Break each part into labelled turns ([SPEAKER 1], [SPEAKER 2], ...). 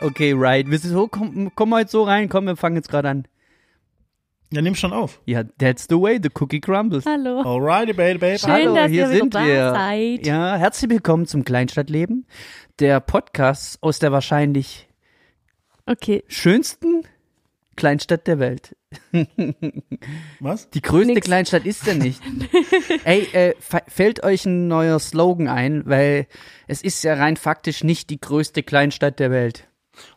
[SPEAKER 1] Okay, right. Wir sind so, komm, komm mal jetzt so rein, komm, wir fangen jetzt gerade an.
[SPEAKER 2] Ja, nimm schon auf.
[SPEAKER 1] Ja, that's the way, the cookie crumbles.
[SPEAKER 3] Hallo.
[SPEAKER 2] Alrighty, baby, baby.
[SPEAKER 3] Schön,
[SPEAKER 1] Hallo,
[SPEAKER 3] dass
[SPEAKER 1] hier
[SPEAKER 3] ihr wieder
[SPEAKER 1] sind
[SPEAKER 3] da
[SPEAKER 1] wir.
[SPEAKER 3] seid.
[SPEAKER 1] Ja, herzlich willkommen zum Kleinstadtleben, der Podcast aus der wahrscheinlich
[SPEAKER 3] Okay,
[SPEAKER 1] schönsten Kleinstadt der Welt.
[SPEAKER 2] Was?
[SPEAKER 1] Die größte
[SPEAKER 3] Nix.
[SPEAKER 1] Kleinstadt ist ja nicht. Ey, äh, fa- fällt euch ein neuer Slogan ein, weil es ist ja rein faktisch nicht die größte Kleinstadt der Welt.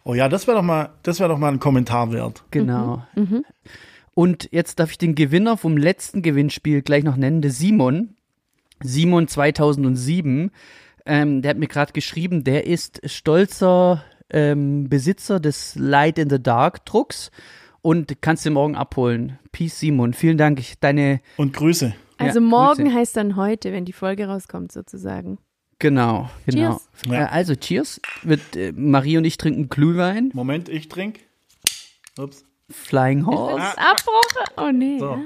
[SPEAKER 2] Oh ja, das wäre doch mal, das wäre doch mal ein Kommentar wert.
[SPEAKER 1] Genau.
[SPEAKER 3] Mhm.
[SPEAKER 1] Und jetzt darf ich den Gewinner vom letzten Gewinnspiel gleich noch nennen, der Simon. Simon 2007. Ähm, der hat mir gerade geschrieben, der ist stolzer ähm, Besitzer des Light in the Dark Drucks und kannst den morgen abholen. Peace, Simon. Vielen Dank. Ich, deine,
[SPEAKER 2] Und Grüße.
[SPEAKER 3] also
[SPEAKER 1] Ja,
[SPEAKER 3] morgen
[SPEAKER 1] Grüße.
[SPEAKER 3] heißt dann heute, wenn die Folge rauskommt sozusagen.
[SPEAKER 1] Genau, genau.
[SPEAKER 3] Cheers.
[SPEAKER 2] Ja.
[SPEAKER 1] Äh, also, cheers. Wird, äh, Marie und ich trinken Glühwein.
[SPEAKER 2] Moment, ich trinke. Ups.
[SPEAKER 1] Flying
[SPEAKER 3] Das
[SPEAKER 1] Horse.
[SPEAKER 3] ist Abbruch. Oh nee.
[SPEAKER 2] Oh.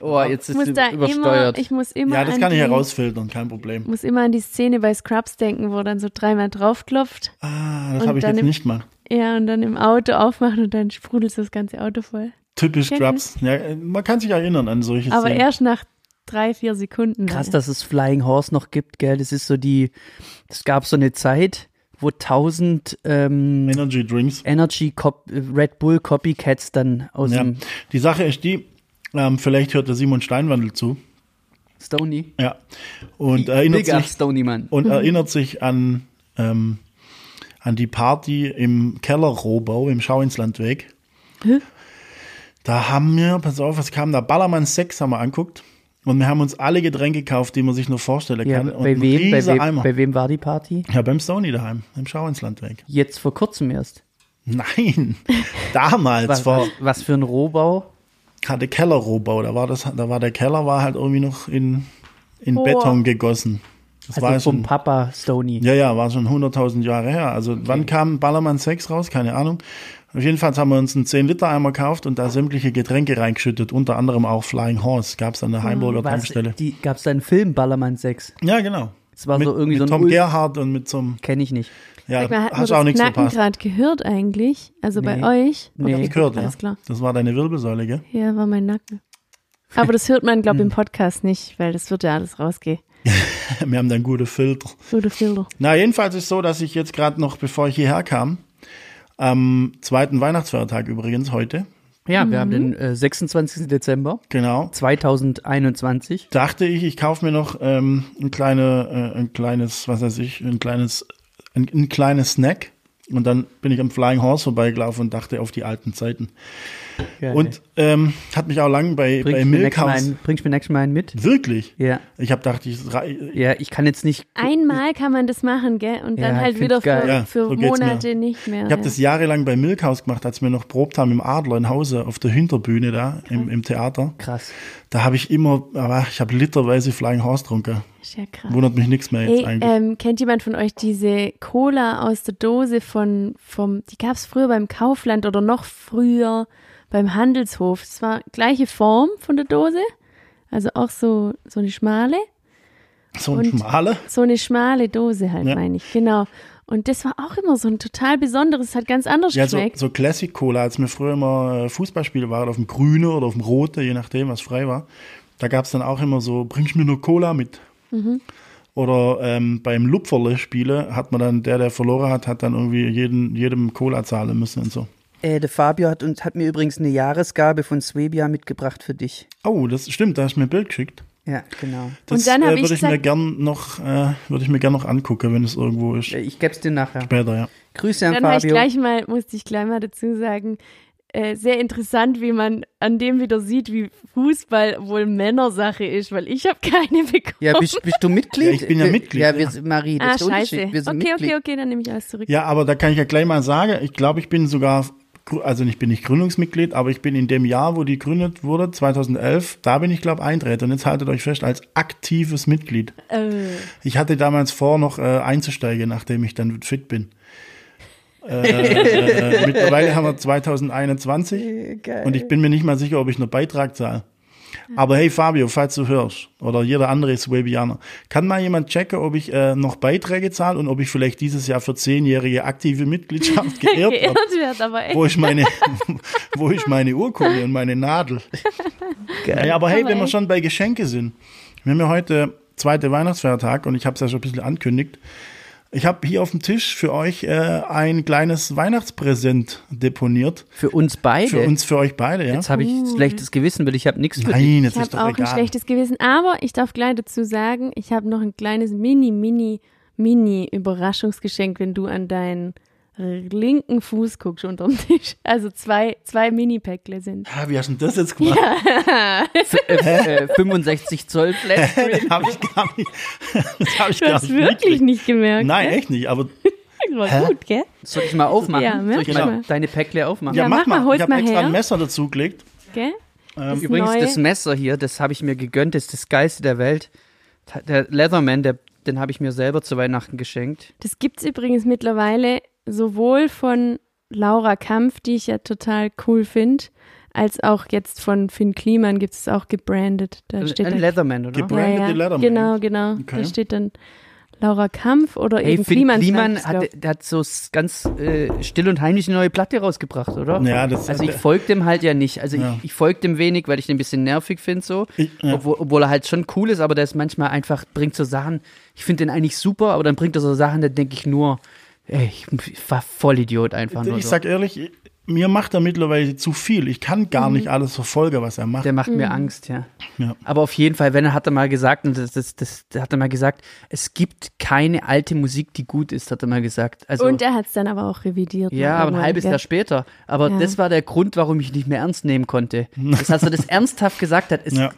[SPEAKER 2] So.
[SPEAKER 3] Ah.
[SPEAKER 1] Oh, jetzt
[SPEAKER 3] Ich
[SPEAKER 1] ist
[SPEAKER 3] muss da
[SPEAKER 1] es übersteuert.
[SPEAKER 3] immer, ich muss immer
[SPEAKER 2] Ja, das
[SPEAKER 3] an
[SPEAKER 2] kann ich
[SPEAKER 3] die,
[SPEAKER 2] herausfiltern, kein Problem.
[SPEAKER 3] muss immer an die Szene bei Scrubs denken, wo dann so dreimal draufklopft.
[SPEAKER 2] Ah, das
[SPEAKER 3] Und
[SPEAKER 2] habe ich
[SPEAKER 3] dann
[SPEAKER 2] jetzt
[SPEAKER 3] im-
[SPEAKER 2] nicht gemacht.
[SPEAKER 3] Ja, und dann im Auto aufmachen und dann sprudelt das ganze Auto voll.
[SPEAKER 2] Typisch
[SPEAKER 3] Kennt
[SPEAKER 2] Straps. Ja, äh, man kann sich erinnern an solche
[SPEAKER 3] Aber
[SPEAKER 2] Szenen.
[SPEAKER 3] erst nach drei, vier Sekunden.
[SPEAKER 1] Krass, dass es Flying Horse noch gibt, gell? Das ist so die, es gab so eine Zeit, wo 1000 ähm,
[SPEAKER 2] Energy Drinks.
[SPEAKER 1] Energy Cop äh, Red Bull Copycats dann aus
[SPEAKER 2] Ja.
[SPEAKER 3] Mhm.
[SPEAKER 1] dem
[SPEAKER 2] Die Sache ist die, ähm, vielleicht hört der Simon Steinwandel zu.
[SPEAKER 1] Stony.
[SPEAKER 2] Ja. Und erinnert
[SPEAKER 1] Big up
[SPEAKER 2] sich,
[SPEAKER 1] Stony, Mann.
[SPEAKER 2] und erinnert sich an, ähm, an die Party im Keller Rohbau im Schauinslandweg. Da haben wir, pass auf, was kam da? Ballermann 6 haben wir anguckt. Und wir haben uns alle Getränke gekauft, die man sich nur vorstellen
[SPEAKER 1] Ja,
[SPEAKER 2] kann. und
[SPEAKER 1] bei
[SPEAKER 2] einen
[SPEAKER 1] wem, bei
[SPEAKER 2] riesen
[SPEAKER 1] wem,
[SPEAKER 2] Eimer.
[SPEAKER 1] bei wem war die Party?
[SPEAKER 2] ja, beim Sony daheim, im Schauinslandweg.
[SPEAKER 1] Jetzt vor kurzem erst.
[SPEAKER 2] Nein, damals
[SPEAKER 1] Was,
[SPEAKER 2] war,
[SPEAKER 1] was, was für ein Rohbau?
[SPEAKER 2] hatte Keller Rohbau. Da war, das, da war der Keller war halt irgendwie noch in, in
[SPEAKER 3] Oh.
[SPEAKER 2] Beton gegossen. Das war
[SPEAKER 1] Also vom
[SPEAKER 2] schon,
[SPEAKER 1] Papa Stony.
[SPEAKER 2] Ja, ja, war schon 100.000 Jahre her. Also wann kam Ballermann 6 raus? Keine Ahnung. Auf jeden Fall haben wir uns einen 10-Liter-Eimer gekauft und da sämtliche Getränke reingeschüttet, unter anderem auch Flying Horse, gab's an der Heimburger
[SPEAKER 1] Was,
[SPEAKER 2] Tankstelle.
[SPEAKER 1] die, gab's da einen Film, Ballermann 6?
[SPEAKER 2] Ja, genau.
[SPEAKER 1] Es war
[SPEAKER 2] mit,
[SPEAKER 1] so irgendwie
[SPEAKER 2] mit
[SPEAKER 1] so ein
[SPEAKER 2] Tom
[SPEAKER 1] Ul-
[SPEAKER 2] Gerhardt und mit so einem,
[SPEAKER 1] Kenne ich nicht.
[SPEAKER 2] ja,
[SPEAKER 3] Sag mal, hat man
[SPEAKER 2] hast auch
[SPEAKER 3] das
[SPEAKER 2] nichts
[SPEAKER 3] Knacken
[SPEAKER 2] verpasst.
[SPEAKER 3] gerade gehört eigentlich? Also bei
[SPEAKER 1] Nee.
[SPEAKER 3] euch?
[SPEAKER 1] Nee.
[SPEAKER 3] Okay,
[SPEAKER 2] Gehört, ja.
[SPEAKER 3] Alles klar.
[SPEAKER 2] Das war deine Wirbelsäule, gell?
[SPEAKER 3] Ja, war mein Nacken. Aber das hört man,
[SPEAKER 2] Hm.
[SPEAKER 3] glaube ich, im Podcast nicht, weil das wird ja alles rausgehen.
[SPEAKER 2] Wir haben da einen guten Filter.
[SPEAKER 3] Gute Filter.
[SPEAKER 2] Na, jedenfalls ist so, dass ich jetzt gerade noch, bevor ich hierher kam, am zweiten Weihnachtsfeiertag übrigens heute,
[SPEAKER 1] Ja, wir haben den äh, 26. Dezember
[SPEAKER 2] genau,
[SPEAKER 1] 2021.
[SPEAKER 2] dachte ich, ich kaufe mir noch ähm, ein, kleine, äh, ein kleines, was weiß ich, ein kleines, ein, ein kleines Snack. Und dann bin ich am Flying Horse vorbeigelaufen und dachte auf die alten Zeiten.
[SPEAKER 1] Geil.
[SPEAKER 2] Und ähm, hat mich auch lang bei,
[SPEAKER 1] bringst
[SPEAKER 2] bei
[SPEAKER 1] du mir nächstes Mal
[SPEAKER 2] Milkhaus.
[SPEAKER 1] einen, bringst du mir nächstes Mal einen mit?
[SPEAKER 2] Wirklich?
[SPEAKER 1] Ja.
[SPEAKER 2] Ich habe gedacht, ich, rei-
[SPEAKER 1] Ja, ich kann jetzt nicht.
[SPEAKER 3] Einmal kann man das machen, gell? Und
[SPEAKER 1] Ja,
[SPEAKER 3] dann
[SPEAKER 1] ich
[SPEAKER 3] halt wieder
[SPEAKER 1] find's geil.
[SPEAKER 3] für,
[SPEAKER 2] Ja,
[SPEAKER 3] für
[SPEAKER 2] so geht's
[SPEAKER 3] Monate nicht mehr.
[SPEAKER 2] ich habe
[SPEAKER 3] ja.
[SPEAKER 2] das jahrelang bei Milkhaus gemacht, als wir noch probt haben im Adler in Hause auf der Hinterbühne da im, im Theater.
[SPEAKER 1] Krass.
[SPEAKER 2] Da habe ich immer, aber ich habe literweise Flying Horse getrunken.
[SPEAKER 3] Ist ja krass.
[SPEAKER 2] Wundert mich nichts mehr jetzt
[SPEAKER 3] Ey,
[SPEAKER 2] eigentlich.
[SPEAKER 3] ähm, kennt jemand von euch diese Cola aus der Dose von, vom, die gab's früher beim Kaufland oder noch früher beim Handelshof. Es war gleiche Form von der Dose, also auch so, so eine schmale,
[SPEAKER 2] so ein
[SPEAKER 3] äh, und-
[SPEAKER 2] schmaler.
[SPEAKER 3] so eine schmale Dose halt,
[SPEAKER 2] Ja.
[SPEAKER 3] meine ich, genau. Und das war auch immer so ein total besonderes, hat ganz anders
[SPEAKER 2] Ja, also so,
[SPEAKER 3] geschmeckt.
[SPEAKER 2] so Classic Cola, als wir früher immer äh, Fußballspiele waren, auf dem Grüne oder auf dem Rote, je nachdem, was frei war. Da gab es dann auch immer so, bringst mir nur Cola mit.
[SPEAKER 3] Mhm.
[SPEAKER 2] Oder ähm, beim Lupferle-Spiele hat man dann, der, der verloren hat, hat dann irgendwie jeden, jedem Cola zahlen müssen und so.
[SPEAKER 1] Äh, der Fabio hat, und, hat mir übrigens eine Jahresgabe von Swebia mitgebracht für dich.
[SPEAKER 2] Oh, das stimmt, da hast du mir ein Bild geschickt.
[SPEAKER 1] Ja, genau.
[SPEAKER 2] Das
[SPEAKER 3] Und dann hab
[SPEAKER 2] äh,
[SPEAKER 3] ich
[SPEAKER 2] würde ich, mir
[SPEAKER 3] gesagt-
[SPEAKER 2] gern noch, äh, würde ich mir gern noch angucken, wenn es irgendwo ist.
[SPEAKER 1] Äh, Ich geb's dir nachher.
[SPEAKER 2] Später, ja.
[SPEAKER 1] Grüße an
[SPEAKER 3] Dann war ich
[SPEAKER 1] Fabio.
[SPEAKER 3] gleich mal, musste ich gleich mal dazu sagen, äh, sehr interessant, wie man an dem wieder sieht, wie Fußball wohl Männersache ist, weil ich habe keine bekommen.
[SPEAKER 1] ja, bist, bist du Mitglied?
[SPEAKER 2] Ja, ich bin ja
[SPEAKER 1] Wir-
[SPEAKER 2] Mitglied,
[SPEAKER 1] Ja, wir
[SPEAKER 2] ja.
[SPEAKER 1] sind Marie, das
[SPEAKER 3] Ah,
[SPEAKER 1] ist der Unterschied.
[SPEAKER 3] scheiße.
[SPEAKER 1] Wir sind
[SPEAKER 3] okay,
[SPEAKER 1] Mitglied.
[SPEAKER 3] okay, okay, dann nehme ich alles zurück.
[SPEAKER 2] Ja, aber da kann ich ja gleich mal sagen, ich glaube, ich bin sogar, grü- also ich bin nicht Gründungsmitglied, aber ich bin in dem Jahr, wo die gegründet wurde, 2011, da bin ich, glaube Eintritt. Und jetzt haltet euch fest, als aktives Mitglied.
[SPEAKER 3] Äh,
[SPEAKER 2] Ich hatte damals vor, noch äh, einzusteigen, nachdem ich dann fit bin. Äh, äh, mittlerweile haben wir 2021
[SPEAKER 1] Äh, Geil.
[SPEAKER 2] und ich bin mir nicht mal sicher, ob ich noch Beitrag zahle. Aber hey Fabio, falls du hörst, oder jeder andere Swabianer, kann mal jemand checken, ob ich äh, noch Beiträge zahle und ob ich vielleicht dieses Jahr für zehnjährige aktive Mitgliedschaft geehrt habe,
[SPEAKER 3] Geirrt wird aber echt.
[SPEAKER 2] wo ich meine, wo ich meine Urkunde und meine Nadel. Ja, aber hey,
[SPEAKER 3] Aber
[SPEAKER 2] wenn wir
[SPEAKER 3] echt.
[SPEAKER 2] schon bei Geschenke sind, wir haben ja heute zweite Weihnachtsfeiertag und ich habe es ja schon ein bisschen angekündigt. Ich habe hier auf dem Tisch für euch äh, ein kleines Weihnachtspräsent deponiert.
[SPEAKER 1] Für uns beide.
[SPEAKER 2] Für uns, für euch beide, ja?
[SPEAKER 1] Jetzt habe ich
[SPEAKER 3] Uh.
[SPEAKER 1] schlechtes Gewissen, weil ich habe nichts für dich.
[SPEAKER 2] Nein, jetzt ist
[SPEAKER 3] Ich habe
[SPEAKER 2] doch
[SPEAKER 3] auch ein
[SPEAKER 2] egal.
[SPEAKER 3] schlechtes Gewissen, aber ich darf gleich dazu sagen, ich habe noch ein kleines Mini, Mini, Mini Überraschungsgeschenk, wenn du an deinen linken Fuß guckst unterm Tisch. Also zwei, zwei Mini-Päckle sind.
[SPEAKER 2] Ah, wie hast du denn das jetzt gemacht?
[SPEAKER 1] Äh, 65 Zoll Flatscreen.
[SPEAKER 2] das habe ich gar nicht. Das habe ich
[SPEAKER 3] Du
[SPEAKER 2] gar
[SPEAKER 3] hast
[SPEAKER 2] nicht
[SPEAKER 3] wirklich
[SPEAKER 2] mitgekriegt.
[SPEAKER 3] nicht gemerkt.
[SPEAKER 2] Nein,
[SPEAKER 3] ne?
[SPEAKER 2] echt nicht. Aber
[SPEAKER 3] War
[SPEAKER 2] Hä?
[SPEAKER 3] gut, gell?
[SPEAKER 1] Soll ich mal aufmachen?
[SPEAKER 3] Ja,
[SPEAKER 1] Soll ich
[SPEAKER 2] genau.
[SPEAKER 1] mal deine Päckle aufmachen?
[SPEAKER 2] ja, mach
[SPEAKER 3] mach mal,
[SPEAKER 2] mal.
[SPEAKER 3] hol's
[SPEAKER 2] ich habe
[SPEAKER 3] mal
[SPEAKER 2] extra
[SPEAKER 3] her.
[SPEAKER 2] ein Messer dazugelegt.
[SPEAKER 3] gell? Das
[SPEAKER 1] Ähm, Übrigens,
[SPEAKER 3] neue-
[SPEAKER 1] das Messer hier, das habe ich mir gegönnt, das ist das geilste der Welt. Ta- Der Leatherman, der, den habe ich mir selber zu Weihnachten geschenkt.
[SPEAKER 3] Das gibt's übrigens mittlerweile sowohl von Laura Kampf, die ich ja total cool finde, als auch jetzt von Finn Kliman gibt's es auch gebrandet. Da
[SPEAKER 1] Ein
[SPEAKER 3] steht
[SPEAKER 1] ein
[SPEAKER 3] dann-
[SPEAKER 1] Leatherman, oder?
[SPEAKER 2] Gebra- Branded Letterman.
[SPEAKER 3] Genau, genau.
[SPEAKER 2] Okay.
[SPEAKER 3] Da steht dann Laura Kampf oder
[SPEAKER 1] Ey,
[SPEAKER 3] eben
[SPEAKER 1] Finn
[SPEAKER 3] Kliman.
[SPEAKER 1] Kliemann hat, der hat so s- ganz äh, still und heimlich eine neue Platte rausgebracht, oder?
[SPEAKER 2] Ja, das-
[SPEAKER 1] also ich folge dem halt ja nicht. Also
[SPEAKER 2] Ja.
[SPEAKER 1] ich, ich folge dem wenig, weil ich den ein bisschen nervig finde so.
[SPEAKER 2] Ich- ja.
[SPEAKER 1] Obwohl, obwohl er halt schon cool ist, aber der ist manchmal einfach, bringt so Sachen, ich finde den eigentlich super, aber dann bringt er so Sachen, da denke ich nur, ey, ich war voll Idiot einfach nur
[SPEAKER 2] Ich
[SPEAKER 1] so.
[SPEAKER 2] sag ehrlich, mir macht er mittlerweile zu viel. Ich kann gar nicht alles verfolgen, was er
[SPEAKER 1] Mhm.
[SPEAKER 2] macht.
[SPEAKER 1] Der macht
[SPEAKER 3] Mhm.
[SPEAKER 1] mir Angst, ja.
[SPEAKER 2] Ja.
[SPEAKER 1] Aber auf jeden Fall, wenn er hat er mal gesagt, und das, das, das, das hat er mal gesagt, es gibt keine alte Musik, die gut ist, hat er mal gesagt. Also,
[SPEAKER 3] Und er hat's dann aber auch revidiert.
[SPEAKER 1] ja,
[SPEAKER 3] noch
[SPEAKER 1] aber ein
[SPEAKER 3] irgendwann,
[SPEAKER 1] halbes
[SPEAKER 3] gell?
[SPEAKER 1] Jahr später. Aber
[SPEAKER 3] Ja.
[SPEAKER 1] das war der Grund, warum ich ihn nicht mehr ernst nehmen konnte. Das, als er das ernsthaft gesagt hat, ist
[SPEAKER 2] Ja.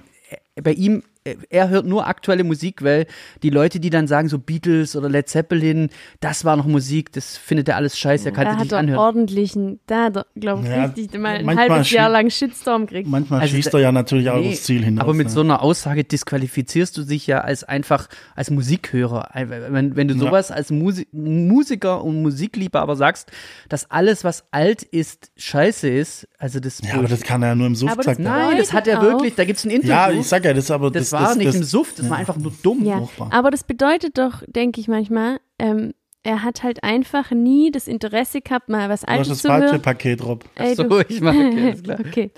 [SPEAKER 1] äh, bei ihm, äh, er hört nur aktuelle Musik, weil die Leute, die dann sagen, so Beatles oder Led Zeppelin, das war noch Musik, das findet er alles scheiße, er kann
[SPEAKER 3] Da
[SPEAKER 1] es
[SPEAKER 3] hat
[SPEAKER 1] nicht
[SPEAKER 3] er
[SPEAKER 1] anhören.
[SPEAKER 3] ordentlichen, da hat er, glaube ich,
[SPEAKER 2] Ja,
[SPEAKER 3] richtig mal ein
[SPEAKER 2] manchmal
[SPEAKER 3] halbes
[SPEAKER 2] schie-
[SPEAKER 3] Jahr lang Shitstorm gekriegt.
[SPEAKER 2] Manchmal
[SPEAKER 1] Also
[SPEAKER 2] schießt
[SPEAKER 1] da-
[SPEAKER 2] er ja natürlich auch
[SPEAKER 1] Nee,
[SPEAKER 2] das Ziel hinaus.
[SPEAKER 1] Aber mit
[SPEAKER 2] ne?
[SPEAKER 1] so einer Aussage disqualifizierst du dich ja als einfach als Musikhörer. Wenn, wenn du
[SPEAKER 2] Ja.
[SPEAKER 1] sowas als Musi Musiker und Musikliebhaber sagst, dass alles, was alt ist, scheiße ist, also das.
[SPEAKER 2] ja, aber das kann er ja nur im
[SPEAKER 3] Aber
[SPEAKER 2] Suft
[SPEAKER 3] das-
[SPEAKER 2] sagen.
[SPEAKER 1] nein, das hat er
[SPEAKER 3] Bedeutet
[SPEAKER 1] wirklich.
[SPEAKER 3] auch-
[SPEAKER 1] Da gibt es ein Interview.
[SPEAKER 2] Ja, ich sag ja, das ist aber
[SPEAKER 1] das, war nicht im Suft, das war einfach nur dumm.
[SPEAKER 3] Ja,
[SPEAKER 2] Furchtbar.
[SPEAKER 3] aber das bedeutet doch, denke ich manchmal, ähm, er hat halt einfach nie das Interesse gehabt, mal was
[SPEAKER 2] Du hast
[SPEAKER 3] Altes
[SPEAKER 2] das
[SPEAKER 3] zu
[SPEAKER 2] falsche
[SPEAKER 3] hören.
[SPEAKER 2] Paket, Rob.
[SPEAKER 3] Ey, du-
[SPEAKER 1] so, ich, mach, okay, alles klar.
[SPEAKER 3] Okay.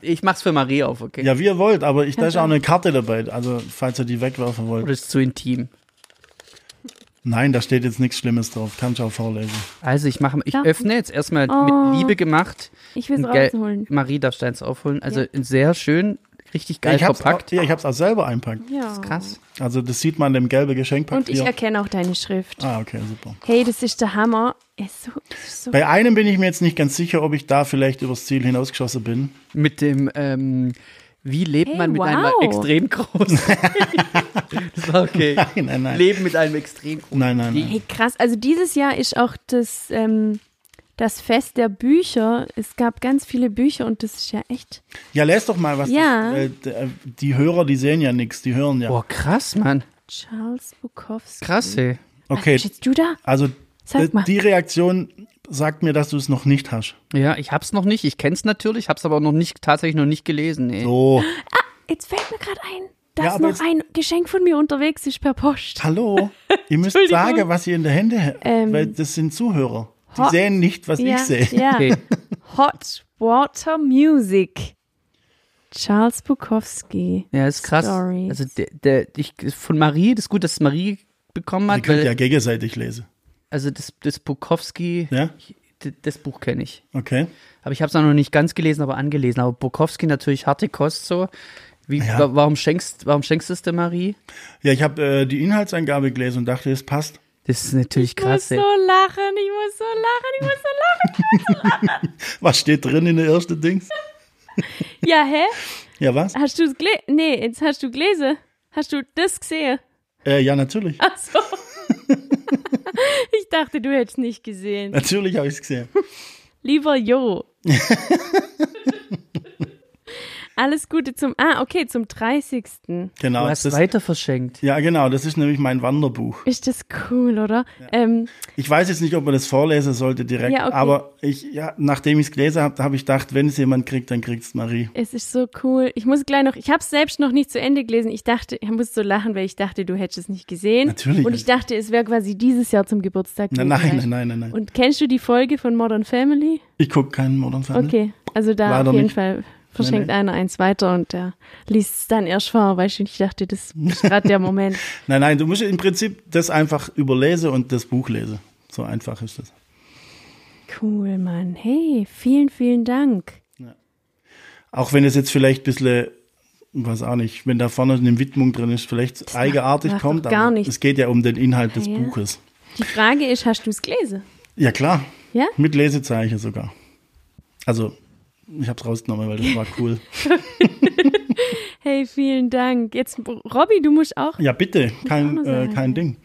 [SPEAKER 1] ich mach's für Marie auf, okay?
[SPEAKER 2] Ja, wie ihr wollt, aber ich, da ist auch eine Karte dabei, also falls ihr die wegwerfen
[SPEAKER 1] Oder
[SPEAKER 2] wollt.
[SPEAKER 1] ist zu intim?
[SPEAKER 2] Nein, da steht jetzt nichts Schlimmes drauf, kann ich auch vorlesen.
[SPEAKER 1] Also ich mache, ich
[SPEAKER 3] Ja.
[SPEAKER 1] öffne jetzt erstmal
[SPEAKER 3] Oh.
[SPEAKER 1] mit Liebe gemacht.
[SPEAKER 3] Ich will's
[SPEAKER 1] Ein gel-
[SPEAKER 3] rausholen.
[SPEAKER 1] Marie darf Steins aufholen. Also
[SPEAKER 3] Ja.
[SPEAKER 1] sehr schön, richtig geil
[SPEAKER 2] ich hab's auch,
[SPEAKER 1] verpackt. Oh,
[SPEAKER 2] ja, ich hab's auch selber einpackt.
[SPEAKER 3] Ja.
[SPEAKER 1] Krass.
[SPEAKER 2] Also das sieht man an dem gelben Geschenkpapier.
[SPEAKER 3] Und ich erkenne auch deine Schrift.
[SPEAKER 2] ah, okay, super.
[SPEAKER 3] Hey, das ist der Hammer. Ist so, ist so
[SPEAKER 2] Bei einem bin ich mir jetzt nicht ganz sicher, ob ich da vielleicht übers Ziel hinausgeschossen bin.
[SPEAKER 1] Mit dem, ähm, wie lebt
[SPEAKER 3] Hey,
[SPEAKER 1] man mit
[SPEAKER 3] wow.
[SPEAKER 1] einem extrem großen? das war okay.
[SPEAKER 2] Nein, nein, nein.
[SPEAKER 1] Leben mit einem extrem großen.
[SPEAKER 2] Nein, nein, nein.
[SPEAKER 3] Hey, krass. Also dieses Jahr ist auch das, ähm, das Fest der Bücher. Es gab ganz viele Bücher und das ist ja echt.
[SPEAKER 2] Ja, lest doch mal was.
[SPEAKER 3] Ja.
[SPEAKER 2] Das, äh, d- äh, die Hörer, die sehen ja nichts, die hören ja.
[SPEAKER 1] Boah, Oh, krass, Mann.
[SPEAKER 3] Charles Bukowski.
[SPEAKER 1] Krass, ey.
[SPEAKER 3] Was
[SPEAKER 2] Okay,
[SPEAKER 3] bist jetzt du da?
[SPEAKER 2] also
[SPEAKER 3] Sag
[SPEAKER 2] äh,
[SPEAKER 3] mal.
[SPEAKER 2] die Reaktion sagt mir, dass du es noch nicht hast.
[SPEAKER 1] Ja, ich hab's noch nicht. Ich kenn's natürlich, hab's aber auch noch nicht, tatsächlich noch nicht gelesen, ey.
[SPEAKER 2] So,
[SPEAKER 3] Jetzt fällt mir gerade ein,
[SPEAKER 2] Ja,
[SPEAKER 3] dass
[SPEAKER 2] aber
[SPEAKER 3] noch
[SPEAKER 2] jetzt-
[SPEAKER 3] ein Geschenk von mir unterwegs ist per Post.
[SPEAKER 2] hallo, ihr müsst
[SPEAKER 3] Entschuldigung.
[SPEAKER 2] sagen, was ihr in der Hände habt,
[SPEAKER 3] Ähm.
[SPEAKER 2] weil das sind Zuhörer. Die
[SPEAKER 3] Ho-
[SPEAKER 2] sehen nicht, was
[SPEAKER 3] ja,
[SPEAKER 2] ich sehe.
[SPEAKER 3] ja.
[SPEAKER 1] Okay.
[SPEAKER 3] Hot Water Music. Charles Bukowski.
[SPEAKER 1] Ja, ist krass.
[SPEAKER 3] Stories.
[SPEAKER 1] Also der, der, ich, von Marie, das ist gut, dass es Marie bekommen
[SPEAKER 2] Ihr
[SPEAKER 1] hat,
[SPEAKER 2] könnt
[SPEAKER 1] weil,
[SPEAKER 2] ja gegenseitig lesen.
[SPEAKER 1] also das, das Bukowski,
[SPEAKER 2] Ja?
[SPEAKER 1] ich- d- das Buch kenne ich.
[SPEAKER 2] Okay.
[SPEAKER 1] Aber ich habe es noch nicht ganz gelesen, aber angelesen. Aber Bukowski natürlich harte Kost so. Wie,
[SPEAKER 2] Ja.
[SPEAKER 1] wa- warum schenkst, warum schenkst du es der Marie?
[SPEAKER 2] Ja, ich habe äh, die Inhaltsangabe gelesen und dachte, es passt.
[SPEAKER 1] Das ist natürlich
[SPEAKER 3] Ich
[SPEAKER 1] krass.
[SPEAKER 3] muss so
[SPEAKER 1] ey.
[SPEAKER 3] lachen, ich muss so lachen, ich muss so lachen.
[SPEAKER 2] Was steht drin in der ersten Dings?
[SPEAKER 3] Ja, hä?
[SPEAKER 2] Ja, was?
[SPEAKER 3] Hast du es gelesen? Nee, jetzt hast du gelesen. Hast du das gesehen?
[SPEAKER 2] Äh, ja, natürlich.
[SPEAKER 3] Ach so. ich dachte, du hättest nicht gesehen.
[SPEAKER 2] Natürlich habe ich es gesehen.
[SPEAKER 3] Lieber Jo. Alles Gute zum, ah, okay, zum 30.
[SPEAKER 1] Du
[SPEAKER 2] Genau.
[SPEAKER 1] hast
[SPEAKER 2] das,
[SPEAKER 1] weiter verschenkt.
[SPEAKER 2] ja, genau, das ist nämlich mein Wanderbuch.
[SPEAKER 3] Ist das cool, oder? Ähm,
[SPEAKER 2] Ich weiß jetzt nicht, ob man das vorlesen sollte direkt,
[SPEAKER 3] Ja, okay.
[SPEAKER 2] aber ich, ja, nachdem ich es gelesen habe, habe ich gedacht, wenn es jemand kriegt, dann kriegt es Marie.
[SPEAKER 3] es ist so cool. Ich muss gleich noch, ich habe es selbst noch nicht zu Ende gelesen. Ich dachte, ich muss so lachen, weil ich dachte, du hättest es nicht gesehen.
[SPEAKER 2] Natürlich.
[SPEAKER 3] Und ich dachte, es wäre quasi dieses Jahr zum Geburtstag.
[SPEAKER 2] Nein, nein, nein,
[SPEAKER 3] gewesen.
[SPEAKER 2] nein, nein. nein.
[SPEAKER 3] Und kennst du die Folge von Modern Family?
[SPEAKER 2] Ich gucke keinen Modern Family.
[SPEAKER 3] Okay, also da
[SPEAKER 2] Leider
[SPEAKER 3] auf jeden
[SPEAKER 2] Mhm. nicht.
[SPEAKER 3] Fall verschenkt
[SPEAKER 2] Nee,
[SPEAKER 3] einer eins weiter und der liest es dann erst vor, weißt du, und ich dachte, das ist gerade der Moment.
[SPEAKER 2] Nein, nein, du musst im Prinzip das einfach überlese und das Buch lese. So einfach ist das.
[SPEAKER 3] Cool, Mann. Hey, vielen, vielen Dank.
[SPEAKER 2] Auch wenn es jetzt vielleicht ein bisschen, weiß auch nicht, wenn da vorne eine Widmung drin ist, vielleicht eigenartig
[SPEAKER 3] macht
[SPEAKER 2] kommt,
[SPEAKER 3] doch gar
[SPEAKER 2] aber
[SPEAKER 3] nichts. Ah,
[SPEAKER 2] es geht ja um den Inhalt des
[SPEAKER 3] Ja.
[SPEAKER 2] Buches.
[SPEAKER 3] Die Frage ist, hast du es gelesen?
[SPEAKER 2] Ja, klar.
[SPEAKER 3] Ja?
[SPEAKER 2] Mit Lesezeichen sogar. Also, ich hab's rausgenommen, weil das war cool.
[SPEAKER 3] Hey, vielen Dank. Jetzt, Robby, du musst auch.
[SPEAKER 2] ja, bitte, kein,
[SPEAKER 3] auch noch
[SPEAKER 2] äh,
[SPEAKER 3] sagen.
[SPEAKER 2] kein Ding.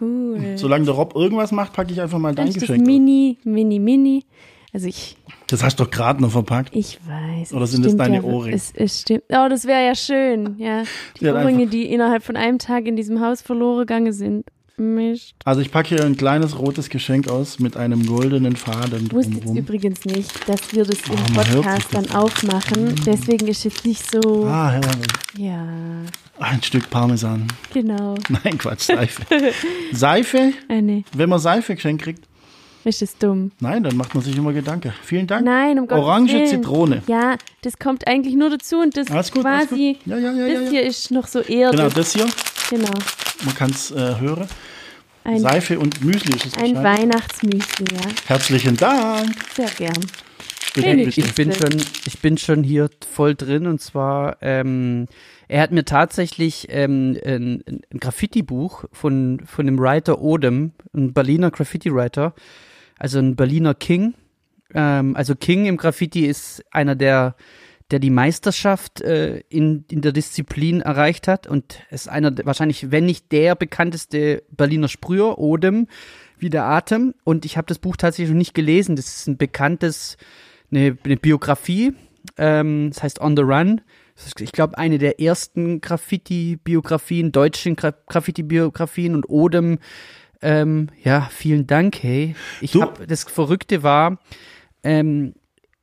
[SPEAKER 3] Cool.
[SPEAKER 2] Solange der Rob irgendwas macht, packe ich einfach mal
[SPEAKER 3] Dann ist das
[SPEAKER 2] Dankeschenk. drauf.
[SPEAKER 3] Mini, Mini, Mini. Also ich,
[SPEAKER 2] Das hast du doch gerade noch verpackt.
[SPEAKER 3] ich weiß.
[SPEAKER 2] Oder
[SPEAKER 3] es
[SPEAKER 2] sind das
[SPEAKER 3] stimmt
[SPEAKER 2] deine
[SPEAKER 3] ja,
[SPEAKER 2] Ohrringe?
[SPEAKER 3] Es, es stimmt. Oh, das wäre ja schön. Ja. Die
[SPEAKER 2] Die hat
[SPEAKER 3] Ohrringe, die innerhalb von einem Tag in diesem Haus verloren gegangen sind. Mist.
[SPEAKER 2] Also ich packe hier ein kleines rotes Geschenk aus mit einem goldenen Faden
[SPEAKER 3] Wusstet
[SPEAKER 2] drumherum.
[SPEAKER 3] übrigens nicht, dass wir das im
[SPEAKER 2] Oh, man hört
[SPEAKER 3] Podcast
[SPEAKER 2] sich das Mm.
[SPEAKER 3] dann aufmachen. Deswegen ist jetzt nicht so.
[SPEAKER 2] Ah, herrlich.
[SPEAKER 3] Ja,
[SPEAKER 2] Ein Stück Parmesan.
[SPEAKER 3] genau.
[SPEAKER 2] Nein, Quatsch, Seife. Seife?
[SPEAKER 3] Äh, nee,
[SPEAKER 2] Wenn man Seife geschenkt kriegt,
[SPEAKER 3] ist das dumm.
[SPEAKER 2] nein, dann macht man sich immer Gedanken. Vielen Dank.
[SPEAKER 3] Nein, um Gottes
[SPEAKER 2] Orange
[SPEAKER 3] Willen.
[SPEAKER 2] Zitrone.
[SPEAKER 3] Ja, das kommt eigentlich nur dazu und das
[SPEAKER 2] Alles gut, alles
[SPEAKER 3] quasi.
[SPEAKER 2] gut. Ja, ja, ja, ja,
[SPEAKER 3] das
[SPEAKER 2] ja.
[SPEAKER 3] hier ist noch so eher.
[SPEAKER 2] Genau, das hier,
[SPEAKER 3] genau.
[SPEAKER 2] man kann es äh, hören.
[SPEAKER 3] Ein,
[SPEAKER 2] Seife und Müsli ist es
[SPEAKER 3] ein
[SPEAKER 2] wahrscheinlich.
[SPEAKER 3] Weihnachtsmüsli, ja.
[SPEAKER 2] Herzlichen Dank.
[SPEAKER 3] Sehr gern.
[SPEAKER 2] Bitte,
[SPEAKER 3] Wenig.
[SPEAKER 2] bitte.
[SPEAKER 3] Schüssel.
[SPEAKER 1] Ich bin schon, ich bin schon hier voll drin und zwar, ähm, er hat mir tatsächlich ähm, ein, ein Graffiti-Buch von, von dem Writer Odem, ein Berliner Graffiti-Writer, also ein Berliner King. Ähm, also King im Graffiti ist einer, der, der die Meisterschaft äh, in, in der Disziplin erreicht hat und ist einer, der- wahrscheinlich, wenn nicht der bekannteste Berliner Sprüher, Odem, wie der Atem. Und ich habe das Buch tatsächlich noch nicht gelesen. Das ist ein bekanntes eine, eine Biografie, ähm, das heißt On the Run. Das ist, ich glaube, eine der ersten Graffiti-Biografien, deutschen Gra Graffiti-Biografien und Odem. Ähm, ja, vielen Dank, hey. Ich
[SPEAKER 2] Du-
[SPEAKER 1] hab, das Verrückte war, ähm,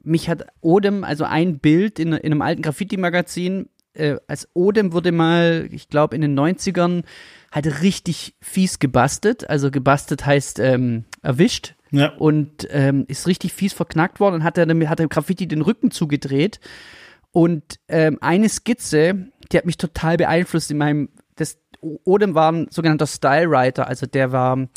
[SPEAKER 1] mich hat Odem, also ein Bild in, in einem alten Graffiti-Magazin, äh, als Odem wurde mal, ich glaube, in den 90ern halt richtig fies gebastet. Also gebastet heißt ähm, erwischt
[SPEAKER 2] Ja.
[SPEAKER 1] und ähm, ist richtig fies verknackt worden und hat er hat dem Graffiti den Rücken zugedreht und ähm, eine Skizze, die hat mich total beeinflusst in meinem das Odem war ein sogenannter Stylewriter, also der war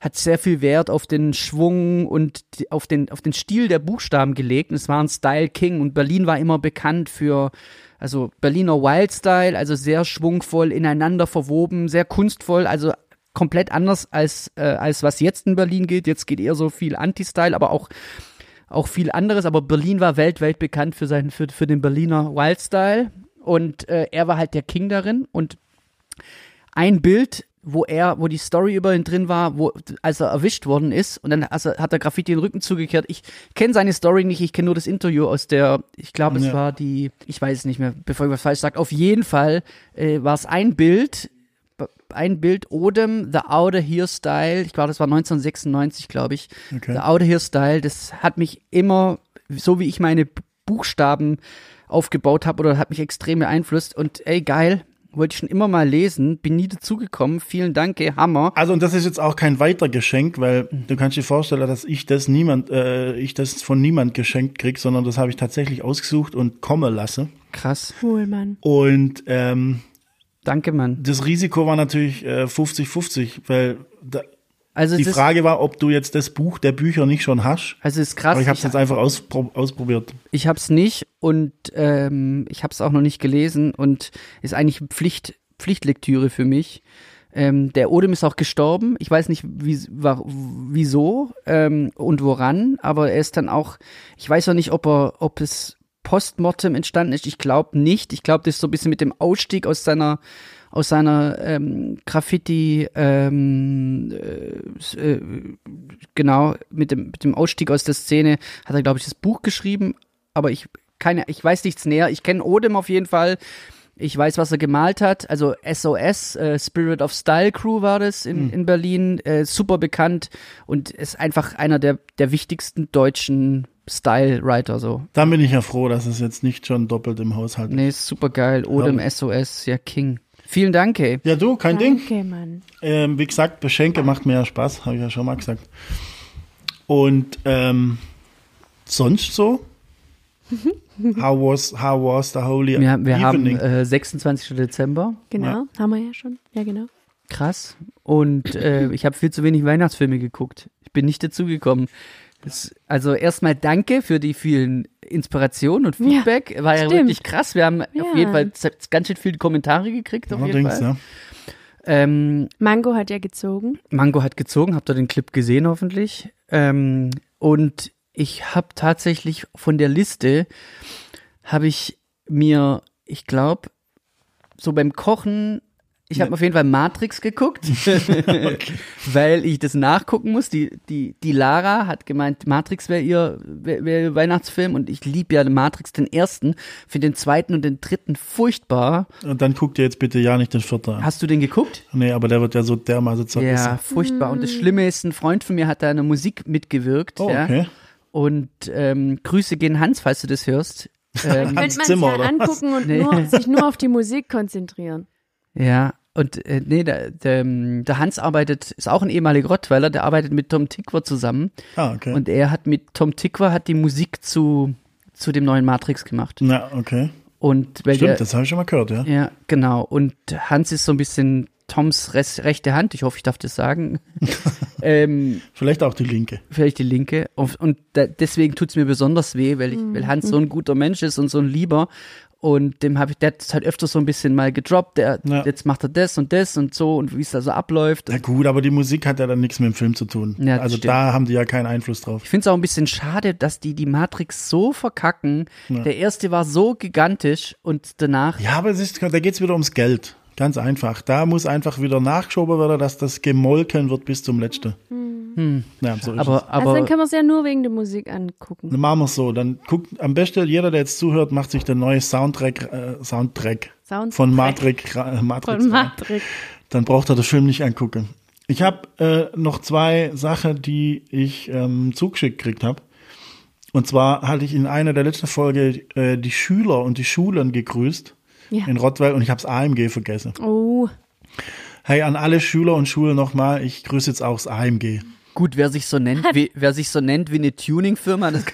[SPEAKER 1] hat sehr viel Wert auf den Schwung und die, auf den auf den Stil der Buchstaben gelegt und es war ein Style King und Berlin war immer bekannt für also Berliner Wildstyle, also sehr schwungvoll ineinander verwoben, sehr kunstvoll, also komplett anders als, äh, als was jetzt in Berlin geht. Jetzt geht eher so viel Anti-Style, aber auch, auch viel anderes. Aber Berlin war weltweit bekannt für, seinen, für, für den Berliner Wildstyle und äh, er war halt der King darin und ein Bild, wo er, wo die Story über ihn drin war, wo, als er erwischt worden ist und dann also hat der Graffiti den Rücken zugekehrt. Ich kenne seine Story nicht, ich kenne nur das Interview aus der, ich glaube, es
[SPEAKER 2] Ja.
[SPEAKER 1] war die, ich weiß es nicht mehr, bevor ich was falsch sage. Auf jeden Fall äh, war es ein Bild, ein Bild Odem, The Outer Here Style, ich glaube, das war 1996, glaube ich.
[SPEAKER 2] Okay.
[SPEAKER 1] The Outer Here Style, das hat mich immer, so wie ich meine B- Buchstaben aufgebaut habe oder hat mich extrem beeinflusst und ey, geil, wollte ich schon immer mal lesen, bin nie dazugekommen, vielen Dank, ey, Hammer.
[SPEAKER 2] Also und das ist jetzt auch kein weiter Geschenk, weil du kannst dir vorstellen, dass ich das niemand, äh, ich das von niemand geschenkt krieg, sondern das habe ich tatsächlich ausgesucht und komme lasse.
[SPEAKER 1] Krass,
[SPEAKER 3] Cool, Mann.
[SPEAKER 2] Und ähm,
[SPEAKER 1] danke, Mann.
[SPEAKER 2] das Risiko war natürlich äh, 50-50, weil da,
[SPEAKER 1] Also,
[SPEAKER 2] die
[SPEAKER 1] es ist,
[SPEAKER 2] Frage war, ob du jetzt das Buch der Bücher nicht schon hast.
[SPEAKER 1] also es ist krass,
[SPEAKER 2] Aber ich habe es
[SPEAKER 1] ich,
[SPEAKER 2] jetzt einfach auspro ausprobiert.
[SPEAKER 1] ich hab's nicht und ähm, ich hab's auch noch nicht gelesen und ist eigentlich Pflicht, Pflichtlektüre für mich. Ähm, der Odem ist auch gestorben. Ich weiß nicht, wie, wa- wieso ähm, und woran, aber er ist dann auch, ich weiß auch nicht, ob er, ob es postmortem entstanden ist. Ich glaube nicht. Ich glaube, das ist so ein bisschen mit dem Ausstieg aus seiner, aus seiner ähm, Graffiti, ähm, äh, s- äh, genau, mit dem, mit dem Ausstieg aus der Szene hat er, glaube ich, das Buch geschrieben, aber ich keine, ich weiß nichts näher. Ich kenne Odem auf jeden Fall. Ich weiß, was er gemalt hat. Also SOS, äh, Spirit of Style Crew war das in, in Berlin. Äh, super bekannt und ist einfach einer der, der wichtigsten deutschen Style-Writer. So.
[SPEAKER 2] Dann bin ich ja froh, dass es jetzt nicht schon doppelt im Haushalt ist.
[SPEAKER 1] Nee, ist super geil. Odem, SOS, ja, King. Vielen Dank, ey.
[SPEAKER 2] Ja, du, kein Ding.
[SPEAKER 3] Okay, Mann.
[SPEAKER 2] Ähm, wie gesagt, Beschenke macht mir ja Spaß, habe ich ja schon mal gesagt. Und ähm, sonst so?
[SPEAKER 1] Mhm.
[SPEAKER 2] how was how was the holy
[SPEAKER 1] Wir, haben- wir haben
[SPEAKER 2] evening?
[SPEAKER 1] äh, 26. Dezember.
[SPEAKER 3] Genau. Haben wir ja schon. Ja, genau.
[SPEAKER 1] Krass. Und äh, ich habe viel zu wenig Weihnachtsfilme geguckt. Ich bin nicht dazugekommen. Das- Also erstmal danke für die vielen Inspirationen und
[SPEAKER 3] Ja,
[SPEAKER 1] Feedback. War ja
[SPEAKER 3] stimmt.
[SPEAKER 1] wirklich krass. Wir haben
[SPEAKER 3] Ja.
[SPEAKER 1] auf jeden Fall z- ganz schön viele Kommentare gekriegt. Auf jeden
[SPEAKER 2] Allerdings,
[SPEAKER 1] Fall.
[SPEAKER 2] ja.
[SPEAKER 1] Ähm,
[SPEAKER 3] Mango hat ja gezogen.
[SPEAKER 1] Mango hat gezogen, habt ihr den Clip gesehen hoffentlich. Ähm, und ich habe tatsächlich von der Liste, habe ich mir, ich glaube, so beim Kochen, ich habe auf jeden Fall Matrix geguckt, weil ich das nachgucken muss. Die, die, die Lara hat gemeint, Matrix wäre ihr, wär, wär ihr Weihnachtsfilm und ich liebe ja den Matrix, den ersten, finde den zweiten und den dritten furchtbar.
[SPEAKER 2] Und dann guck dir jetzt bitte ja nicht den vierten an.
[SPEAKER 1] Hast du den geguckt?
[SPEAKER 2] Nee, aber der wird ja so dermaßen zerrissen.
[SPEAKER 1] Ja, furchtbar. Und das Schlimme ist, ein Freund von mir hat da eine Musik mitgewirkt.
[SPEAKER 2] Oh, okay.
[SPEAKER 1] ja. Und ähm, Grüße gehen Hans, falls du das hörst. Ähm,
[SPEAKER 2] Hans
[SPEAKER 3] Könnte
[SPEAKER 2] Zimmer,
[SPEAKER 3] man sich ja
[SPEAKER 2] oder was?
[SPEAKER 3] angucken und
[SPEAKER 1] Nee.
[SPEAKER 3] nur, sich nur auf die Musik konzentrieren.
[SPEAKER 1] ja. Und äh, nee, der, der, ähm, der Hans arbeitet, ist auch ein ehemaliger Rottweiler, der arbeitet mit Tom Tickwer zusammen.
[SPEAKER 2] Ah, okay.
[SPEAKER 1] Und er hat mit Tom Tickwer hat die Musik zu, zu dem neuen Matrix gemacht.
[SPEAKER 2] Na, okay.
[SPEAKER 1] Und weil
[SPEAKER 2] Stimmt,
[SPEAKER 1] der,
[SPEAKER 2] das habe ich schon mal gehört, ja.
[SPEAKER 1] Ja, genau. Und Hans ist so ein bisschen Toms res, rechte Hand, ich hoffe, ich darf das sagen. ähm,
[SPEAKER 2] Vielleicht auch die linke.
[SPEAKER 1] vielleicht die Linke. Auf- Und da, deswegen tut's mir besonders weh, weil, ich,
[SPEAKER 3] Mhm.
[SPEAKER 1] weil Hans so ein guter Mensch ist und so ein Lieber. Und dem habe ich, der hat halt öfter so ein bisschen mal gedroppt. Der,
[SPEAKER 2] Ja.
[SPEAKER 1] Jetzt macht er das und das und so und wie es da so abläuft.
[SPEAKER 2] Na gut, aber die Musik hat ja dann nichts mit dem Film zu tun.
[SPEAKER 1] Ja, das
[SPEAKER 2] also
[SPEAKER 1] stimmt.
[SPEAKER 2] da haben die ja keinen Einfluss drauf.
[SPEAKER 1] Ich finde es auch ein bisschen schade, dass die die Matrix so verkacken. Der erste war so gigantisch und danach.
[SPEAKER 2] Ja, aber es ist, da geht es wieder ums Geld. Ganz einfach. Da muss einfach wieder nachgeschoben werden, dass das gemolken wird bis zum Letzten.
[SPEAKER 3] Hm.
[SPEAKER 2] Hm. Ja, so ist
[SPEAKER 1] Aber,
[SPEAKER 3] Also
[SPEAKER 1] aber
[SPEAKER 3] dann können wir es ja nur wegen der Musik angucken.
[SPEAKER 2] Dann machen wir es so. Dann guckt am besten jeder, der jetzt zuhört, macht sich den neuen Soundtrack, äh, Soundtrack
[SPEAKER 3] Soundtrack.
[SPEAKER 2] von Matrix, ra- Matrix
[SPEAKER 3] Von
[SPEAKER 2] rein.
[SPEAKER 3] Matrix.
[SPEAKER 2] Dann braucht er den Film nicht angucken. Ich habe äh, noch zwei Sachen, die ich ähm, zugeschickt gekriegt habe. Und zwar hatte ich in einer der letzten Folge äh, die Schüler und die Schulen gegrüßt
[SPEAKER 3] Ja.
[SPEAKER 2] in Rottweil und ich habe AMG vergessen.
[SPEAKER 3] Oh,
[SPEAKER 2] Hey, an alle Schüler und Schulen nochmal, ich grüße jetzt auch das AMG.
[SPEAKER 1] gut, wer sich so nennt, wie, wer sich so nennt wie eine Tuning-Firma, das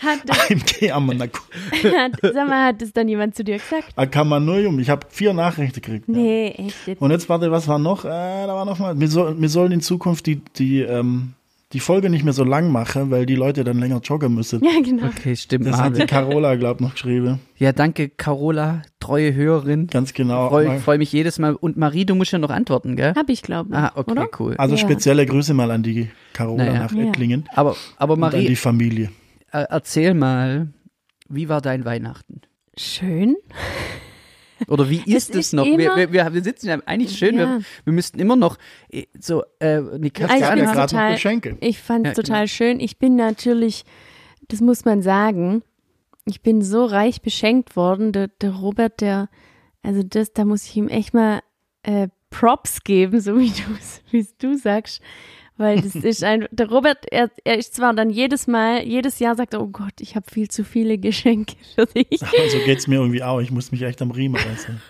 [SPEAKER 3] hat,
[SPEAKER 2] AMG Amanaku.
[SPEAKER 3] hat, sag mal, hat es dann jemand zu dir gesagt?
[SPEAKER 2] Akamanojum. Ich habe vier Nachrichten gekriegt.
[SPEAKER 3] Nee, echt jetzt.
[SPEAKER 2] Und jetzt, warte, was war noch? Äh, da war noch mal. Wir, soll, wir sollen in Zukunft die, die, ähm, die Folge nicht mehr so lang machen, weil die Leute dann länger joggen müssen.
[SPEAKER 3] Ja, genau.
[SPEAKER 1] Okay, stimmt.
[SPEAKER 2] Das hat die
[SPEAKER 1] Marvin.
[SPEAKER 2] Carola, glaub noch geschrieben.
[SPEAKER 1] Ja, danke, Carola, treue Hörerin.
[SPEAKER 2] Ganz genau.
[SPEAKER 1] Freue freu mich jedes Mal. Und Marie, du musst ja noch antworten, gell?
[SPEAKER 3] Hab ich, glaube ich.
[SPEAKER 1] Ah, okay,
[SPEAKER 3] oder?
[SPEAKER 1] cool.
[SPEAKER 2] Also
[SPEAKER 3] Ja.
[SPEAKER 2] spezielle Grüße mal an die Carola
[SPEAKER 1] Naja.
[SPEAKER 2] nach
[SPEAKER 3] Ja.
[SPEAKER 2] Ettlingen
[SPEAKER 1] Aber, aber
[SPEAKER 2] und an
[SPEAKER 1] Marie,
[SPEAKER 2] die Familie.
[SPEAKER 1] äh, erzähl mal, wie war dein Weihnachten?
[SPEAKER 3] Schön.
[SPEAKER 1] Oder wie ist es,
[SPEAKER 3] ist
[SPEAKER 1] noch?
[SPEAKER 3] immer-
[SPEAKER 1] Wir, wir, wir, wir sitzen ja eigentlich schön,
[SPEAKER 3] Ja.
[SPEAKER 1] wir, wir müssten immer noch äh, so äh, eine
[SPEAKER 3] Ah, ich
[SPEAKER 1] Kerze
[SPEAKER 2] Ja,
[SPEAKER 3] find's
[SPEAKER 2] ja,
[SPEAKER 1] anhaben.
[SPEAKER 2] gerade noch
[SPEAKER 3] total,
[SPEAKER 2] Geschenke.
[SPEAKER 3] Ich fand es
[SPEAKER 1] Ja,
[SPEAKER 3] total schön. Ich bin natürlich, das muss man sagen, ich bin so reich beschenkt worden. Der, der Robert, der, also das, da muss ich ihm echt mal äh, Props geben, so wie du wie du sagst. Weil das ist ein, der Robert, er, er ist zwar dann jedes Mal, jedes Jahr sagt er, oh Gott, ich habe viel zu viele Geschenke für dich.
[SPEAKER 2] So Also geht's mir irgendwie auch. Ich muss mich echt am Riemen reißen.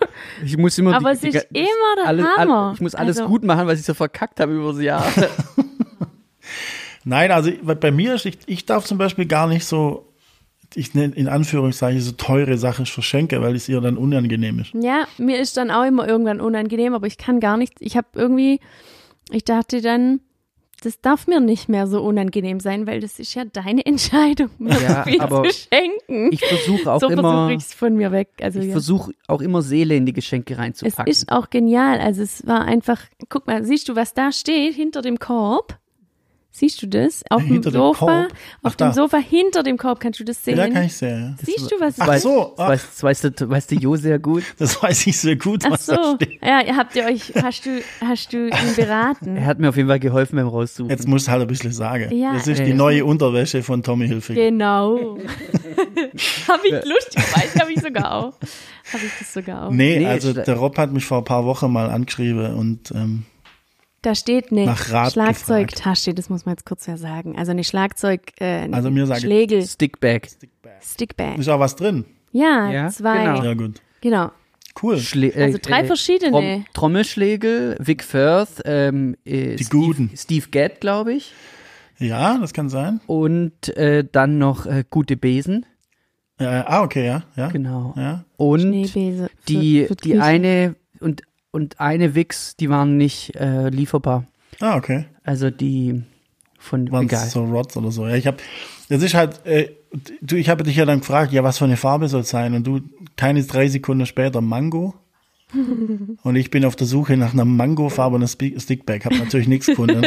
[SPEAKER 1] Ich muss immer
[SPEAKER 3] Aber es
[SPEAKER 1] die, die,
[SPEAKER 3] ist immer der
[SPEAKER 1] alle,
[SPEAKER 3] Hammer.
[SPEAKER 1] alle, Ich muss alles
[SPEAKER 3] Also-
[SPEAKER 1] gut machen, weil ich so verkackt habe über das Jahr.
[SPEAKER 2] Nein, also bei- bei mir ist, ich, ich darf zum Beispiel gar nicht so, ich nenne in Anführungszeichen so teure Sachen verschenke, weil es ihr dann unangenehm ist.
[SPEAKER 3] Ja, mir ist dann auch immer irgendwann unangenehm, aber ich kann gar nichts. Ich habe irgendwie, ich dachte dann, das darf mir nicht mehr so unangenehm sein, weil das ist ja deine Entscheidung, mir
[SPEAKER 1] Ja,
[SPEAKER 3] so viel
[SPEAKER 1] aber
[SPEAKER 3] zu schenken.
[SPEAKER 1] Ich versuche auch
[SPEAKER 3] so
[SPEAKER 1] immer,
[SPEAKER 3] versuche ich es von mir weg. Also
[SPEAKER 1] ich
[SPEAKER 3] ja.
[SPEAKER 1] versuche auch immer Seele in die Geschenke
[SPEAKER 3] Es
[SPEAKER 1] reinzupacken.
[SPEAKER 3] ist auch genial. Also es war einfach, guck mal, siehst du, was da steht hinter dem Korb? Siehst du das? Auf
[SPEAKER 2] Hinter
[SPEAKER 3] dem
[SPEAKER 2] dem
[SPEAKER 3] Sofa,
[SPEAKER 2] Korb?
[SPEAKER 3] auf
[SPEAKER 2] Ach,
[SPEAKER 3] dem
[SPEAKER 2] da.
[SPEAKER 3] Sofa hinter dem Korb kannst du das sehen.
[SPEAKER 2] Ja, kann ich sehen. ja.
[SPEAKER 3] Siehst du was?
[SPEAKER 1] Das
[SPEAKER 2] Ach
[SPEAKER 1] weiß-
[SPEAKER 2] so,
[SPEAKER 1] Das
[SPEAKER 2] ah.
[SPEAKER 1] weiß, das weiß, der- weiß der Jo sehr gut.
[SPEAKER 2] Das weiß ich sehr gut,
[SPEAKER 3] Ach
[SPEAKER 2] was da
[SPEAKER 3] so.
[SPEAKER 2] steht.
[SPEAKER 3] Ja, ihr habt ihr euch, hast du, hast du ihn beraten?
[SPEAKER 1] Er hat mir auf jeden Fall geholfen beim Raussuchen.
[SPEAKER 2] Jetzt musst du halt ein bisschen sagen.
[SPEAKER 3] Ja,
[SPEAKER 2] das ist
[SPEAKER 1] ja,
[SPEAKER 2] die
[SPEAKER 1] ja.
[SPEAKER 2] neue Unterwäsche von Tommy Hilfiger.
[SPEAKER 3] Genau. habe ich lustig, weiß habe ich sogar auch. Habe ich das sogar auch.
[SPEAKER 2] Nee,
[SPEAKER 1] Nee,
[SPEAKER 2] also
[SPEAKER 1] schle-
[SPEAKER 2] der Rob hat mich vor ein paar Wochen mal angeschrieben und ähm,
[SPEAKER 3] Da steht eine
[SPEAKER 2] Nach Rat
[SPEAKER 3] Schlagzeugtasche, das muss man jetzt kurz ja sagen. Also eine Schlagzeug, äh, eine
[SPEAKER 2] Also mir sage-
[SPEAKER 3] Schlägel,
[SPEAKER 1] Stickback.
[SPEAKER 3] Stickbag.
[SPEAKER 2] ist auch was drin.
[SPEAKER 3] Ja,
[SPEAKER 1] Ja,
[SPEAKER 3] zwei.
[SPEAKER 1] genau.
[SPEAKER 3] Genau.
[SPEAKER 2] Ja, gut. Cool.
[SPEAKER 1] Schlä äh,
[SPEAKER 3] Also drei
[SPEAKER 1] äh,
[SPEAKER 3] verschiedene.
[SPEAKER 1] Trom Trommelschlägel, Vic Firth, ähm, äh,
[SPEAKER 2] Die
[SPEAKER 1] Steve,
[SPEAKER 2] guten.
[SPEAKER 1] Steve Gadd, glaube ich.
[SPEAKER 2] Ja, das kann sein.
[SPEAKER 1] Und äh, dann noch äh, gute Besen.
[SPEAKER 2] Äh, ah, okay, ja. ja.
[SPEAKER 1] Genau.
[SPEAKER 2] Ja.
[SPEAKER 1] Und
[SPEAKER 3] Schneebesen für-
[SPEAKER 1] die,
[SPEAKER 3] für
[SPEAKER 1] die
[SPEAKER 3] Küche.
[SPEAKER 1] eine und, und eine Wix, die waren nicht äh, lieferbar.
[SPEAKER 2] Ah, okay.
[SPEAKER 1] Also die von
[SPEAKER 2] Waren
[SPEAKER 1] egal.
[SPEAKER 2] so Rods oder so. Ja, ich habe, das ist halt, äh, du, ich habe dich ja dann gefragt, ja, was für eine Farbe soll es sein? Und du, keine drei Sekunden später Mango. Und ich bin auf der Suche nach einer mangofarbenen Spe- Stickbag. Habe natürlich nichts gefunden.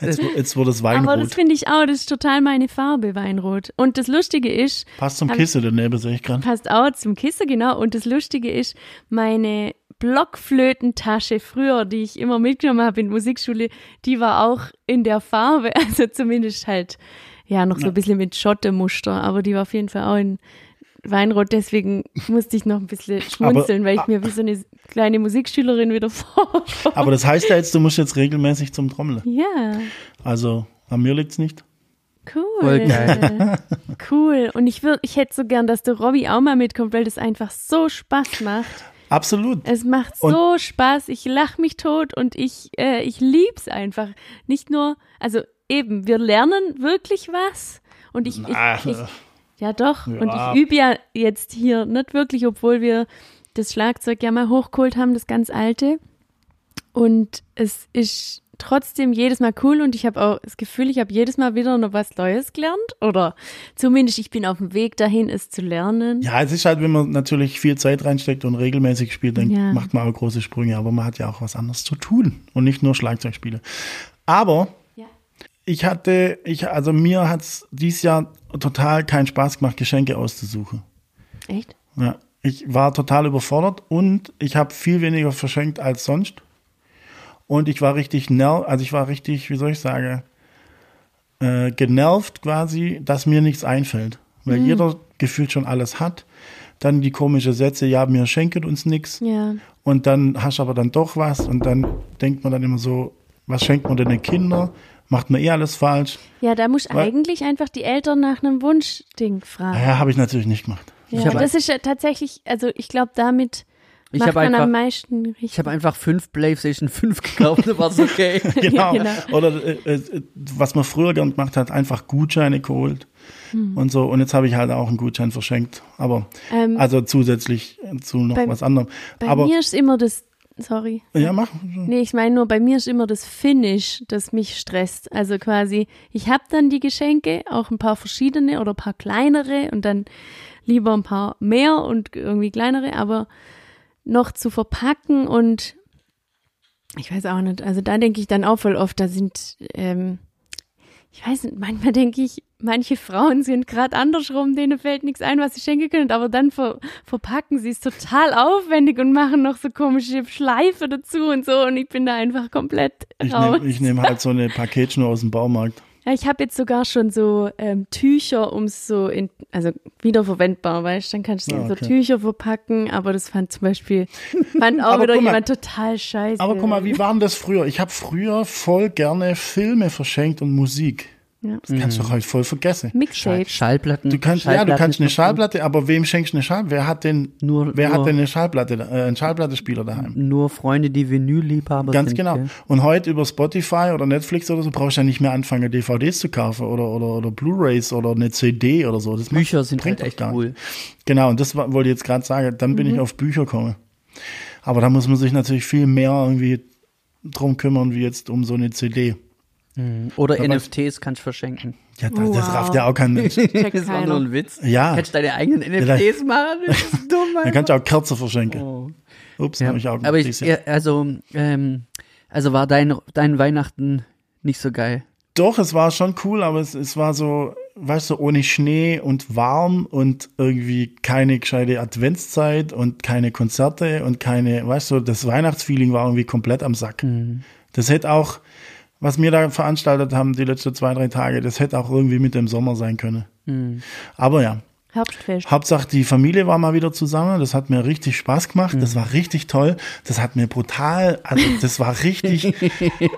[SPEAKER 2] Jetzt, jetzt wurde es
[SPEAKER 3] Aber das
[SPEAKER 2] Weinrot.
[SPEAKER 3] finde ich auch, das ist total meine Farbe, Weinrot. Und das Lustige ist,
[SPEAKER 2] Passt zum Kissen daneben, sehe ich gerade.
[SPEAKER 3] passt auch zum Kissen, genau. Und das Lustige ist, meine Blockflötentasche früher, die ich immer mitgenommen habe in die Musikschule, die war auch in der Farbe, also zumindest halt, ja, noch so ein bisschen mit Schottemuster, aber die war auf jeden Fall auch in Weinrot, deswegen musste ich noch ein bisschen schmunzeln, weil
[SPEAKER 1] ah.
[SPEAKER 3] ich mir wie so eine kleine Musikschülerin wieder vorstelle.
[SPEAKER 2] Aber das heißt ja jetzt, du musst jetzt regelmäßig zum Trommeln.
[SPEAKER 3] Ja,
[SPEAKER 2] Also, an mir liegt's nicht.
[SPEAKER 3] cool.
[SPEAKER 1] Voll geil.
[SPEAKER 3] Cool. Und ich, würd, ich hätte so gern, dass der Robby auch mal mitkommt, weil das einfach so Spaß macht.
[SPEAKER 2] Absolut.
[SPEAKER 3] Es macht so Spaß, ich lach mich tot und ich, äh, ich lieb's einfach. Nicht nur, also eben, wir lernen wirklich was und ich,
[SPEAKER 2] Ah,
[SPEAKER 3] ich, ich ja doch, und
[SPEAKER 2] Ja.
[SPEAKER 3] ich übe ja jetzt hier nicht wirklich, obwohl wir das Schlagzeug ja mal hochgeholt haben, das ganz alte. Und es ist trotzdem jedes Mal cool und ich habe auch das Gefühl, ich habe jedes Mal wieder noch was Neues gelernt oder zumindest ich bin auf dem Weg dahin, es zu lernen.
[SPEAKER 2] Ja, es ist halt, wenn man natürlich viel Zeit reinsteckt und regelmäßig spielt, dann
[SPEAKER 3] Ja.
[SPEAKER 2] macht man auch große Sprünge, aber man hat ja auch was anderes zu tun und nicht nur Schlagzeugspiele. Aber
[SPEAKER 3] Ja.
[SPEAKER 2] ich hatte, ich, also mir hat's dieses Jahr total keinen Spaß gemacht, Geschenke auszusuchen.
[SPEAKER 3] Echt?
[SPEAKER 2] Ja, ich war total überfordert und ich habe viel weniger verschenkt als sonst. Und ich war richtig nerv, also ich war richtig, wie soll ich sagen, äh, genervt quasi, dass mir nichts einfällt. Weil
[SPEAKER 3] Mhm.
[SPEAKER 2] jeder gefühlt schon alles hat. Dann die komische Sätze, ja, mir schenket uns nichts.
[SPEAKER 3] Ja.
[SPEAKER 2] Und dann hast du aber dann doch was. Und dann denkt man dann immer so, was schenkt man denn den Kindern? Macht man eh alles falsch?
[SPEAKER 3] Ja, da muss
[SPEAKER 2] Wa-
[SPEAKER 3] eigentlich einfach die Eltern nach einem Wunschding fragen.
[SPEAKER 2] Naja, habe ich natürlich nicht gemacht.
[SPEAKER 1] Ich
[SPEAKER 3] Ja,
[SPEAKER 1] hab-
[SPEAKER 3] das ist ja tatsächlich, also ich glaube, damit
[SPEAKER 1] Ich
[SPEAKER 3] macht
[SPEAKER 1] hab
[SPEAKER 3] man
[SPEAKER 1] einfach-
[SPEAKER 3] am meisten richtig.
[SPEAKER 1] Ich habe einfach fünf PlayStation 5 gekauft, da war's okay.
[SPEAKER 2] genau.
[SPEAKER 3] Ja,
[SPEAKER 2] Oder äh, äh, was man früher gern gemacht hat, einfach Gutscheine geholt
[SPEAKER 3] Mhm.
[SPEAKER 2] und so. Und jetzt habe ich halt auch einen Gutschein verschenkt. Aber
[SPEAKER 3] Ähm,
[SPEAKER 2] also zusätzlich zu noch
[SPEAKER 3] bei-
[SPEAKER 2] was anderem.
[SPEAKER 3] bei
[SPEAKER 2] Aber
[SPEAKER 3] mir ist immer das, sorry.
[SPEAKER 2] ja, mach.
[SPEAKER 1] Hm.
[SPEAKER 3] Nee, ich meine nur, bei mir ist immer das Finish, das mich stresst. Also quasi, ich habe dann die Geschenke, auch ein paar verschiedene oder ein paar kleinere und dann lieber ein paar mehr und irgendwie kleinere, aber noch zu verpacken und ich weiß auch nicht. Also da denke ich dann auch voll oft, da sind, ähm, ich weiß nicht, manchmal denke ich, manche Frauen sind gerade andersrum, denen fällt nichts ein, was sie schenken können, aber dann ver verpacken sie es total aufwendig und machen noch so komische Schleife dazu und so und ich bin da einfach komplett
[SPEAKER 2] Ich
[SPEAKER 3] raus.
[SPEAKER 2] nehme nehm halt so eine Paketschnur aus dem Baumarkt.
[SPEAKER 3] Ja, ich habe jetzt sogar schon so ähm, Tücher, ums so in, also wiederverwendbar, weißt du, dann kannst du
[SPEAKER 2] Ah,
[SPEAKER 3] in so
[SPEAKER 2] okay.
[SPEAKER 3] Tücher verpacken, aber das fand zum Beispiel, fand auch
[SPEAKER 2] Aber
[SPEAKER 3] wieder
[SPEAKER 2] guck mal-
[SPEAKER 3] jemand total scheiße.
[SPEAKER 2] Aber guck mal, wie waren das früher? Ich habe früher voll gerne Filme verschenkt und Musik.
[SPEAKER 3] Ja.
[SPEAKER 2] Das kannst du halt voll vergessen.
[SPEAKER 3] Mixtape.
[SPEAKER 1] Schallplatten.
[SPEAKER 2] Du kannst, ja, du
[SPEAKER 1] Mhm. Schallplatten
[SPEAKER 2] kannst eine
[SPEAKER 1] ist noch gut.
[SPEAKER 2] Schallplatte, aber wem schenkst du eine Schallplatte? Wer hat denn,
[SPEAKER 1] Nur-
[SPEAKER 2] wer
[SPEAKER 1] nur-
[SPEAKER 2] hat denn eine Schallplatte, da- äh, einen Schallplattenspieler daheim?
[SPEAKER 1] Nur Freunde, die Vinyl-Liebhaber
[SPEAKER 2] Ganz
[SPEAKER 1] sind.
[SPEAKER 2] genau.
[SPEAKER 1] gell?
[SPEAKER 2] Und heute über Spotify oder Netflix oder so brauchst du ja nicht mehr anfangen, DVDs zu kaufen oder, oder, oder Blu-Rays oder eine CD oder so. Das macht-
[SPEAKER 1] Bücher sind halt
[SPEAKER 2] bringt doch
[SPEAKER 1] echt
[SPEAKER 2] gar nicht.
[SPEAKER 1] cool. Mhm.
[SPEAKER 2] Genau, und das war- wollte ich jetzt gerade sagen. Dann bin ich auf Bücher gekommen. Aber da muss man sich natürlich viel mehr irgendwie drum kümmern, wie jetzt um so eine CD.
[SPEAKER 1] Oder
[SPEAKER 2] Aber-
[SPEAKER 1] NFTs kannst du verschenken.
[SPEAKER 2] Ja, das,
[SPEAKER 3] Wow.
[SPEAKER 2] das rafft ja auch kein Mensch.
[SPEAKER 3] Checkt
[SPEAKER 1] Das war
[SPEAKER 3] keiner.
[SPEAKER 1] nur ein Witz.
[SPEAKER 2] Ja.
[SPEAKER 1] Kannst du deine eigenen
[SPEAKER 2] da-
[SPEAKER 1] NFTs machen? Das ist dumm,
[SPEAKER 2] Da
[SPEAKER 1] Alter.
[SPEAKER 2] kannst du auch Kerze verschenken.
[SPEAKER 1] Oh.
[SPEAKER 2] Ups,
[SPEAKER 1] Ja,
[SPEAKER 2] habe ich auch gemacht
[SPEAKER 1] aber ich,
[SPEAKER 2] dieses Jahr.
[SPEAKER 1] ja, also, ähm, also war dein, dein Weihnachten nicht so geil.
[SPEAKER 2] Doch, es war schon cool, aber es, es war so, weißt du, ohne Schnee und warm und irgendwie keine gescheite Adventszeit und keine Konzerte und keine, weißt du, das Weihnachtsfeeling war irgendwie komplett am Sack. Das hätte auch, was wir da veranstaltet haben die letzten zwei, drei Tage, das hätte auch irgendwie mit dem Sommer sein können. Aber ja,
[SPEAKER 3] Herbstfest.
[SPEAKER 2] Hauptsache, die Familie war mal wieder zusammen. Das hat mir richtig Spaß gemacht.
[SPEAKER 1] Mhm.
[SPEAKER 2] Das war richtig toll. Das hat mir brutal, also das war richtig,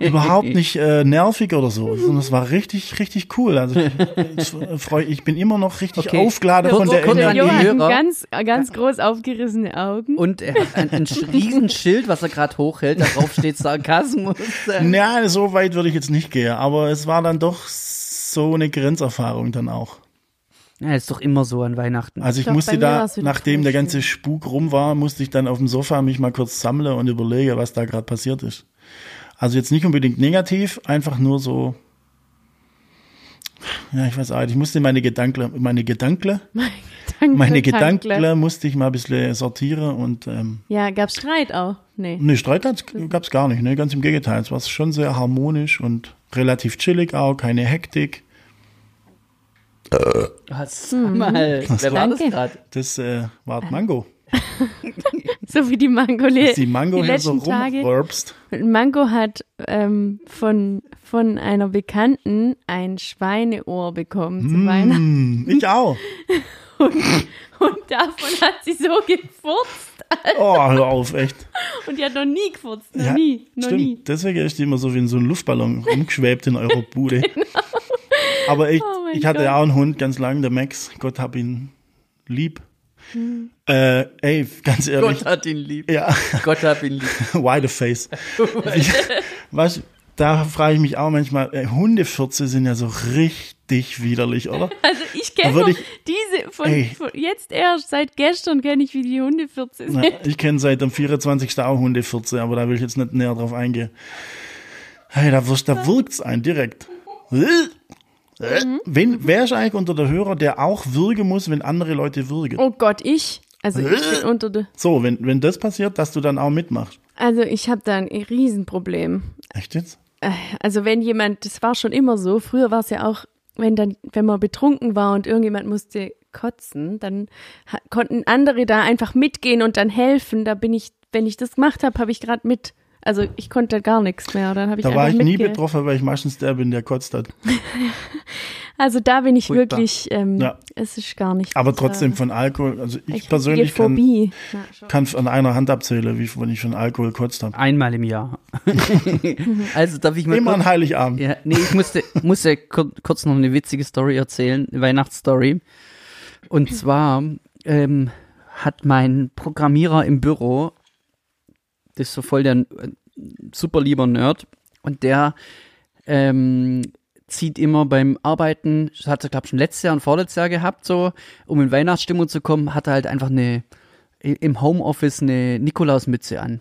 [SPEAKER 2] überhaupt nicht äh, nervig oder so, sondern es war richtig, richtig cool. Also ich, ich, freu, ich bin immer noch richtig
[SPEAKER 1] Okay.
[SPEAKER 2] aufgeladen von
[SPEAKER 1] Kurz-
[SPEAKER 2] der
[SPEAKER 1] kurz an
[SPEAKER 2] Energie.
[SPEAKER 1] die Hörer.
[SPEAKER 3] Also Johann, ganz, ganz groß aufgerissene Augen.
[SPEAKER 1] Und er hat ein, ein Riesenschild, was er gerade hochhält, darauf steht Sarkasmus.
[SPEAKER 2] Nein, so weit würde ich jetzt nicht gehen, aber es war dann doch so eine Grenzerfahrung dann auch.
[SPEAKER 1] Ja, ist doch immer so an Weihnachten.
[SPEAKER 2] Also ich
[SPEAKER 3] Doch, bei
[SPEAKER 2] musste
[SPEAKER 3] mir
[SPEAKER 2] da,
[SPEAKER 3] war's wieder
[SPEAKER 2] nachdem der
[SPEAKER 3] voll
[SPEAKER 2] ganze Spuk rum war, musste ich dann auf dem Sofa mich mal kurz sammeln und überlege, was da gerade passiert ist. Also jetzt nicht unbedingt negativ, einfach nur so. Ja, ich weiß auch, nicht, ich musste meine Gedanken, meine Gedanken,
[SPEAKER 3] Meine Gedanken.
[SPEAKER 2] meine
[SPEAKER 3] Tankle.
[SPEAKER 2] Gedanken musste ich mal ein bisschen sortieren und ähm,
[SPEAKER 3] Ja, gab Streit auch? Nee.
[SPEAKER 2] ne, Streit gab es gar nicht, ne? Ganz im Gegenteil. Es war schon sehr harmonisch und relativ chillig auch, keine Hektik.
[SPEAKER 1] Was? Mal, wer war das
[SPEAKER 3] Danke.
[SPEAKER 1] gerade?
[SPEAKER 2] Das äh, war die Mango.
[SPEAKER 3] So wie die Mangole.
[SPEAKER 2] Dass die Mango
[SPEAKER 3] die
[SPEAKER 2] hier so
[SPEAKER 3] letzten Tage.
[SPEAKER 2] rumrürbst.
[SPEAKER 3] Mango hat ähm, von, von einer Bekannten ein Schweineohr bekommen zu Weihnachten.
[SPEAKER 2] Hm, ich auch.
[SPEAKER 3] Und davon hat sie so gefurzt.
[SPEAKER 2] Oh, hör auf, echt.
[SPEAKER 3] Und die hat noch nie gefurzt. Noch
[SPEAKER 2] Ja,
[SPEAKER 3] nie. Noch
[SPEAKER 2] Stimmt,
[SPEAKER 3] nie.
[SPEAKER 2] deswegen ist die immer so wie in so einem Luftballon rumgeschwebt in eurer Bude. Aber ich,
[SPEAKER 3] Genau. Oh mein
[SPEAKER 2] ich hatte
[SPEAKER 3] Gott.
[SPEAKER 2] ja auch einen Hund ganz lang, der Max. Gott hab ihn lieb.
[SPEAKER 3] Hm.
[SPEAKER 2] Äh, ey, ganz ehrlich.
[SPEAKER 1] Gott hat ihn lieb.
[SPEAKER 2] Ja,
[SPEAKER 1] Gott hat ihn lieb.
[SPEAKER 2] why the face? ich, weißt, du, da frage ich mich auch manchmal, ey, Hundefürze sind ja so richtig widerlich, oder?
[SPEAKER 3] Also ich
[SPEAKER 2] Da
[SPEAKER 3] kenne
[SPEAKER 2] würd
[SPEAKER 3] noch
[SPEAKER 2] ich-
[SPEAKER 3] diese von,
[SPEAKER 2] Ey.
[SPEAKER 3] von jetzt erst, seit gestern kenne ich, wie die Hunde 14 sind.
[SPEAKER 2] Na, ich kenne seit dem 24. auch Hundefürze, aber da will ich jetzt nicht näher drauf eingehen. Hey, da, wirst- da wirkt's ein direkt. Äh, Wen, wer ist eigentlich unter der Hörer, der auch würgen muss, wenn andere Leute würgen?
[SPEAKER 3] Oh Gott, ich. Also ich
[SPEAKER 2] Äh.
[SPEAKER 3] bin unter der.
[SPEAKER 2] So, wenn, wenn das passiert, dass du dann auch mitmachst.
[SPEAKER 3] Also ich habe da ein Riesenproblem.
[SPEAKER 2] Echt jetzt?
[SPEAKER 3] Äh, Also wenn jemand, das war schon immer so, früher war es ja auch, wenn dann, wenn man betrunken war und irgendjemand musste kotzen, dann ha- konnten andere da einfach mitgehen und dann helfen. Da bin ich, wenn ich das gemacht habe, habe ich gerade mit. Also ich konnte gar nichts mehr. Dann habe ich
[SPEAKER 2] Da
[SPEAKER 3] einfach
[SPEAKER 2] war ich nie
[SPEAKER 3] mitge-
[SPEAKER 2] betroffen, weil ich meistens der bin, der kotzt hat.
[SPEAKER 3] Also da bin ich
[SPEAKER 1] Furchtbar.
[SPEAKER 3] wirklich, ähm,
[SPEAKER 2] Ja.
[SPEAKER 3] es ist gar nicht.
[SPEAKER 2] Aber trotzdem von Alkohol, also ich,
[SPEAKER 3] hab
[SPEAKER 2] persönlich kann,
[SPEAKER 3] Phobie. Ja, schon.
[SPEAKER 2] kann an einer Hand abzählen, wie wenn ich von Alkohol kotzt habe.
[SPEAKER 1] Einmal im Jahr. also darf ich mal
[SPEAKER 2] Immer
[SPEAKER 1] kurz,
[SPEAKER 2] an Heiligabend.
[SPEAKER 1] ja, nee, ich musste, musste kur- kurz noch eine witzige Story erzählen, eine Weihnachtsstory. Und zwar ähm, hat mein Programmierer im Büro, das ist so voll der äh, super lieber Nerd, und der ähm, zieht immer beim Arbeiten, das hat er glaube ich schon letztes Jahr und vorletztes Jahr gehabt, so, um in Weihnachtsstimmung zu kommen, hat er halt einfach eine im Homeoffice eine Nikolausmütze an.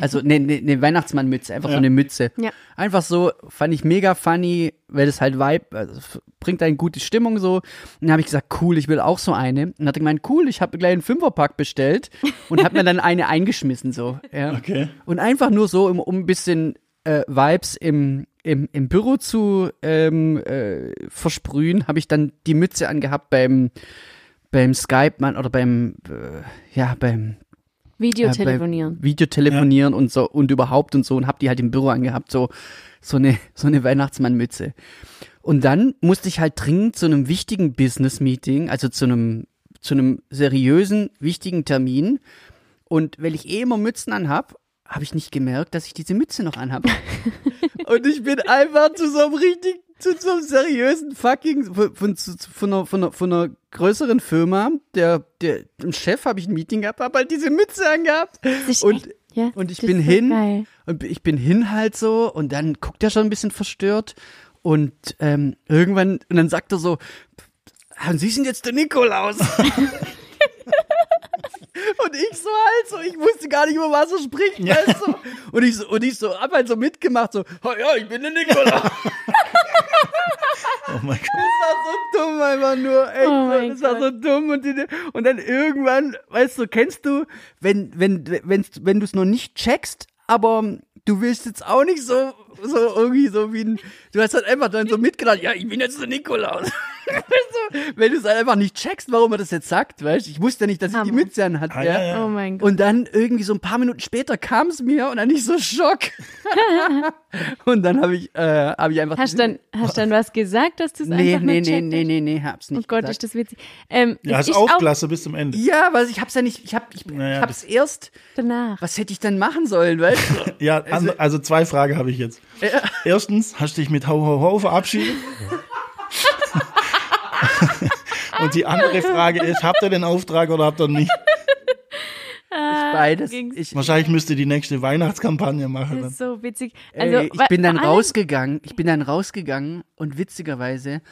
[SPEAKER 1] Also eine, eine, eine Weihnachtsmannmütze, einfach so
[SPEAKER 2] Ja.
[SPEAKER 1] eine Mütze.
[SPEAKER 3] Ja.
[SPEAKER 1] Einfach so, fand ich mega funny, weil das halt Vibe, also f- bringt eine gute Stimmung so. Und dann habe ich gesagt, cool, ich will auch so eine. Und dann hat er gemeint, cool, ich habe gleich einen Fünferpack bestellt und hat mir dann eine eingeschmissen so. Ja.
[SPEAKER 2] Okay.
[SPEAKER 1] Und einfach nur so, um, um ein bisschen äh, Vibes im, im, im Büro zu ähm, äh, versprühen, habe ich dann die Mütze angehabt beim, beim Skype-Mann oder beim, äh, ja, beim äh, bei
[SPEAKER 3] Videotelefonieren.
[SPEAKER 1] Videotelefonieren und so und überhaupt und so und hab die halt im Büro angehabt, so, so eine, so eine Weihnachtsmannmütze. Und dann musste ich halt dringend zu einem wichtigen Business-Meeting, also zu einem, zu einem seriösen, wichtigen Termin. Und weil ich eh immer Mützen anhab, habe ich nicht gemerkt, dass ich diese Mütze noch anhab. und ich bin einfach zu so einem richtig, zu so einem seriösen fucking, von, von, von, einer, von, einer, von einer größeren Firma, der, der, dem Chef habe ich ein Meeting gehabt, habe halt diese Mütze angehabt.
[SPEAKER 3] Das ist
[SPEAKER 1] Und,
[SPEAKER 3] echt- ja,
[SPEAKER 1] und ich
[SPEAKER 3] das
[SPEAKER 1] bin
[SPEAKER 3] ist so
[SPEAKER 1] hin
[SPEAKER 3] Geil.
[SPEAKER 1] und ich bin hin halt so und dann guckt er schon ein bisschen verstört und ähm, irgendwann, und dann sagt er so, "Ah, und Sie sind jetzt der Nikolaus. Und ich so halt so, ich wusste gar nicht, über was er spricht, weißt du? Und ich so, und ich so, hab halt so mitgemacht, so, oh ja, ich bin der Nikolaus.
[SPEAKER 2] Oh mein Gott.
[SPEAKER 1] Das war so dumm einfach nur. Echt,
[SPEAKER 3] Oh
[SPEAKER 1] so,
[SPEAKER 3] mein
[SPEAKER 1] das war so dumm. Und, die, und dann irgendwann, weißt du, kennst du, wenn, wenn, wenn's, wenn du es noch nicht checkst, aber du willst jetzt auch nicht so so irgendwie so wie ein. Du hast halt einfach dann so mitgedacht, ja, ich bin jetzt der Nikolaus. so, wenn du es halt einfach nicht checkst, warum er das jetzt sagt, weißt du? Ich wusste ja nicht, dass ich die
[SPEAKER 3] Hammer.
[SPEAKER 1] Mütze anhatte.
[SPEAKER 2] Ah,
[SPEAKER 1] ja.
[SPEAKER 2] ja, ja.
[SPEAKER 3] Oh mein Gott.
[SPEAKER 1] Und dann irgendwie so ein paar Minuten später kam es mir und dann nicht so Schock. und dann habe ich, äh, hab ich einfach.
[SPEAKER 3] Hast du dann, hast du dann was gesagt, dass du es
[SPEAKER 1] nee,
[SPEAKER 3] einfach
[SPEAKER 1] nee,
[SPEAKER 3] nicht
[SPEAKER 1] nee,
[SPEAKER 3] checkt
[SPEAKER 1] nee,
[SPEAKER 3] hast?
[SPEAKER 1] nee, nee, hab's nicht.
[SPEAKER 3] Oh Gott,
[SPEAKER 1] gesagt.
[SPEAKER 3] ist das witzig. Ähm,
[SPEAKER 2] Ja,
[SPEAKER 3] es
[SPEAKER 2] hast
[SPEAKER 3] ist auch
[SPEAKER 2] aufgelassen bis zum Ende.
[SPEAKER 1] Ja, weil ich hab's ja nicht, ich hab, ich,
[SPEAKER 2] Naja,
[SPEAKER 1] ich hab's erst,
[SPEAKER 3] danach.
[SPEAKER 1] was hätte ich denn machen sollen, weißt du?
[SPEAKER 2] Ja, also, also zwei Fragen habe ich jetzt. Erstens, hast du dich mit Hau Hau Hau verabschiedet? Und die andere Frage ist, habt ihr den Auftrag oder habt ihr nicht?
[SPEAKER 1] Beides.
[SPEAKER 3] ging's.
[SPEAKER 1] Ich,
[SPEAKER 2] Wahrscheinlich müsst ihr die nächste Weihnachtskampagne machen.
[SPEAKER 3] Das
[SPEAKER 2] Dann.
[SPEAKER 3] ist so witzig. Also,
[SPEAKER 1] also,
[SPEAKER 3] wa-
[SPEAKER 1] ich bin dann
[SPEAKER 3] vor allem-
[SPEAKER 1] rausgegangen, ich bin dann rausgegangen und witzigerweise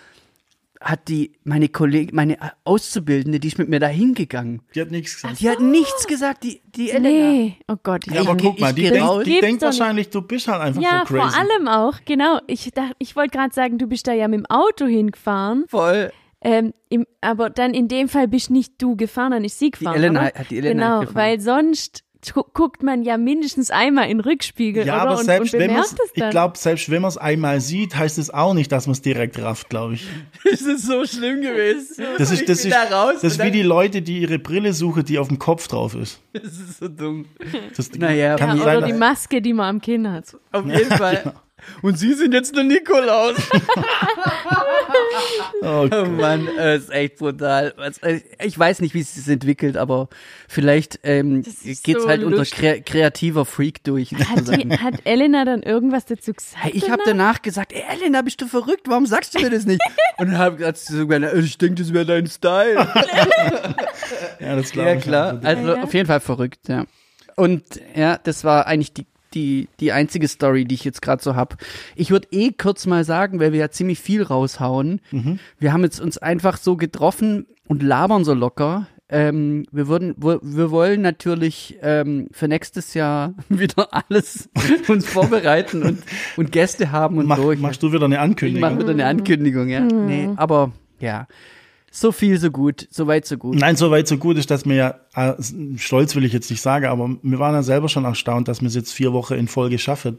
[SPEAKER 1] hat die, meine Kollegin, meine äh, Auszubildende, die ist mit mir da hingegangen.
[SPEAKER 2] Die hat nichts gesagt.
[SPEAKER 1] Die hat nichts gesagt, die, die Elena.
[SPEAKER 3] Nee, oh Gott.
[SPEAKER 2] Ja, aber
[SPEAKER 1] Ich-
[SPEAKER 2] guck
[SPEAKER 1] ich
[SPEAKER 2] mal, die
[SPEAKER 1] geh raus.
[SPEAKER 2] denkt, die
[SPEAKER 3] Gibt's
[SPEAKER 2] denkt
[SPEAKER 3] doch nicht.
[SPEAKER 2] wahrscheinlich, du bist halt einfach
[SPEAKER 3] Ja,
[SPEAKER 2] so crazy.
[SPEAKER 3] vor allem auch, genau. Ich dachte, ich wollte gerade sagen, du bist da ja mit dem Auto hingefahren,
[SPEAKER 1] Voll.
[SPEAKER 3] ähm, im, aber dann in dem Fall bist nicht du gefahren, dann ist sie gefahren.
[SPEAKER 1] Elena-
[SPEAKER 3] oder?
[SPEAKER 1] hat die Elena
[SPEAKER 3] Genau,
[SPEAKER 1] gefahren.
[SPEAKER 3] weil sonst gu- guckt man ja mindestens einmal in den Rückspiegel
[SPEAKER 2] Ja,
[SPEAKER 3] oder?
[SPEAKER 2] aber
[SPEAKER 3] und,
[SPEAKER 2] selbst
[SPEAKER 3] und
[SPEAKER 2] wenn man
[SPEAKER 3] bemerkt
[SPEAKER 2] es,
[SPEAKER 3] es dann.
[SPEAKER 2] ich glaube, selbst wenn man es einmal sieht, heißt es auch nicht, dass man es direkt rafft, glaube ich.
[SPEAKER 1] Es ist so schlimm gewesen.
[SPEAKER 2] Das ist,
[SPEAKER 1] ich
[SPEAKER 2] das
[SPEAKER 1] bin
[SPEAKER 2] ist,
[SPEAKER 1] da raus.
[SPEAKER 2] das ist
[SPEAKER 1] und
[SPEAKER 2] wie
[SPEAKER 1] dann-
[SPEAKER 2] die Leute, die ihre Brille suchen, die auf dem Kopf drauf ist.
[SPEAKER 1] Das ist so dumm.
[SPEAKER 2] Das
[SPEAKER 1] Naja,
[SPEAKER 2] kann
[SPEAKER 1] Ja,
[SPEAKER 2] nicht
[SPEAKER 3] oder
[SPEAKER 2] sein,
[SPEAKER 3] die
[SPEAKER 2] dass,
[SPEAKER 3] Maske, die man am Kinn hat.
[SPEAKER 1] Auf jeden Fall. Und sie sind jetzt der Nikolaus.
[SPEAKER 2] oh,
[SPEAKER 1] Oh Mann, äh, ist echt brutal. Was, äh, Ich weiß nicht, wie es sich entwickelt, aber vielleicht ähm,
[SPEAKER 3] Das ist
[SPEAKER 1] geht's
[SPEAKER 3] so
[SPEAKER 1] halt unter
[SPEAKER 3] lustig.
[SPEAKER 1] kre kreativer Freak durch.
[SPEAKER 3] Hat, die,
[SPEAKER 1] sozusagen.
[SPEAKER 3] hat Elena dann irgendwas dazu gesagt?
[SPEAKER 1] Hey, ich habe danach gesagt, ey, Elena, bist du verrückt? Warum sagst du mir das nicht? Und dann hab- hat sie sogar, gesagt, ich denke, das wäre dein Style.
[SPEAKER 2] ja, das glaube
[SPEAKER 1] ja,
[SPEAKER 2] ich.
[SPEAKER 1] klar.
[SPEAKER 2] Also,
[SPEAKER 1] Also
[SPEAKER 3] Ja, ja.
[SPEAKER 1] auf jeden Fall verrückt, ja. Und ja, das war eigentlich die, die, die einzige Story, die ich jetzt gerade so hab. Ich würde eh kurz mal sagen, weil wir ja ziemlich viel raushauen. Wir haben jetzt uns einfach so getroffen und labern so locker. Ähm, wir, würden, wir, wir wollen natürlich ähm, für nächstes Jahr wieder alles uns vorbereiten und, und Gäste haben und
[SPEAKER 2] mach,
[SPEAKER 1] durch. ne?
[SPEAKER 2] machst du wieder eine
[SPEAKER 1] ich mache
[SPEAKER 2] Ankündigung?
[SPEAKER 1] wieder eine Ankündigung, ja.
[SPEAKER 2] Mhm.
[SPEAKER 1] Nee, aber ja. So viel, so gut, so weit, so gut.
[SPEAKER 2] Nein, so weit, so gut ist, dass mir ja, ah, s- stolz will ich jetzt nicht sagen, aber wir waren ja selber schon erstaunt, dass wir es jetzt vier Wochen in Folge schaffen,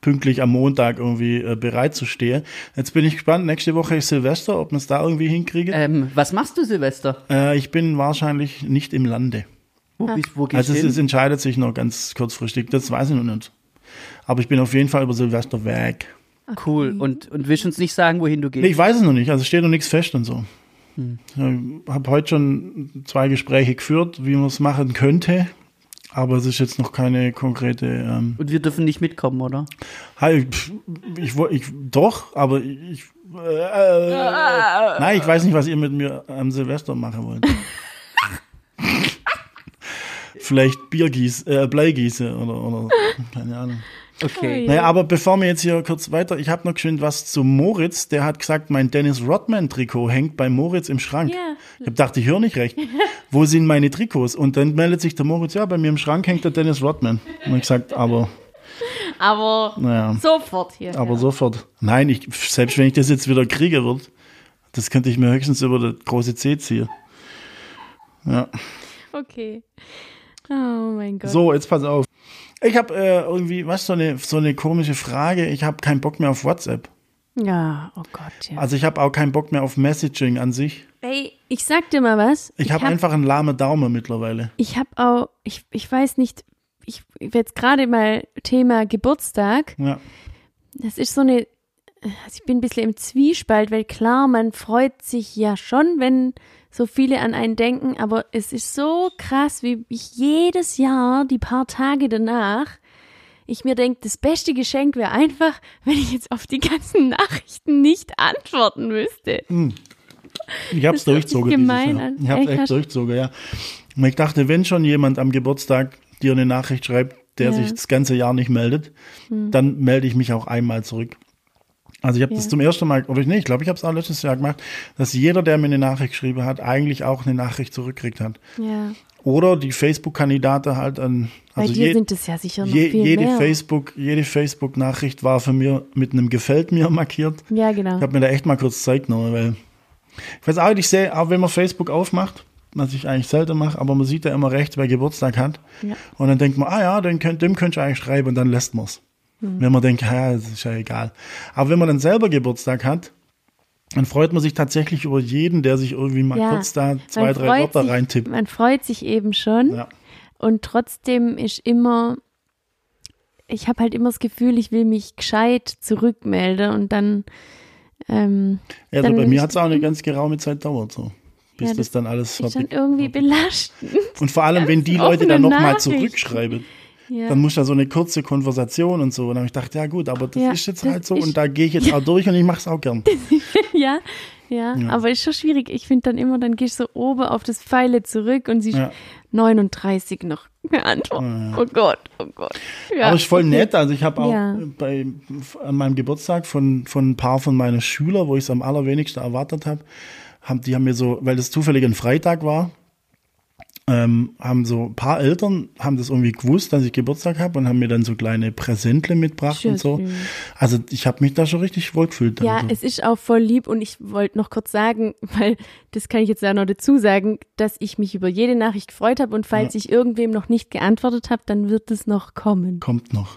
[SPEAKER 2] pünktlich am Montag irgendwie äh, bereit zu stehen. Jetzt bin ich gespannt, nächste Woche ist Silvester, ob wir es da irgendwie hinkriegen.
[SPEAKER 1] Ähm, was machst du, Silvester?
[SPEAKER 2] Äh, ich bin wahrscheinlich nicht im Lande.
[SPEAKER 1] Wo, bist, wo gehst
[SPEAKER 2] Also
[SPEAKER 1] du
[SPEAKER 2] es,
[SPEAKER 1] hin?
[SPEAKER 2] es entscheidet sich noch ganz kurzfristig, das weiß ich noch nicht. Aber ich bin auf jeden Fall über Silvester weg.
[SPEAKER 1] cool. Und, und willst uns nicht sagen, wohin du
[SPEAKER 2] Nee,
[SPEAKER 1] gehst?
[SPEAKER 2] ich weiß es noch nicht, also steht noch nichts fest und so. Ich habe heute schon zwei Gespräche geführt, wie man es machen könnte, aber es ist jetzt noch keine konkrete. Ähm,
[SPEAKER 1] Und wir dürfen nicht mitkommen, oder?
[SPEAKER 2] halt, pff, ich, wo- ich doch, aber ich. Äh, nein, ich weiß nicht, was ihr mit mir am Silvester machen wollt. Vielleicht Biergieß, äh, Bleigieße oder, oder keine Ahnung.
[SPEAKER 1] Okay.
[SPEAKER 2] Naja, aber bevor wir jetzt hier kurz weiter, ich habe noch geschwind was zu Moritz. Der hat gesagt, mein Dennis Rodman-Trikot hängt bei Moritz im Schrank.
[SPEAKER 3] Ja.
[SPEAKER 2] Ich hab gedacht, ich höre nicht recht. Wo sind meine Trikots? Und dann meldet sich der Moritz, ja, bei mir im Schrank hängt der Dennis Rodman. Und ich gesagt, aber,
[SPEAKER 3] Aber
[SPEAKER 2] naja,
[SPEAKER 3] sofort hier.
[SPEAKER 2] aber sofort. Nein, ich, selbst wenn ich das jetzt wieder kriege, wird, das könnte ich mir höchstens über das große C ziehen. Ja.
[SPEAKER 3] Okay. Oh mein Gott.
[SPEAKER 2] So, jetzt pass auf. Ich habe äh, irgendwie, was, so eine, so eine komische Frage. Ich habe keinen Bock mehr auf WhatsApp.
[SPEAKER 3] Ja, oh Gott, ja.
[SPEAKER 2] Also ich habe auch keinen Bock mehr auf Messaging an sich.
[SPEAKER 3] Ey, ich sag dir mal was.
[SPEAKER 2] Ich habe
[SPEAKER 3] hab-
[SPEAKER 2] einfach einen lahme Daumen mittlerweile.
[SPEAKER 3] Ich habe auch, ich, ich weiß nicht, ich jetzt gerade mal Thema Geburtstag.
[SPEAKER 2] Ja.
[SPEAKER 3] Das ist so eine, also ich bin ein bisschen im Zwiespalt, weil klar, man freut sich ja schon, wenn so viele an einen denken, aber es ist so krass, wie ich jedes Jahr die paar Tage danach ich mir denke, das beste Geschenk wäre einfach, wenn ich jetzt auf die ganzen Nachrichten nicht antworten müsste.
[SPEAKER 2] Hm. Ich habe es
[SPEAKER 3] Das ist
[SPEAKER 2] durchzogen.
[SPEAKER 3] richtig gemein,
[SPEAKER 2] dieses Jahr.
[SPEAKER 3] Alter.
[SPEAKER 2] Ich habe es
[SPEAKER 3] Echt,
[SPEAKER 2] echt
[SPEAKER 3] hast-
[SPEAKER 2] durchzogen, ja. Und ich dachte, wenn schon jemand am Geburtstag dir eine Nachricht schreibt, der
[SPEAKER 3] Ja. Hm.
[SPEAKER 2] sich das ganze Jahr nicht meldet, dann melde ich mich auch einmal zurück. Also ich habe das
[SPEAKER 3] Ja.
[SPEAKER 2] zum ersten Mal, oder ich, nee, ich glaube, ich habe es auch letztes Jahr gemacht, dass jeder, der mir eine Nachricht geschrieben hat, eigentlich auch eine Nachricht zurückkriegt hat.
[SPEAKER 3] Ja.
[SPEAKER 2] Oder die Facebook-Kandidate halt an,
[SPEAKER 3] Bei
[SPEAKER 2] also
[SPEAKER 3] dir
[SPEAKER 2] je-
[SPEAKER 3] sind es ja sicher noch
[SPEAKER 2] Je,
[SPEAKER 3] viel
[SPEAKER 2] jede
[SPEAKER 3] mehr.
[SPEAKER 2] Facebook, jede Facebook-Nachricht war für mich mit einem Gefällt mir markiert.
[SPEAKER 3] ja, genau.
[SPEAKER 2] Ich habe mir da echt mal kurz Zeit genommen, weil ich weiß auch, nicht, ich sehe, auch wenn man Facebook aufmacht, was ich eigentlich selten mache, aber man sieht ja immer rechts, wer Geburtstag hat.
[SPEAKER 3] Ja.
[SPEAKER 2] Und dann denkt man, ah ja, den könnt, dem könnte ich eigentlich schreiben und dann lässt man es.
[SPEAKER 3] Mhm.
[SPEAKER 2] Wenn man denkt, ja, das ist ja egal. Aber wenn man dann selber Geburtstag hat, dann freut man sich tatsächlich über jeden, der sich irgendwie mal
[SPEAKER 3] Ja.
[SPEAKER 2] kurz da zwei,
[SPEAKER 3] Man
[SPEAKER 2] drei
[SPEAKER 3] freut
[SPEAKER 2] Wörter
[SPEAKER 3] sich-
[SPEAKER 2] reintippt.
[SPEAKER 3] Man freut sich eben schon.
[SPEAKER 2] Ja.
[SPEAKER 3] Und trotzdem ist immer, ich habe halt immer das Gefühl, ich will mich gescheit zurückmelden und dann, ähm,
[SPEAKER 2] Also
[SPEAKER 3] Dann
[SPEAKER 2] bei
[SPEAKER 3] will
[SPEAKER 2] mir
[SPEAKER 3] ich-
[SPEAKER 2] hat es auch eine ganz geraume Zeit dauert so. Bis
[SPEAKER 3] Ja,
[SPEAKER 2] das,
[SPEAKER 3] das
[SPEAKER 2] dann alles
[SPEAKER 3] ist dann
[SPEAKER 2] fertig
[SPEAKER 3] irgendwie belastend.
[SPEAKER 2] Und vor allem, wenn die
[SPEAKER 3] ganz
[SPEAKER 2] Leute dann
[SPEAKER 3] offene
[SPEAKER 2] nochmal
[SPEAKER 3] Nachrichten.
[SPEAKER 2] zurückschreiben,
[SPEAKER 3] Ja.
[SPEAKER 2] dann muss da so eine kurze Konversation und so. Und dann habe ich gedacht, ja gut, aber das
[SPEAKER 3] Ja,
[SPEAKER 2] ist jetzt
[SPEAKER 3] das
[SPEAKER 2] halt so
[SPEAKER 3] ist-
[SPEAKER 2] und da gehe ich jetzt auch durch und ich mache es auch gern.
[SPEAKER 3] ja, ja,
[SPEAKER 2] Ja.
[SPEAKER 3] aber ist schon schwierig. Ich finde dann immer, dann gehst du so oben auf das Pfeile zurück und siehst
[SPEAKER 2] Ja.
[SPEAKER 3] 39 noch eine Antwort. Oh Gott, oh Gott. Ja.
[SPEAKER 2] Aber ist voll nett. Also ich habe auch
[SPEAKER 3] Ja.
[SPEAKER 2] bei, an meinem Geburtstag von, von ein paar von meinen Schülern, wo ich es am allerwenigsten erwartet habe, haben, die haben mir so, weil das zufällig ein Freitag war, ähm, haben so ein paar Eltern haben das irgendwie gewusst, dass ich Geburtstag habe und haben mir dann so kleine Präsentle mitgebracht
[SPEAKER 3] Schön.
[SPEAKER 2] und so. Also ich habe mich da schon richtig wohl gefühlt.
[SPEAKER 3] Ja,
[SPEAKER 2] also.
[SPEAKER 3] es ist auch voll lieb und ich wollte noch kurz sagen, weil das kann ich jetzt auch noch dazu sagen, dass ich mich über jede Nachricht gefreut habe und falls ich irgendwem noch nicht geantwortet habe, dann wird es noch kommen.
[SPEAKER 2] Kommt noch.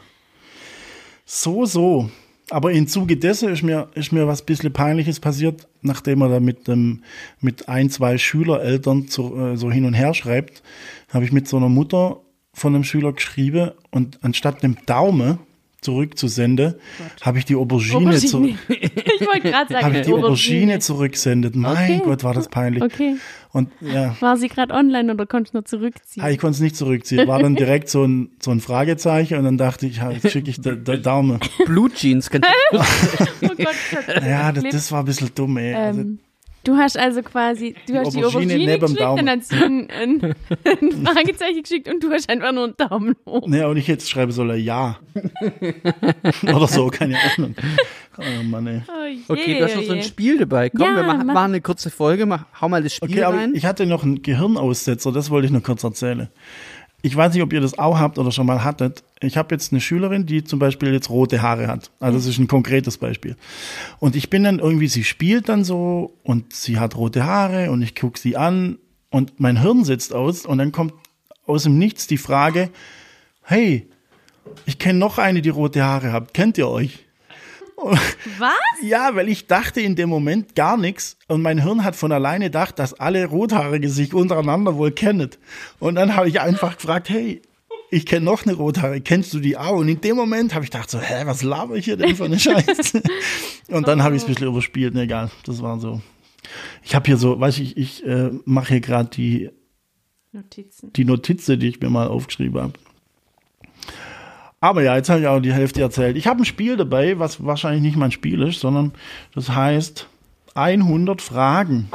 [SPEAKER 2] So, so. Aber im Zuge dessen ist mir, ist mir was bisschen Peinliches passiert, nachdem er da mit, dem, mit ein, zwei Schülereltern zu, äh, so hin und her schreibt, habe ich mit so einer Mutter von einem Schüler geschrieben und anstatt dem Daumen zurückzusenden, habe ich die Aubergine, Aubergine.
[SPEAKER 3] Aubergine. ich wollte gerade sagen,
[SPEAKER 2] habe ich die Aubergine zurückgesendet. Mein
[SPEAKER 3] Okay.
[SPEAKER 2] Gott, war das peinlich.
[SPEAKER 3] Okay,
[SPEAKER 2] Und ja.
[SPEAKER 3] war sie gerade online oder konnte ich noch zurückziehen?
[SPEAKER 2] Ah, ich konnte es nicht zurückziehen. War dann direkt so ein, so ein Fragezeichen und dann dachte ich, ja, jetzt schicke ich da, da Daumen.
[SPEAKER 1] Blue Jeans, kannst du
[SPEAKER 3] Oh Gott, das hat-
[SPEAKER 2] Ja, das, das war ein bisschen dumm, ey. Also,
[SPEAKER 3] ähm, du hast also quasi, du hast die
[SPEAKER 2] Aubergine
[SPEAKER 3] Aubergine
[SPEAKER 2] neben dem
[SPEAKER 3] geschickt
[SPEAKER 2] Daumen.
[SPEAKER 3] und dann hast du ein, ein, ein Fragezeichen geschickt und du hast einfach nur einen Daumen hoch.
[SPEAKER 2] ne, und ich jetzt schreibe soll er ja. Oder so, keine Ahnung. Oh Mann, ey.
[SPEAKER 3] Oh je,
[SPEAKER 1] Okay, du hast noch so ein
[SPEAKER 3] je.
[SPEAKER 1] Spiel dabei. Komm,
[SPEAKER 3] Ja,
[SPEAKER 1] wir machen,
[SPEAKER 3] mach-
[SPEAKER 1] machen eine kurze Folge, mach, hau mal das Spiel
[SPEAKER 2] Okay, aber
[SPEAKER 1] rein.
[SPEAKER 2] ich hatte noch einen Gehirnaussetzer, das wollte ich nur kurz erzählen. Ich weiß nicht, ob ihr das auch habt oder schon mal hattet. Ich habe jetzt eine Schülerin, die zum Beispiel jetzt rote Haare hat. Also das ist ein konkretes Beispiel. Und ich bin dann irgendwie, sie spielt dann so und sie hat rote Haare und ich gucke sie an und mein Hirn sitzt aus und dann kommt aus dem Nichts die Frage, hey, ich kenne noch eine, die rote Haare hat. Kennt ihr euch?
[SPEAKER 3] Was?
[SPEAKER 2] Ja, weil ich dachte in dem Moment gar nichts und mein Hirn hat von alleine gedacht, dass alle Rothaarige sich untereinander wohl kennen. Und dann habe ich einfach gefragt, hey, ich kenne noch eine Rothaarige, kennst du die auch? Und in dem Moment habe ich gedacht so, hä, was laber ich hier denn für eine Scheiße? Und dann habe ich es ein bisschen überspielt, ne, egal, das war so. Ich habe hier so, weiß ich, ich äh, mache hier gerade die,
[SPEAKER 3] Notizen.
[SPEAKER 2] die Notizen, die ich mir mal aufgeschrieben habe. Aber ja, jetzt habe ich auch die Hälfte erzählt. Ich habe ein Spiel dabei, was wahrscheinlich nicht mein Spiel ist, sondern das heißt 100 Fragen.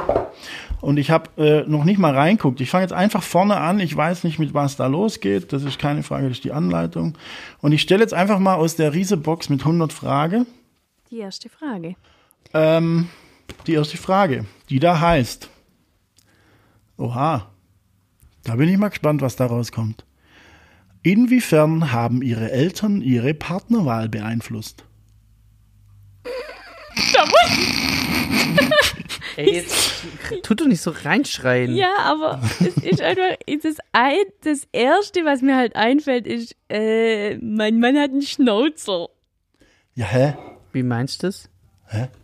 [SPEAKER 2] Und ich habe äh, noch nicht mal reinguckt. Ich fange jetzt einfach vorne an. Ich weiß nicht, mit was da losgeht. Das ist keine Frage, das ist die Anleitung. Und ich stelle jetzt einfach mal aus der Riese-Box mit 100 Fragen
[SPEAKER 3] Die erste Frage.
[SPEAKER 2] ähm, die erste Frage, die da heißt. Oha, da bin ich mal gespannt, was da rauskommt. Inwiefern haben Ihre Eltern Ihre Partnerwahl beeinflusst?
[SPEAKER 1] Ey, jetzt tut doch nicht so reinschreien.
[SPEAKER 3] Ja, aber es ist einfach, es ist ein, das Erste, was mir halt einfällt, ist, äh, mein Mann hat einen Schnauzer.
[SPEAKER 2] Ja, hä?
[SPEAKER 1] Wie meinst du das?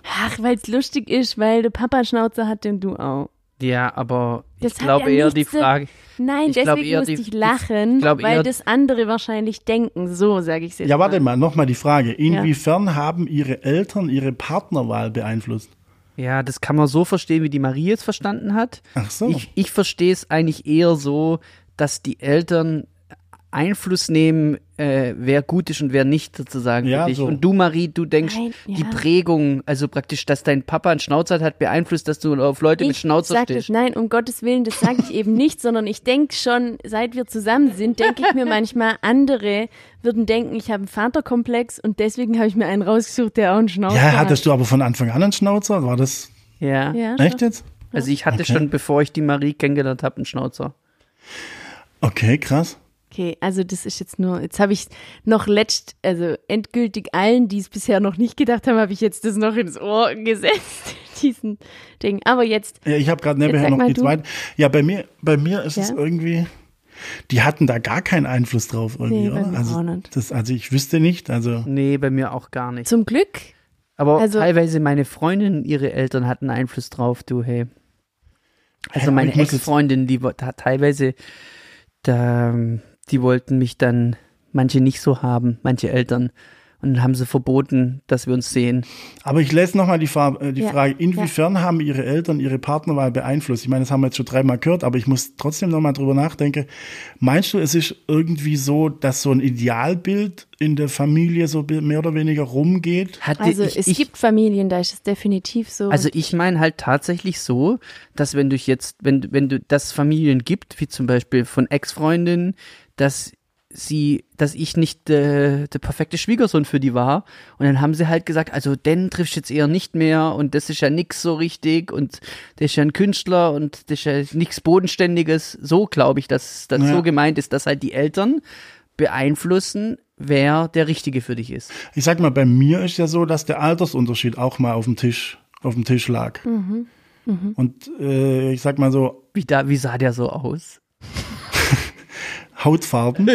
[SPEAKER 3] Ach, weil es lustig ist, weil der Papa einen Schnauzer hat und du auch.
[SPEAKER 1] Ja, aber
[SPEAKER 3] Das
[SPEAKER 1] ich
[SPEAKER 3] hat
[SPEAKER 1] glaube
[SPEAKER 3] ja
[SPEAKER 1] eher die
[SPEAKER 3] nichts zu-
[SPEAKER 1] Frage.
[SPEAKER 3] Nein,
[SPEAKER 1] Ich glaub
[SPEAKER 3] deswegen
[SPEAKER 1] eher
[SPEAKER 3] musste
[SPEAKER 1] die-
[SPEAKER 3] ich lachen,
[SPEAKER 1] ich glaub eher-
[SPEAKER 3] weil das andere wahrscheinlich denken. So sage ich es jetzt.
[SPEAKER 2] Ja, warte
[SPEAKER 3] mal.
[SPEAKER 2] mal, nochmal die Frage. Inwiefern haben Ihre Eltern Ihre Partnerwahl beeinflusst?
[SPEAKER 1] Ja, das kann man so verstehen, wie die Marie es verstanden hat.
[SPEAKER 2] Ach so.
[SPEAKER 1] Ich, ich verstehe es eigentlich eher so, dass die Eltern Einfluss nehmen, äh, wer gut ist und wer nicht sozusagen
[SPEAKER 2] Ja,
[SPEAKER 1] für dich.
[SPEAKER 2] so.
[SPEAKER 1] Und du, Marie, du denkst,
[SPEAKER 3] Nein,
[SPEAKER 1] die
[SPEAKER 3] ja.
[SPEAKER 1] Prägung, also praktisch, dass dein Papa einen Schnauzer hat, hat beeinflusst, dass du auf Leute mit
[SPEAKER 3] Ich
[SPEAKER 1] Schnauzer
[SPEAKER 3] sag das,
[SPEAKER 1] stehst.
[SPEAKER 3] nein, um Gottes Willen, das sage ich eben nicht, sondern ich denke schon, seit wir zusammen sind, denke ich mir manchmal, andere würden denken, ich habe einen Vaterkomplex und deswegen habe ich mir einen rausgesucht, der auch einen Schnauzer
[SPEAKER 2] Ja,
[SPEAKER 3] hat.
[SPEAKER 2] hattest du aber von Anfang an einen Schnauzer? War das
[SPEAKER 1] Ja.
[SPEAKER 3] Ja,
[SPEAKER 2] echt jetzt?
[SPEAKER 1] Also ich hatte
[SPEAKER 2] Okay.
[SPEAKER 1] schon, bevor ich die Marie kennengelernt habe, einen Schnauzer.
[SPEAKER 2] Okay, krass.
[SPEAKER 3] Okay, also das ist jetzt nur, jetzt habe ich noch letzt, also endgültig allen, die es bisher noch nicht gedacht haben, habe ich jetzt das noch ins Ohr gesetzt, diesen Ding. Aber jetzt,
[SPEAKER 2] Ja, ich habe gerade
[SPEAKER 3] Jetzt
[SPEAKER 2] nebenher
[SPEAKER 3] sag
[SPEAKER 2] noch
[SPEAKER 3] mal
[SPEAKER 2] die
[SPEAKER 3] du.
[SPEAKER 2] zweite. Ja, bei mir, bei mir ist es
[SPEAKER 3] Ja.
[SPEAKER 2] irgendwie. die hatten da gar keinen Einfluss drauf irgendwie,
[SPEAKER 3] Nee, bei
[SPEAKER 2] oder?
[SPEAKER 3] mir
[SPEAKER 2] Also,
[SPEAKER 3] auch nicht.
[SPEAKER 2] Das, also ich wüsste nicht, also
[SPEAKER 1] Nee, bei mir auch gar nicht.
[SPEAKER 3] Zum Glück.
[SPEAKER 1] Aber
[SPEAKER 3] also-
[SPEAKER 1] teilweise meine Freundinnen, ihre Eltern hatten Einfluss drauf, du, hey. Also
[SPEAKER 2] Ja,
[SPEAKER 1] meine
[SPEAKER 2] ich muss jetzt-
[SPEAKER 1] Ex-Freundin, die wo- da, teilweise, da, ähm, die wollten mich dann manche nicht so haben, manche Eltern. Und dann haben sie verboten, dass wir uns sehen.
[SPEAKER 2] Aber ich lese nochmal die, Fa- äh, die
[SPEAKER 3] Ja,
[SPEAKER 2] Frage, inwiefern haben Ihre Eltern Ihre Partnerwahl beeinflusst? Ich meine, das haben wir jetzt schon dreimal gehört, aber ich muss trotzdem nochmal drüber nachdenken. Meinst du, es ist irgendwie so, dass so ein Idealbild in der Familie so be- mehr oder weniger rumgeht?
[SPEAKER 1] Hatte
[SPEAKER 3] Also
[SPEAKER 1] ich,
[SPEAKER 3] es
[SPEAKER 1] ich,
[SPEAKER 3] gibt Familien, da ist es definitiv so.
[SPEAKER 1] Also ich meine halt tatsächlich so, dass wenn du jetzt, wenn, wenn du das Familien gibt, wie zum Beispiel von Ex-Freundinnen, dass sie, dass ich nicht äh, der perfekte Schwiegersohn für die war. Und dann haben sie halt gesagt, also den triffst du jetzt eher nicht mehr und das ist ja nix so richtig und der ist ja ein Künstler und das ist ja nichts Bodenständiges. So glaube ich, dass das
[SPEAKER 2] Ja.
[SPEAKER 1] so gemeint ist, dass halt die Eltern beeinflussen, wer der Richtige für dich ist.
[SPEAKER 2] Ich sag mal, bei mir ist ja so, dass der Altersunterschied auch mal auf dem Tisch, auf dem Tisch lag. Und äh, ich sag mal so,
[SPEAKER 1] Wie, da, wie sah der so aus?
[SPEAKER 2] Hautfarben.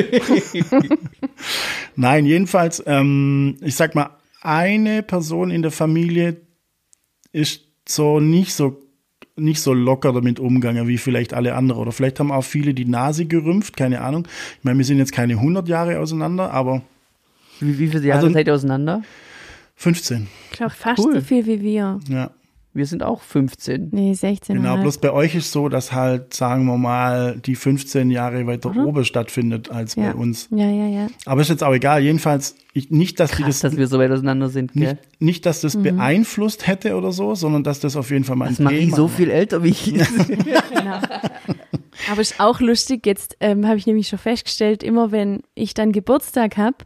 [SPEAKER 2] Nein, jedenfalls, ähm, ich sag mal, eine Person in der Familie ist so nicht so nicht so locker damit umgegangen wie vielleicht alle anderen. Oder vielleicht haben auch viele die Nase gerümpft, keine Ahnung. Ich meine, wir sind jetzt keine 100 Jahre auseinander, aber
[SPEAKER 1] Wie, wie viele Jahre
[SPEAKER 2] Also-
[SPEAKER 1] seid ihr auseinander?
[SPEAKER 2] 15,
[SPEAKER 3] ich glaube fast
[SPEAKER 1] cool.
[SPEAKER 3] so viel wie wir.
[SPEAKER 2] ja.
[SPEAKER 1] Wir sind auch 15.
[SPEAKER 3] Nee, 16.
[SPEAKER 2] Genau, bloß bei euch ist so, dass halt, sagen wir mal, die 15 Jahre weiter oben stattfindet als
[SPEAKER 3] Mhm. ja.
[SPEAKER 2] bei uns.
[SPEAKER 3] Ja, ja, ja.
[SPEAKER 2] Aber ist jetzt auch egal. Jedenfalls, ich, nicht, dass die
[SPEAKER 1] Krass,
[SPEAKER 2] das
[SPEAKER 1] dass wir so weit auseinander sind,
[SPEAKER 2] nicht,
[SPEAKER 1] gell?
[SPEAKER 2] nicht, dass
[SPEAKER 3] Mhm.
[SPEAKER 2] das beeinflusst hätte oder so, sondern dass das auf jeden Fall mal
[SPEAKER 1] Das
[SPEAKER 2] ein
[SPEAKER 1] mache ich
[SPEAKER 2] Thema
[SPEAKER 1] so
[SPEAKER 2] war.
[SPEAKER 1] viel älter wie ich.
[SPEAKER 3] Genau. Aber ist auch lustig, jetzt ähm, habe ich nämlich schon festgestellt, immer wenn ich dann Geburtstag habe,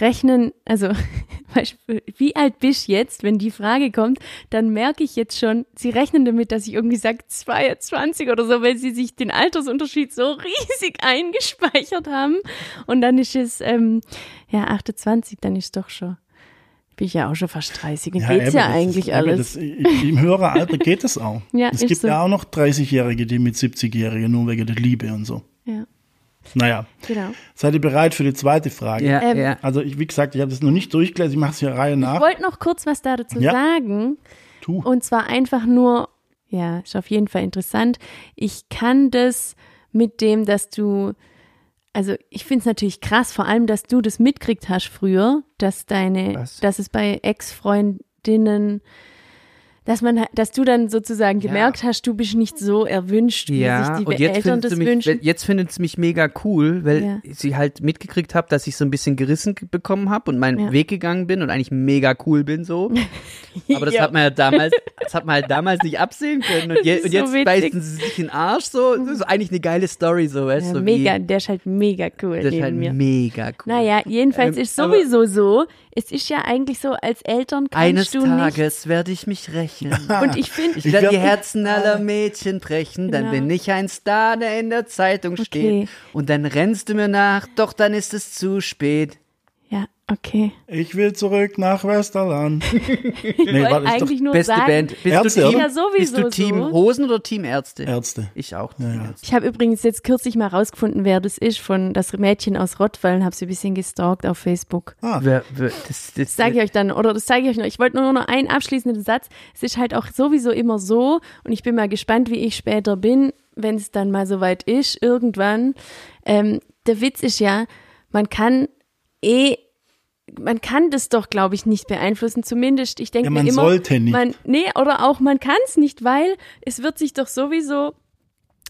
[SPEAKER 3] rechnen, also Beispiel, wie alt bist du jetzt, wenn die Frage kommt, dann merke ich jetzt schon, sie rechnen damit, dass ich irgendwie sage 22 oder so, weil sie sich den Altersunterschied so riesig eingespeichert haben. Und dann ist es, ähm, ja, 28, dann ist doch schon, bin ich ja auch schon fast 30. Dann geht's
[SPEAKER 2] eben,
[SPEAKER 3] ja
[SPEAKER 2] das
[SPEAKER 3] eigentlich
[SPEAKER 2] ist, eben,
[SPEAKER 3] alles.
[SPEAKER 2] Das, i- Im höheren Alter geht es auch.
[SPEAKER 3] Ja,
[SPEAKER 2] es
[SPEAKER 3] ist
[SPEAKER 2] gibt
[SPEAKER 3] so.
[SPEAKER 2] ja auch noch 30-Jährige, die mit 70-Jährigen nur wegen der Liebe und so.
[SPEAKER 3] ja,
[SPEAKER 2] Naja,
[SPEAKER 3] genau.
[SPEAKER 2] seid ihr bereit für die zweite Frage?
[SPEAKER 1] ja,
[SPEAKER 3] Ähm,
[SPEAKER 1] ja.
[SPEAKER 2] Also, ich, wie gesagt, ich habe das noch nicht durchgelesen, ich mache es hier Reihe
[SPEAKER 3] Ich
[SPEAKER 2] nach.
[SPEAKER 3] wollte noch kurz was da dazu
[SPEAKER 2] Ja.
[SPEAKER 3] sagen.
[SPEAKER 2] Tu.
[SPEAKER 3] Und zwar einfach nur, ja, ist auf jeden Fall interessant. Ich kann das mit dem, dass du, also ich finde es natürlich krass, vor allem, dass du das mitkriegt hast früher, dass deine,
[SPEAKER 1] Was?
[SPEAKER 3] dass es bei Ex-Freundinnen, dass man, ha- dass du dann sozusagen
[SPEAKER 1] Ja.
[SPEAKER 3] gemerkt hast, du bist nicht so erwünscht, wie
[SPEAKER 1] Ja,
[SPEAKER 3] sich die
[SPEAKER 1] und jetzt
[SPEAKER 3] Eltern
[SPEAKER 1] findet
[SPEAKER 3] das
[SPEAKER 1] es mich,
[SPEAKER 3] wünschen.
[SPEAKER 1] jetzt findet's mich mega cool, weil
[SPEAKER 3] Ja.
[SPEAKER 1] sie halt mitgekriegt habe, dass ich so ein bisschen gerissen ge- bekommen habe und meinen
[SPEAKER 3] Ja.
[SPEAKER 1] Weg gegangen bin und eigentlich mega cool bin so. Aber das
[SPEAKER 3] Ja.
[SPEAKER 1] hat man ja damals, das hat man halt damals nicht absehen können. Und,
[SPEAKER 3] Das
[SPEAKER 1] je,
[SPEAKER 3] ist
[SPEAKER 1] und
[SPEAKER 3] so
[SPEAKER 1] jetzt
[SPEAKER 3] witzig.
[SPEAKER 1] beißen sie sich in den Arsch so. Das ist eigentlich eine geile Story so, weißt
[SPEAKER 3] Ja,
[SPEAKER 1] du? wie-
[SPEAKER 3] mega, der ist halt mega cool
[SPEAKER 1] Das ist
[SPEAKER 3] neben
[SPEAKER 1] halt
[SPEAKER 3] mir.
[SPEAKER 1] mega cool.
[SPEAKER 3] Naja, jedenfalls
[SPEAKER 1] Ähm,
[SPEAKER 3] ist sowieso so. Es ist ja eigentlich so, als Eltern kannst
[SPEAKER 1] Eines
[SPEAKER 3] du
[SPEAKER 1] Tages werde ich mich rächen.
[SPEAKER 3] nicht. Und ich finde,
[SPEAKER 1] Ich werde
[SPEAKER 2] werd-
[SPEAKER 1] die Herzen aller Mädchen brechen, dann
[SPEAKER 3] Genau.
[SPEAKER 1] bin ich ein Star, der in der Zeitung steht. Und dann rennst du mir nach, doch dann ist es zu spät.
[SPEAKER 3] ja, okay.
[SPEAKER 2] Ich will zurück nach Westerland. nee,
[SPEAKER 3] Ich wollte
[SPEAKER 2] ist doch
[SPEAKER 3] eigentlich nur
[SPEAKER 1] Beste
[SPEAKER 3] sagen,
[SPEAKER 1] Band. Bist
[SPEAKER 2] Ärzte,
[SPEAKER 1] du Team,
[SPEAKER 2] oder?
[SPEAKER 3] Ja, sowieso
[SPEAKER 1] bist du Team
[SPEAKER 3] so.
[SPEAKER 1] Hosen oder Team Ärzte?
[SPEAKER 2] Ärzte.
[SPEAKER 1] Ich auch. Team Ärzte.
[SPEAKER 3] Ich habe übrigens jetzt kürzlich mal rausgefunden, wer das ist, von das Mädchen aus Rottweil, und habe sie ein bisschen gestalkt auf Facebook.
[SPEAKER 2] Ah,
[SPEAKER 1] Wer- wer- das- das-
[SPEAKER 3] Das sage ich euch dann, oder das zeige ich euch noch. Ich wollte nur noch einen abschließenden Satz. Es ist halt auch sowieso immer so, und ich bin mal gespannt, wie ich später bin, wenn es dann mal soweit ist, irgendwann. Ähm, der Witz ist ja, man kann eh, man kann das doch, glaube ich, nicht beeinflussen. Zumindest, ich denke
[SPEAKER 2] Ja,
[SPEAKER 3] mir
[SPEAKER 2] man
[SPEAKER 3] immer.
[SPEAKER 2] sollte nicht.
[SPEAKER 3] Man, nee, oder auch man kann es nicht, weil es wird sich doch sowieso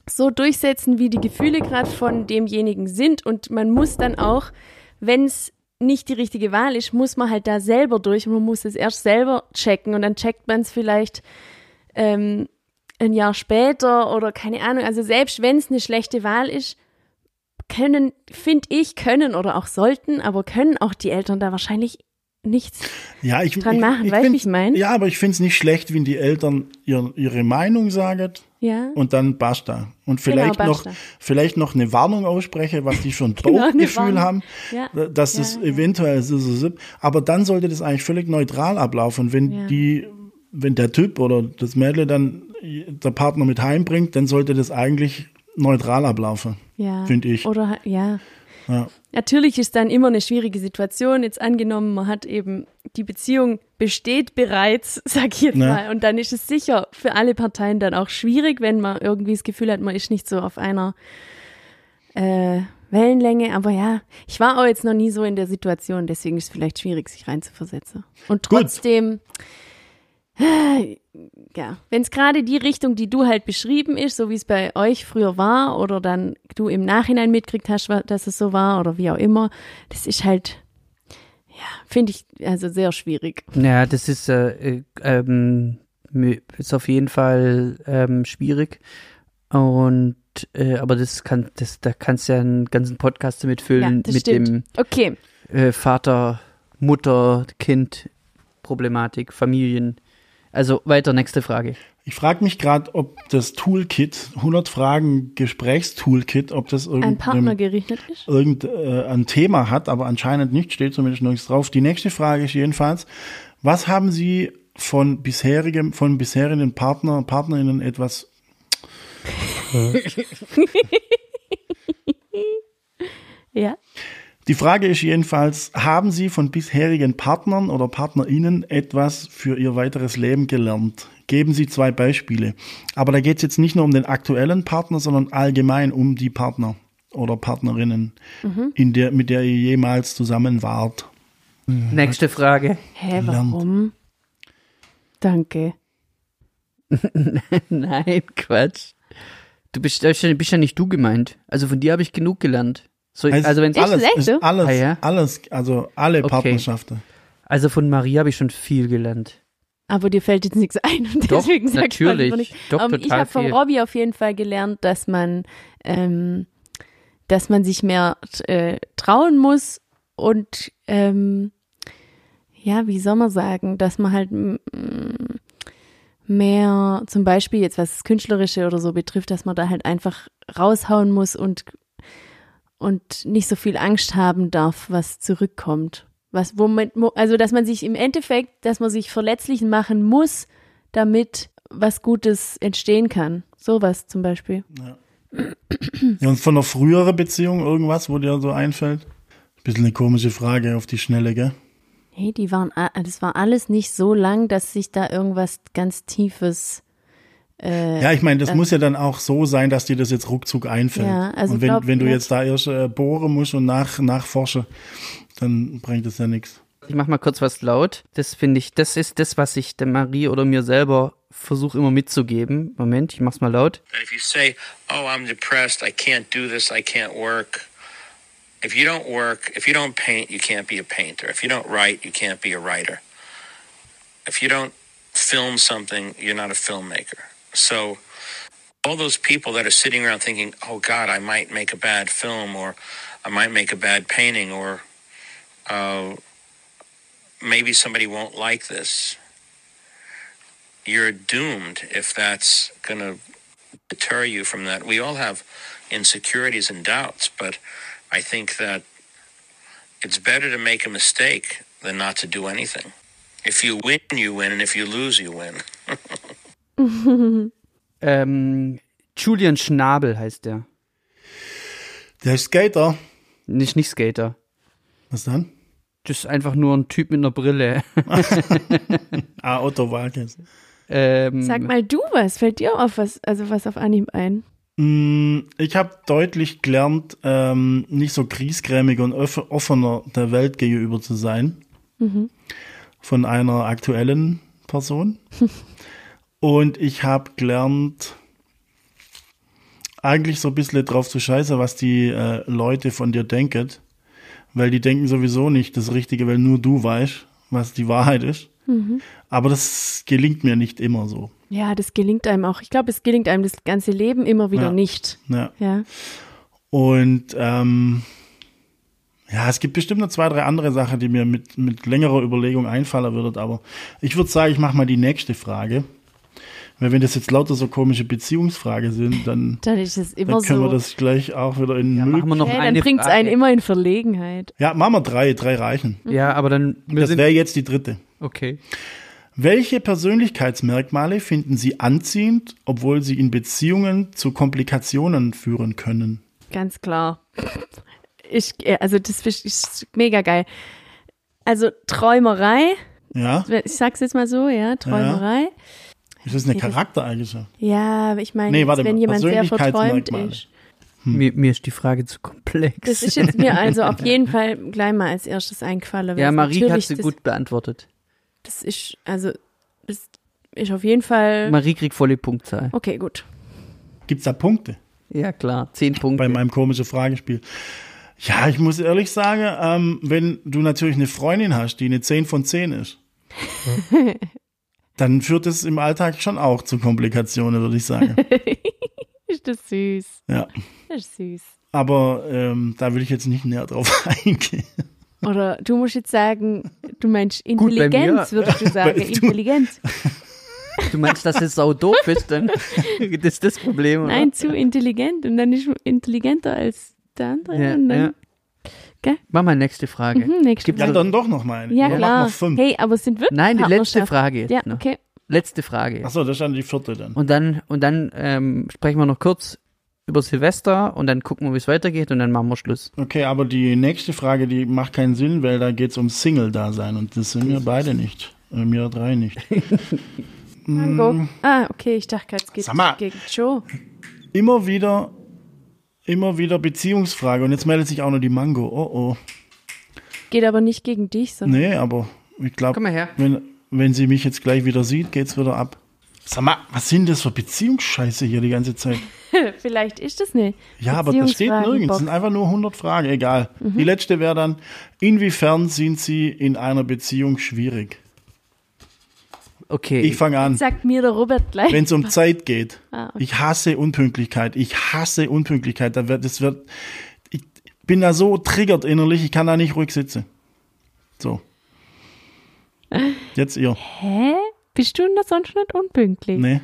[SPEAKER 3] so durchsetzen, wie die Gefühle gerade von demjenigen sind. Und man muss dann auch, wenn es nicht die richtige Wahl ist, muss man halt da selber durch und man muss es erst selber checken und dann checkt man es vielleicht ähm, ein Jahr später oder keine Ahnung. Also selbst wenn es eine schlechte Wahl ist, können, finde ich, können oder auch sollten, aber können auch die Eltern da wahrscheinlich nichts.
[SPEAKER 2] ja, ich,
[SPEAKER 3] dran
[SPEAKER 2] ich,
[SPEAKER 3] machen,
[SPEAKER 2] ich
[SPEAKER 3] weißt du, wie
[SPEAKER 2] find's-
[SPEAKER 3] ich mein?
[SPEAKER 2] Ja, aber ich finde es nicht schlecht, wenn die Eltern ihr, ihre Meinung sagen
[SPEAKER 3] Ja.
[SPEAKER 2] und dann basta. Und vielleicht,
[SPEAKER 3] Genau,
[SPEAKER 2] noch,
[SPEAKER 3] basta.
[SPEAKER 2] vielleicht noch eine Warnung ausspreche, was die für ein
[SPEAKER 3] Genau, eine
[SPEAKER 2] Bauchgefühl
[SPEAKER 3] Warnung.
[SPEAKER 2] haben,
[SPEAKER 3] Ja.
[SPEAKER 2] dass
[SPEAKER 3] Ja,
[SPEAKER 2] das
[SPEAKER 3] ja.
[SPEAKER 2] eventuell so, so, so. Aber dann sollte das eigentlich völlig neutral ablaufen. Und wenn
[SPEAKER 3] Ja.
[SPEAKER 2] die, wenn der Typ oder das Mädel dann der Partner mit heimbringt, dann sollte das eigentlich neutral ablaufen.
[SPEAKER 3] Ja.
[SPEAKER 2] Find ich.
[SPEAKER 3] Oder ja.
[SPEAKER 2] Ja.
[SPEAKER 3] Natürlich ist dann immer eine schwierige Situation. Jetzt angenommen, man hat eben die Beziehung besteht bereits, sag ich jetzt
[SPEAKER 2] Ne.
[SPEAKER 3] mal, und dann ist es sicher für alle Parteien dann auch schwierig, wenn man irgendwie das Gefühl hat, man ist nicht so auf einer äh, Wellenlänge. Aber ja, ich war auch jetzt noch nie so in der Situation, deswegen ist es vielleicht schwierig, sich reinzuversetzen. Und
[SPEAKER 2] Gut.
[SPEAKER 3] trotzdem, äh, ja, wenn es gerade die Richtung, die du halt beschrieben ist, so wie es bei euch früher war, oder dann du im Nachhinein mitkriegt hast, wa- dass es so war, oder wie auch immer, das ist halt, ja, finde ich also sehr schwierig.
[SPEAKER 1] Ja, das ist, äh, äh, ähm, mü- ist auf jeden Fall ähm, schwierig. Und äh, aber das kann, das, da kannst du ja einen ganzen Podcast damit füllen
[SPEAKER 3] ja, das
[SPEAKER 1] mit
[SPEAKER 3] stimmt.
[SPEAKER 1] dem
[SPEAKER 3] okay,
[SPEAKER 1] äh, Vater, Mutter, Kind, Problematik, Familien. Also weiter, nächste Frage.
[SPEAKER 2] Ich frage mich gerade, ob das Toolkit, 100 Fragen Gesprächstoolkit, ob das
[SPEAKER 3] ein Partner
[SPEAKER 2] irgendein
[SPEAKER 3] gerichtet ist.
[SPEAKER 2] irgend, äh, ein Thema hat, aber anscheinend nicht, steht zumindest nichts drauf. Die nächste Frage ist jedenfalls, was haben Sie von bisherigem, von bisherigen Partner, Partnerinnen etwas
[SPEAKER 3] Ja.
[SPEAKER 2] Die Frage ist jedenfalls, haben Sie von bisherigen Partnern oder PartnerInnen etwas für Ihr weiteres Leben gelernt? Geben Sie zwei Beispiele. Aber da geht es jetzt nicht nur um den aktuellen Partner, sondern allgemein um die Partner oder Partnerinnen, in der, mit der ihr jemals zusammen wart.
[SPEAKER 1] Nächste Frage.
[SPEAKER 3] Hä, warum? Danke.
[SPEAKER 1] Nein, Quatsch. Du bist, da ist ja- bist ja nicht du gemeint. Also von dir habe ich genug gelernt. So,
[SPEAKER 2] Heißt,
[SPEAKER 1] also, wenn's,
[SPEAKER 3] Echt?
[SPEAKER 2] alles,
[SPEAKER 3] echt
[SPEAKER 2] ist
[SPEAKER 3] so?
[SPEAKER 2] alles,
[SPEAKER 1] Ah, ja?
[SPEAKER 2] alles, also alle
[SPEAKER 1] Okay.
[SPEAKER 2] Partnerschaften.
[SPEAKER 1] also von Maria habe ich schon viel gelernt.
[SPEAKER 3] Aber dir fällt jetzt nichts ein und
[SPEAKER 1] Doch,
[SPEAKER 3] deswegen sagst du
[SPEAKER 1] natürlich.
[SPEAKER 3] einfach nichts.
[SPEAKER 1] Doch,
[SPEAKER 3] Ähm, ich
[SPEAKER 1] total
[SPEAKER 3] habe von
[SPEAKER 1] viel.
[SPEAKER 3] Robby auf jeden Fall gelernt, dass man, ähm, dass man sich mehr äh, trauen muss und ähm, ja, wie soll man sagen, dass man halt mm, mehr, zum Beispiel jetzt was das Künstlerische oder so betrifft, dass man da halt einfach raushauen muss und und nicht so viel Angst haben darf, was zurückkommt. Was, womit, wo- also, dass man sich im Endeffekt, dass man sich verletzlich machen muss, damit was Gutes entstehen kann. Sowas zum Beispiel.
[SPEAKER 2] Ja, und von einer früheren Beziehung irgendwas, wo dir so einfällt? Bisschen eine komische Frage auf die Schnelle, gell?
[SPEAKER 3] Hey, die waren, a- das war alles nicht so lang, dass sich da irgendwas ganz Tiefes.
[SPEAKER 2] Ja, ich meine, das muss ja dann auch so sein, dass dir das jetzt ruckzuck einfällt.
[SPEAKER 3] Äh. Ja, also
[SPEAKER 2] und wenn,
[SPEAKER 3] glaub
[SPEAKER 2] wenn du
[SPEAKER 3] nicht.
[SPEAKER 2] jetzt da erst äh, bohren musst und nach, nachforschen, dann bringt das ja nichts.
[SPEAKER 1] Ich mach mal kurz was laut. Das finde ich, das ist das, was ich der Marie oder mir selber versuche immer mitzugeben. Moment, ich mach's mal laut.
[SPEAKER 4] And if you say, "Oh, I'm depressed. I can't do this. I can't work." If you don't work, if you don't paint, you can't be a painter. If you don't write, you can't be a writer. If you don't film something, you're not a filmmaker. So all those people that are sitting around thinking, "Oh god, I might make a bad film or I might make a bad painting or uh, maybe somebody won't like this." You're doomed if that's going to deter you from that. We all have insecurities and doubts, but I think that it's better to make a mistake than not to do anything. If you win, you win, and if you lose, you win.
[SPEAKER 1] Ähm, Julian Schnabel heißt der.
[SPEAKER 2] Der ist Skater.
[SPEAKER 1] Nicht, nicht Skater.
[SPEAKER 2] Was dann?
[SPEAKER 1] Das ist einfach nur ein Typ mit einer Brille.
[SPEAKER 2] Ah, Otto Walkes.
[SPEAKER 1] Ähm,
[SPEAKER 2] Hm.
[SPEAKER 3] Sag mal du was, fällt dir auf was, also was auf Anhieb ein?
[SPEAKER 2] Mm, Ich habe deutlich gelernt, ähm, nicht so griesgrämig und öff- offener der Welt gegenüber zu sein. Von einer aktuellen Person. und ich habe gelernt, eigentlich so ein bisschen drauf zu scheiße, was die äh, Leute von dir denken. Weil die denken sowieso nicht das Richtige, weil nur du weißt, was die Wahrheit ist. Aber das gelingt mir nicht immer so.
[SPEAKER 3] Ja, das gelingt einem auch. Ich glaube, es gelingt einem das ganze Leben immer wieder
[SPEAKER 2] Ja.
[SPEAKER 3] nicht.
[SPEAKER 2] Ja.
[SPEAKER 3] Ja.
[SPEAKER 2] Und ähm, ja, es gibt bestimmt noch zwei, drei andere Sachen, die mir mit, mit längerer Überlegung einfallen würdet, aber ich würde sagen, ich mache mal die nächste Frage. Weil wenn das jetzt lauter so komische Beziehungsfragen sind, dann,
[SPEAKER 3] Dann ist es immer
[SPEAKER 2] dann können
[SPEAKER 3] so.
[SPEAKER 2] wir das gleich auch wieder in den Müll.
[SPEAKER 1] machen wir noch
[SPEAKER 3] Hey,
[SPEAKER 1] eine
[SPEAKER 3] dann bringt es
[SPEAKER 1] Frage.
[SPEAKER 3] einen immer in Verlegenheit.
[SPEAKER 2] ja, machen wir drei, drei reichen.
[SPEAKER 1] Ja, aber dann wir
[SPEAKER 2] Das
[SPEAKER 1] sind,
[SPEAKER 2] wäre jetzt die dritte.
[SPEAKER 1] okay.
[SPEAKER 2] Welche Persönlichkeitsmerkmale finden Sie anziehend, obwohl sie in Beziehungen zu Komplikationen führen können?
[SPEAKER 3] Ganz klar. Ich, also das ist, ist mega geil. Also Träumerei,
[SPEAKER 2] Ja?
[SPEAKER 3] ich sag's jetzt mal so, ja, Träumerei.
[SPEAKER 2] Ist das eine
[SPEAKER 3] Nee, das-
[SPEAKER 2] Charaktereigenschaft?
[SPEAKER 3] Ja, aber ich meine,
[SPEAKER 2] Nee, warte
[SPEAKER 3] wenn
[SPEAKER 2] mal,
[SPEAKER 3] jemand sehr verträumt
[SPEAKER 2] Persönlichkeitsmerkmale.
[SPEAKER 3] ist.
[SPEAKER 2] Hm.
[SPEAKER 1] Mir, mir ist die Frage zu komplex.
[SPEAKER 3] Das ist jetzt mir also auf jeden Fall gleich mal als erstes eingefallen. weil
[SPEAKER 1] ja,
[SPEAKER 3] es
[SPEAKER 1] Marie hat
[SPEAKER 3] natürlich
[SPEAKER 1] sie
[SPEAKER 3] das-
[SPEAKER 1] gut beantwortet.
[SPEAKER 3] Das ist, also, das ist auf jeden Fall.
[SPEAKER 1] Marie kriegt volle Punktzahl.
[SPEAKER 3] Okay, gut.
[SPEAKER 2] Gibt es da Punkte
[SPEAKER 1] Ja, klar. Zehn Punkte.
[SPEAKER 2] bei meinem komischen Fragespiel? Ja, ich muss ehrlich sagen, ähm, wenn du natürlich eine Freundin hast, die eine 10 von 10 ist, dann führt es im Alltag schon auch zu Komplikationen, würde ich sagen.
[SPEAKER 3] Ist das süß.
[SPEAKER 2] Ja.
[SPEAKER 3] Das ist süß.
[SPEAKER 2] Aber ähm, da will ich jetzt nicht näher drauf eingehen.
[SPEAKER 3] Oder du musst jetzt sagen, du meinst
[SPEAKER 1] bei mir.
[SPEAKER 3] Intelligenz, würdest du sagen.
[SPEAKER 2] Weil du-
[SPEAKER 3] Intelligenz.
[SPEAKER 1] Du meinst, dass es sau doof ist, dann das ist das Problem. Oder?
[SPEAKER 3] Nein, zu intelligent. Und dann ist man intelligenter als der andere.
[SPEAKER 1] Ja,
[SPEAKER 3] und dann,
[SPEAKER 1] ja.
[SPEAKER 3] Gell?
[SPEAKER 1] Mach mal nächste Frage.
[SPEAKER 3] Mhm, nächste
[SPEAKER 1] Gibt-
[SPEAKER 2] Ja,
[SPEAKER 3] Frage.
[SPEAKER 2] dann doch noch mal eine.
[SPEAKER 3] Ja,
[SPEAKER 2] Oder Mach
[SPEAKER 3] klar.
[SPEAKER 2] noch fünf.
[SPEAKER 3] Hey, aber es sind wirklich
[SPEAKER 1] Nein, die letzte
[SPEAKER 3] Partnerschaften.
[SPEAKER 1] Frage jetzt
[SPEAKER 3] Ja,
[SPEAKER 1] noch.
[SPEAKER 3] okay.
[SPEAKER 1] Letzte Frage.
[SPEAKER 2] Achso, das ist dann die vierte dann.
[SPEAKER 1] Und dann, und dann ähm, sprechen wir noch kurz über Silvester und dann gucken wir, wie es weitergeht und dann machen wir Schluss.
[SPEAKER 2] Okay, aber die nächste Frage, die macht keinen Sinn, weil da geht es um Single-Dasein und das sind wir beide nicht. Äh, Wir drei nicht.
[SPEAKER 3] Mango. Ah, okay, ich dachte gerade, es geht
[SPEAKER 2] Mm. Sag mal.
[SPEAKER 3] gegen Joe.
[SPEAKER 2] Immer wieder, immer wieder Beziehungsfrage und jetzt meldet sich auch noch die Mango. Oh oh.
[SPEAKER 3] Geht aber nicht gegen dich, sondern
[SPEAKER 2] Nee, aber ich
[SPEAKER 1] Komm mal
[SPEAKER 2] glaube,
[SPEAKER 1] her.
[SPEAKER 2] wenn, wenn sie mich jetzt gleich wieder sieht, geht's wieder ab. Sag mal, was sind das für Beziehungsscheiße hier die ganze Zeit?
[SPEAKER 3] vielleicht ist das eine
[SPEAKER 2] Ja, aber das steht
[SPEAKER 3] Beziehungsfragen-
[SPEAKER 2] nirgends. Es sind einfach nur 100 Fragen, egal. Die letzte wäre dann, inwiefern sind Sie in einer Beziehung schwierig?
[SPEAKER 1] Okay.
[SPEAKER 2] Ich fange an,
[SPEAKER 3] Sagt mir der Robert gleich.
[SPEAKER 2] wenn es um Zeit geht.
[SPEAKER 3] Ah, okay.
[SPEAKER 2] Ich hasse Unpünktlichkeit. Ich hasse Unpünktlichkeit. Da wird, das wird, ich bin da so triggert innerlich, ich kann da nicht ruhig sitzen. So. Jetzt ihr.
[SPEAKER 3] Hä? Bist du denn sonst nicht unpünktlich?
[SPEAKER 2] Nee.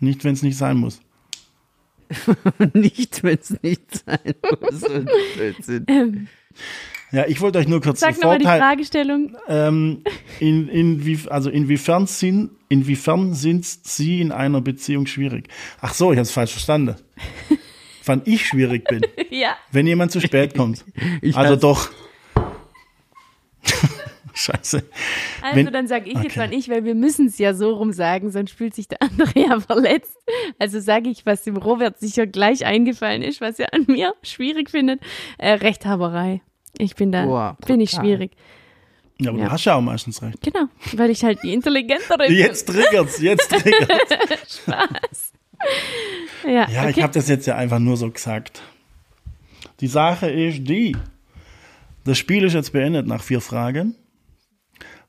[SPEAKER 2] Nicht, wenn es nicht sein muss.
[SPEAKER 1] nicht, wenn es nicht sein muss. Und Blödsinn.
[SPEAKER 2] Ja, ich wollte euch nur kurz
[SPEAKER 3] Sag
[SPEAKER 2] den
[SPEAKER 3] nochmal die
[SPEAKER 2] Vorteil-
[SPEAKER 3] Fragestellung.
[SPEAKER 2] Ähm, in, inwie, also inwiefern sind, inwiefern sind sie in einer Beziehung schwierig? Ach so, ich habe es falsch verstanden. Wann ich schwierig bin,
[SPEAKER 3] Ja.
[SPEAKER 2] wenn jemand zu spät kommt.
[SPEAKER 1] Ich
[SPEAKER 2] also
[SPEAKER 1] weiß-
[SPEAKER 2] doch. Scheiße.
[SPEAKER 3] Also
[SPEAKER 2] Wenn-
[SPEAKER 3] dann sage ich jetzt
[SPEAKER 2] Okay.
[SPEAKER 3] mal ich, weil wir müssen es ja so rum sagen, sonst fühlt sich der andere ja verletzt. Also sage ich, was dem Robert sicher gleich eingefallen ist, was er an mir schwierig findet. Äh, Rechthaberei. Ich bin da,
[SPEAKER 1] Boah,
[SPEAKER 3] bin ich
[SPEAKER 1] brutal.
[SPEAKER 3] schwierig.
[SPEAKER 2] Ja, aber
[SPEAKER 3] Ja.
[SPEAKER 2] du hast ja auch meistens recht.
[SPEAKER 3] Genau, weil ich halt die intelligentere
[SPEAKER 2] Jetzt triggert's, jetzt triggert's.
[SPEAKER 3] bin. Ja,
[SPEAKER 2] Ja, ich
[SPEAKER 3] okay.
[SPEAKER 2] habe das jetzt ja einfach nur so gesagt. Die Sache ist die, das Spiel ist jetzt beendet nach vier Fragen.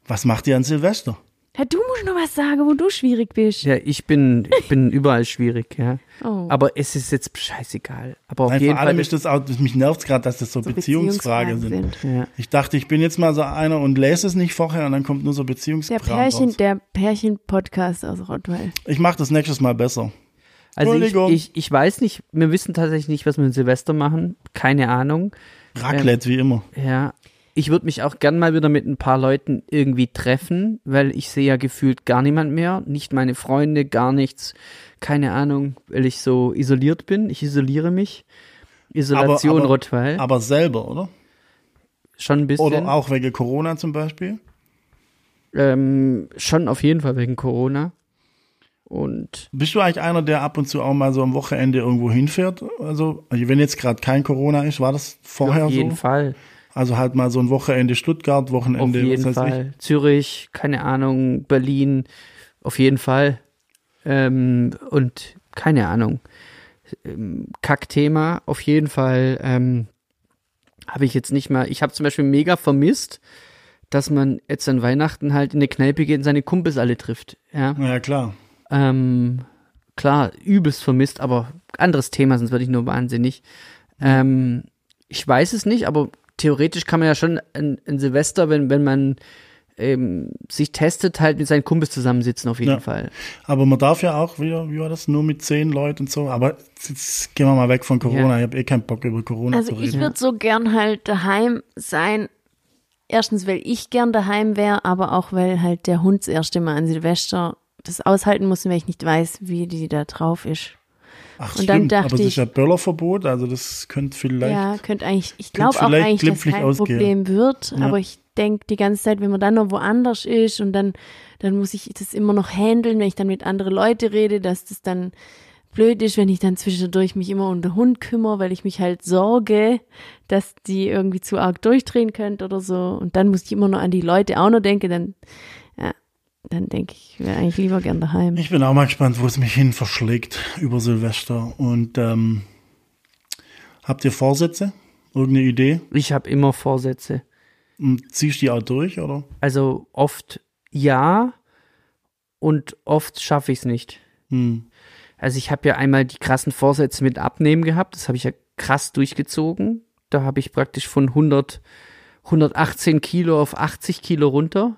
[SPEAKER 2] Was macht ihr an Silvester?
[SPEAKER 3] ja, du musst noch was sagen, wo du schwierig bist.
[SPEAKER 1] Ja, ich bin, ich bin überall schwierig, ja.
[SPEAKER 3] Oh.
[SPEAKER 1] Aber es ist jetzt scheißegal. Aber auf
[SPEAKER 2] Nein,
[SPEAKER 1] jeden
[SPEAKER 2] vor allem
[SPEAKER 1] Fall.
[SPEAKER 2] ist das auch, das- mich nervt gerade, dass das so, Beziehungsfragen sind.
[SPEAKER 1] Ja.
[SPEAKER 2] Ich dachte, ich bin jetzt mal so einer und lese es nicht vorher und dann kommt nur so
[SPEAKER 3] Der
[SPEAKER 2] Beziehungsfragen
[SPEAKER 3] Pärchen,
[SPEAKER 2] raus.
[SPEAKER 3] der Pärchen-Podcast aus Rottweil.
[SPEAKER 2] Ich mache das nächstes Mal besser.
[SPEAKER 1] Also ich,
[SPEAKER 2] Entschuldigung.
[SPEAKER 1] ich, ich weiß nicht, wir wissen tatsächlich nicht, was wir mit Silvester machen. Keine Ahnung.
[SPEAKER 2] Raclette, wie immer.
[SPEAKER 1] Ja. Ich würde mich auch gern mal wieder mit ein paar Leuten irgendwie treffen, weil ich sehe ja gefühlt gar niemand mehr. Nicht meine Freunde, gar nichts. Keine Ahnung, weil ich so isoliert bin. Ich isoliere mich. Isolation
[SPEAKER 2] aber-
[SPEAKER 1] Rottweil.
[SPEAKER 2] Aber selber, oder?
[SPEAKER 1] schon ein bisschen.
[SPEAKER 2] Oder auch wegen Corona zum Beispiel.
[SPEAKER 1] Ähm, schon auf jeden Fall wegen Corona. Und
[SPEAKER 2] Bist du eigentlich einer, der ab und zu auch mal so am Wochenende irgendwo hinfährt? Also, wenn jetzt gerade kein Corona ist, war das vorher
[SPEAKER 1] auf jeden
[SPEAKER 2] so?
[SPEAKER 1] Fall.
[SPEAKER 2] Also halt mal so ein Wochenende Stuttgart,
[SPEAKER 1] Auf
[SPEAKER 2] Wochenende,
[SPEAKER 1] jeden
[SPEAKER 2] was weiß
[SPEAKER 1] Fall. Zürich, keine Ahnung, Berlin, auf jeden Fall. Ähm, und keine Ahnung. Ähm, Kackthema, auf jeden Fall ähm, habe ich jetzt nicht mal. Ich habe zum Beispiel mega vermisst, dass man jetzt an Weihnachten halt in eine Kneipe geht und seine Kumpels alle trifft. Ja.
[SPEAKER 2] ich. Ja, klar.
[SPEAKER 1] Ähm, klar, übelst vermisst, aber anderes Thema, sonst würde ich nur wahnsinnig. Ähm, ich weiß es nicht, aber theoretisch kann man ja schon in, in Silvester, wenn, wenn man ähm, sich testet, halt mit seinen Kumpels zusammensitzen, auf jeden
[SPEAKER 2] Ja.
[SPEAKER 1] Fall.
[SPEAKER 2] Aber man darf ja auch wieder, wie war das, nur mit zehn Leuten und so. Aber jetzt gehen wir mal weg von Corona. Ich habe eh keinen Bock über Corona
[SPEAKER 3] Also
[SPEAKER 2] zu
[SPEAKER 3] ich
[SPEAKER 2] reden.
[SPEAKER 3] würde so gern halt daheim sein, Erstens, weil ich gern daheim wäre, aber auch, weil halt der Hund das erste Mal an Silvester das aushalten muss, weil ich nicht weiß, wie die da drauf ist.
[SPEAKER 2] Ach,
[SPEAKER 3] Und dann
[SPEAKER 2] stimmt.
[SPEAKER 3] dachte
[SPEAKER 2] Aber es
[SPEAKER 3] ich-
[SPEAKER 2] ist ja Böllerverbot, also das könnte vielleicht.
[SPEAKER 3] Ja, könnte eigentlich, ich glaube auch
[SPEAKER 2] vielleicht
[SPEAKER 3] eigentlich, dass
[SPEAKER 2] glimpflich
[SPEAKER 3] kein
[SPEAKER 2] ausgehen.
[SPEAKER 3] Problem wird,
[SPEAKER 2] Ja.
[SPEAKER 3] aber ich denke die ganze Zeit, wenn man dann noch woanders ist und dann, dann muss ich das immer noch handeln, wenn ich dann mit anderen Leuten rede, dass das dann blöd ist, wenn ich dann zwischendurch mich immer um den Hund kümmere, weil ich mich halt sorge, dass die irgendwie zu arg durchdrehen könnt oder so und dann muss ich immer noch an die Leute auch noch denken, dann, ja, dann denke ich, ich wäre eigentlich lieber gern daheim.
[SPEAKER 2] Ich bin auch mal gespannt, wo es mich hin verschlägt über Silvester. Und ähm, habt ihr Vorsätze? Irgendeine Idee?
[SPEAKER 1] Ich habe immer Vorsätze.
[SPEAKER 2] Und ziehst die auch durch, oder?
[SPEAKER 1] Also oft ja und oft schaffe ich es nicht.
[SPEAKER 2] Hm.
[SPEAKER 1] Also ich habe ja einmal die krassen Vorsätze mit Abnehmen gehabt, das habe ich ja krass durchgezogen. Da habe ich praktisch von 100, 118 Kilo auf 80 Kilo runter.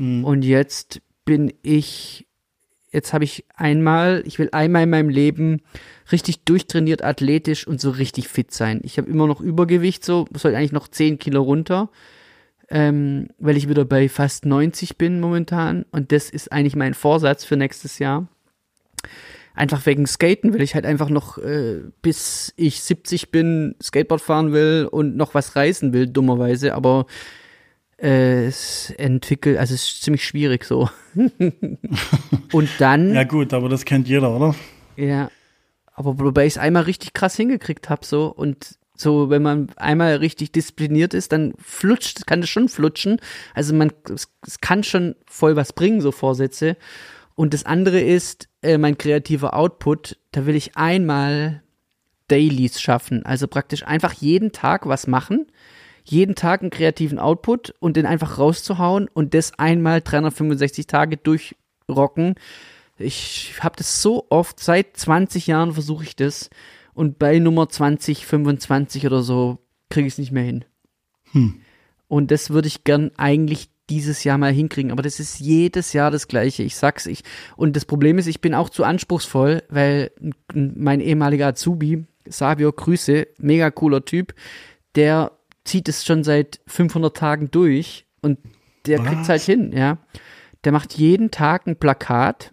[SPEAKER 1] Und jetzt bin ich, jetzt habe ich einmal, ich will einmal in meinem Leben richtig durchtrainiert, athletisch und so richtig fit sein. Ich habe immer noch Übergewicht, so soll eigentlich noch 10 Kilo runter. Ähm, weil ich wieder bei fast 90 bin momentan und das ist eigentlich mein Vorsatz für nächstes Jahr einfach wegen Skaten will ich halt einfach noch, äh, bis ich 70 bin, Skateboard fahren will und noch was reißen will, dummerweise, aber äh, es entwickelt, also es ist ziemlich schwierig so. und dann,
[SPEAKER 2] Ja,
[SPEAKER 1] ja,
[SPEAKER 2] gut, aber das kennt jeder, oder?
[SPEAKER 1] aber wobei ich es einmal richtig krass hingekriegt habe so und so, wenn man einmal richtig diszipliniert ist, dann flutscht, kann das schon flutschen. Also man, es, es kann schon voll was bringen, so Vorsätze. Und das andere ist äh, mein kreativer Output. Da will ich einmal Dailies schaffen. Also praktisch einfach jeden Tag was machen, jeden Tag einen kreativen Output und den einfach rauszuhauen und das einmal 365 Tage durchrocken. Ich habe das so oft, seit 20 Jahren versuche ich das und bei Nummer 20, 25 oder so kriege ich es nicht mehr hin. Und das würde ich gern eigentlich dieses Jahr mal hinkriegen. Aber das ist jedes Jahr das Gleiche. Ich sag's ich. Und das Problem ist, ich bin auch zu anspruchsvoll, weil n- n- mein ehemaliger Azubi, Savio Grüße, mega cooler Typ, der zieht es schon seit 500 Tagen durch und der
[SPEAKER 2] Was?
[SPEAKER 1] kriegt's halt hin, ja. Der macht jeden Tag ein Plakat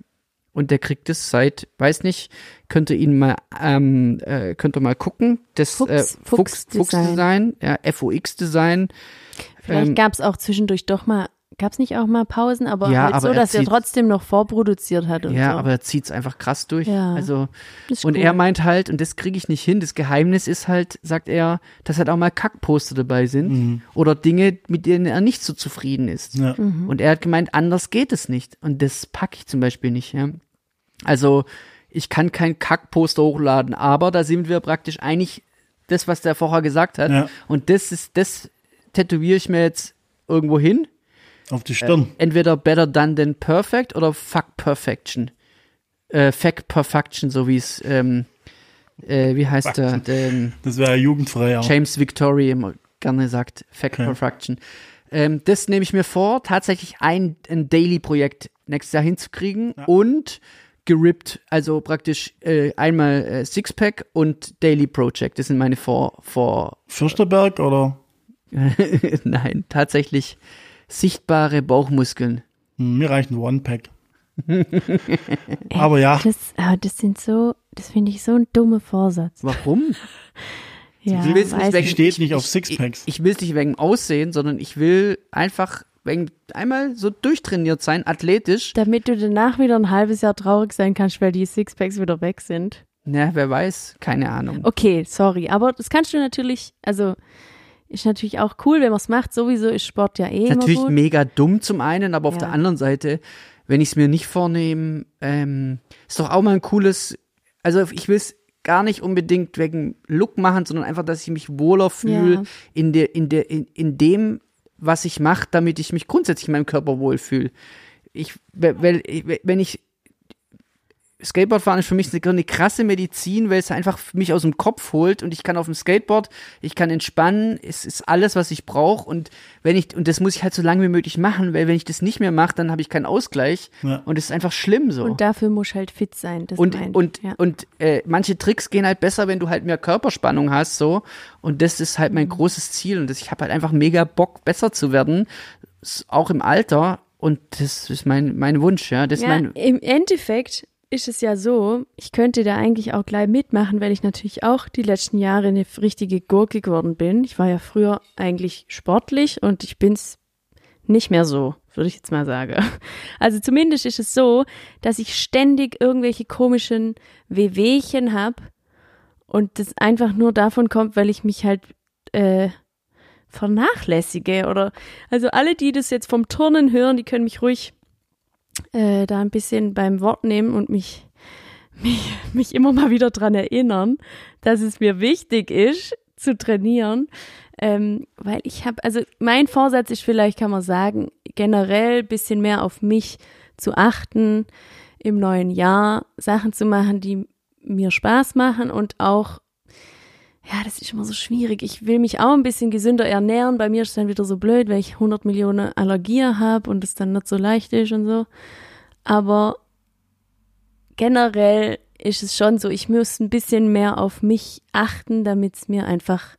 [SPEAKER 1] und der kriegt es seit, weiß nicht, könnte ihn mal, ähm, äh, könnt ihr mal gucken. Das
[SPEAKER 3] Fuchs-
[SPEAKER 1] äh, Fuchs,
[SPEAKER 3] Fuchs
[SPEAKER 1] Fuchs Design, ja, FOX Design.
[SPEAKER 3] Vielleicht
[SPEAKER 1] Ähm,
[SPEAKER 3] gab es auch zwischendurch doch mal, gab es nicht auch mal Pausen, aber
[SPEAKER 1] Ja,
[SPEAKER 3] halt
[SPEAKER 1] aber
[SPEAKER 3] so,
[SPEAKER 1] er
[SPEAKER 3] dass er
[SPEAKER 1] zieht-
[SPEAKER 3] trotzdem noch vorproduziert hat und
[SPEAKER 1] Ja,
[SPEAKER 3] so.
[SPEAKER 1] aber er zieht es einfach krass durch.
[SPEAKER 3] Ja.
[SPEAKER 1] Also,
[SPEAKER 3] Das ist
[SPEAKER 1] und
[SPEAKER 3] cool.
[SPEAKER 1] er meint halt, und das kriege ich nicht hin, das Geheimnis ist halt, sagt er, dass halt auch mal Kackposter dabei sind oder Dinge, mit denen er nicht so zufrieden ist.
[SPEAKER 2] Mhm. Ja.
[SPEAKER 3] Mhm.
[SPEAKER 1] Und er hat gemeint, anders geht es nicht. Und das packe ich zum Beispiel nicht. Ja. Also, ich kann kein Kackposter hochladen, aber da sind wir praktisch eigentlich das, was der vorher gesagt hat.
[SPEAKER 2] Ja.
[SPEAKER 1] Und das ist, das tätowiere ich mir jetzt irgendwo hin
[SPEAKER 2] Auf die Stirn.
[SPEAKER 1] entweder Better Done Than Perfect oder Fuck Perfection. Äh, Fuck Perfection, so wie es, ähm, äh, wie heißt der, ähm,
[SPEAKER 2] Das wäre ja jugendfrei auch.
[SPEAKER 1] James Victory immer gerne sagt, Fuck
[SPEAKER 2] Okay.
[SPEAKER 1] Perfection. Ähm, das nehme ich mir vor, tatsächlich ein, ein Daily-Projekt nächstes Jahr hinzukriegen und gerippt, also praktisch äh, einmal äh, Sixpack und Daily Project. Das sind meine Vor, vor
[SPEAKER 2] Fürsterberg oder?
[SPEAKER 1] nein, tatsächlich sichtbare Bauchmuskeln.
[SPEAKER 2] Hm, mir reicht ein One-Pack. aber ja,
[SPEAKER 3] Das, ah, das sind so, das finde ich so ein dummer Vorsatz.
[SPEAKER 1] Warum?
[SPEAKER 3] Ja,
[SPEAKER 1] Ich will's nicht
[SPEAKER 3] weiß
[SPEAKER 1] weg-
[SPEAKER 2] die steht
[SPEAKER 1] ich-
[SPEAKER 2] nicht auf
[SPEAKER 1] Ich,
[SPEAKER 2] Sixpacks.
[SPEAKER 1] ich will es nicht wegen dem Aussehen, sondern ich will einfach wegen einmal so durchtrainiert sein, athletisch.
[SPEAKER 3] Damit du danach wieder ein halbes Jahr traurig sein kannst, weil die Sixpacks wieder weg sind.
[SPEAKER 1] Na, wer weiß, keine Ahnung.
[SPEAKER 3] Okay, sorry, aber das kannst du natürlich, also ist natürlich auch cool, wenn man es macht. Sowieso ist Sport ja eh
[SPEAKER 1] Ist natürlich
[SPEAKER 3] immer gut.
[SPEAKER 1] mega dumm zum einen, aber auf
[SPEAKER 3] Ja.
[SPEAKER 1] der anderen Seite, wenn ich es mir nicht vornehme, ähm, ist doch auch mal ein cooles. Also ich will es gar nicht unbedingt wegen Look machen, sondern einfach, dass ich mich wohler fühle
[SPEAKER 3] Ja.
[SPEAKER 1] in der, in der, in, in dem, was ich mache, damit ich mich grundsätzlich in meinem Körper wohlfühle. Ich, weil, weil- wenn ich Skateboardfahren ist für mich eine, eine krasse Medizin, weil es einfach mich aus dem Kopf holt und ich kann auf dem Skateboard, ich kann entspannen, es ist alles, was ich brauche und wenn ich und das muss ich halt so lange wie möglich machen, weil wenn ich das nicht mehr mache, dann habe ich keinen Ausgleich
[SPEAKER 2] Ja.
[SPEAKER 1] und es ist einfach schlimm so.
[SPEAKER 3] Und dafür muss halt fit sein. Das
[SPEAKER 1] Und,
[SPEAKER 3] mein,
[SPEAKER 1] und,
[SPEAKER 3] ja.
[SPEAKER 1] und äh, manche Tricks gehen halt besser, wenn du halt mehr Körperspannung hast, so. Und das ist halt
[SPEAKER 3] Mhm.
[SPEAKER 1] mein großes Ziel. Und das, ich habe halt einfach mega Bock, besser zu werden, s- auch im Alter. Und das ist mein, mein Wunsch, ja. Das ist
[SPEAKER 3] ja,
[SPEAKER 1] mein,
[SPEAKER 3] im Endeffekt ist es ja so, ich könnte da eigentlich auch gleich mitmachen, weil ich natürlich auch die letzten Jahre eine richtige Gurke geworden bin. Ich war ja früher eigentlich sportlich und ich bin's nicht mehr so, würde ich jetzt mal sagen. Also zumindest ist es so, dass ich ständig irgendwelche komischen Wehwehchen habe und das einfach nur davon kommt, weil ich mich halt äh, vernachlässige oder also alle, die das jetzt vom Turnen hören, die können mich ruhig äh, da ein bisschen beim Wort nehmen und mich, mich, mich immer mal wieder dran erinnern, dass es mir wichtig ist, zu trainieren. Ähm, weil ich habe, also mein Vorsatz ist vielleicht, kann man sagen, generell ein bisschen mehr auf mich zu achten, im neuen Jahr Sachen zu machen, die mir Spaß machen und auch, ja, das ist immer so schwierig. Ich will mich auch ein bisschen gesünder ernähren. Bei mir ist es dann wieder so blöd, weil ich 100 Millionen Allergien habe und es dann nicht so leicht ist und so. Aber generell ist es schon so, ich muss ein bisschen mehr auf mich achten, damit es mir einfach.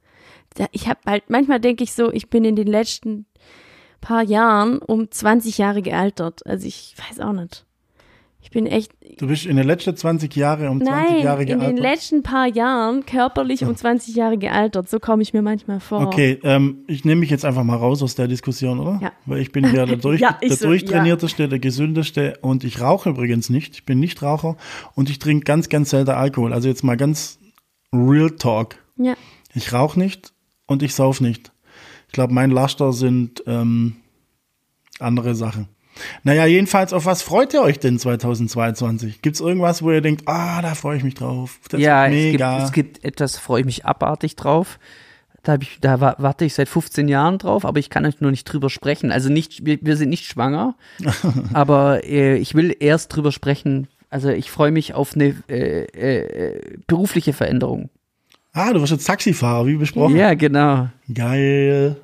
[SPEAKER 3] da- Ich habe halt, manchmal denke ich so, ich bin in den letzten paar Jahren um 20 Jahre gealtert. Also ich weiß auch nicht. Ich bin echt,
[SPEAKER 2] Du bist in den letzten 20 Jahren um 20
[SPEAKER 3] nein,
[SPEAKER 2] Jahre
[SPEAKER 3] in den
[SPEAKER 2] gealtert. Oh.
[SPEAKER 3] letzten paar Jahren körperlich um 20 Jahre gealtert. So komme ich mir manchmal vor.
[SPEAKER 2] Okay, ähm, ich nehme mich jetzt einfach mal raus aus der Diskussion, oder?
[SPEAKER 3] Ja.
[SPEAKER 2] Weil ich bin ja der, durch,
[SPEAKER 3] Ja, ich
[SPEAKER 2] der
[SPEAKER 3] so-
[SPEAKER 2] durchtrainierteste, der gesündeste und ich rauche übrigens nicht. Ich bin nicht Raucher und ich trinke ganz, ganz selten Alkohol. Also jetzt mal ganz real talk.
[SPEAKER 3] Ja,
[SPEAKER 2] Ich rauche nicht und ich sauf nicht. Ich glaube, mein Laster sind ähm, andere Sachen. Naja, jedenfalls, auf was freut ihr euch denn 2022? Gibt's irgendwas, wo ihr denkt, ah, da freue ich mich drauf. Das
[SPEAKER 1] ja,
[SPEAKER 2] wird mega.
[SPEAKER 1] es gibt, es gibt etwas, freue ich mich abartig drauf. Da, hab ich, da wa- warte ich seit 15 Jahren drauf, aber ich kann euch nur nicht drüber sprechen. Also nicht, wir, wir sind nicht schwanger, aber äh, ich will erst drüber sprechen. Also ich freue mich auf eine äh, äh, berufliche Veränderung.
[SPEAKER 2] ah, du wirst jetzt Taxifahrer, wie besprochen.
[SPEAKER 1] Ja, genau.
[SPEAKER 2] Geil.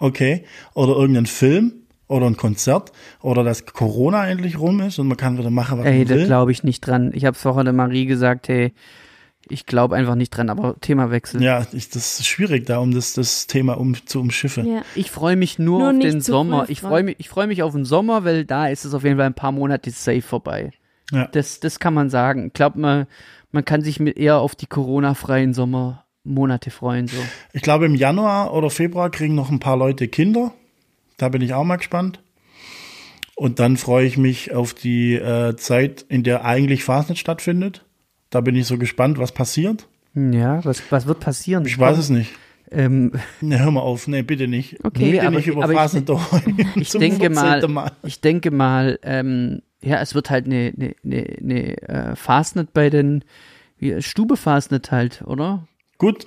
[SPEAKER 2] Okay. Oder irgendein Film oder ein Konzert oder dass Corona endlich rum ist und man kann wieder machen, was
[SPEAKER 1] Ey,
[SPEAKER 2] man
[SPEAKER 1] da
[SPEAKER 2] will.
[SPEAKER 1] glaube ich nicht dran. Ich habe es vorher der Marie gesagt, hey, ich glaube einfach nicht dran, aber Themawechsel.
[SPEAKER 2] ja, ich, das ist schwierig da, um das, das Thema um, zu umschiffen.
[SPEAKER 3] ja.
[SPEAKER 1] Ich freue mich nur,
[SPEAKER 3] Nur
[SPEAKER 1] auf
[SPEAKER 3] nicht
[SPEAKER 1] den
[SPEAKER 3] zu
[SPEAKER 1] Sommer.
[SPEAKER 3] früh
[SPEAKER 1] Ich freue mich, ich freu mich auf den Sommer, weil da ist es auf jeden Fall ein paar Monate safe vorbei.
[SPEAKER 2] Ja.
[SPEAKER 1] Das, das kann man sagen. Ich glaube, man, man kann sich mit eher auf die Corona-freien Sommermonate freuen. So.
[SPEAKER 2] Ich glaube, im Januar oder Februar kriegen noch ein paar Leute Kinder. Da bin ich auch mal gespannt. Und dann freue ich mich auf die äh, Zeit, in der eigentlich Fastnet stattfindet. Da bin ich so gespannt, was passiert.
[SPEAKER 1] Ja, was, was wird passieren?
[SPEAKER 2] Ich weiß es nicht.
[SPEAKER 1] Ähm,
[SPEAKER 2] Ne, hör mal auf. Ne, bitte nicht.
[SPEAKER 1] Okay. Nee,
[SPEAKER 2] bitte
[SPEAKER 1] aber
[SPEAKER 2] nicht
[SPEAKER 1] ich-
[SPEAKER 2] über
[SPEAKER 1] aber ich-
[SPEAKER 2] Fastnet
[SPEAKER 1] ich denke mal,
[SPEAKER 2] mal.
[SPEAKER 1] ich denke mal, ähm, ja, es wird halt eine ne, ne, ne, äh, Fastnet bei den wie, Stube Fastnet halt, oder?
[SPEAKER 2] Gut,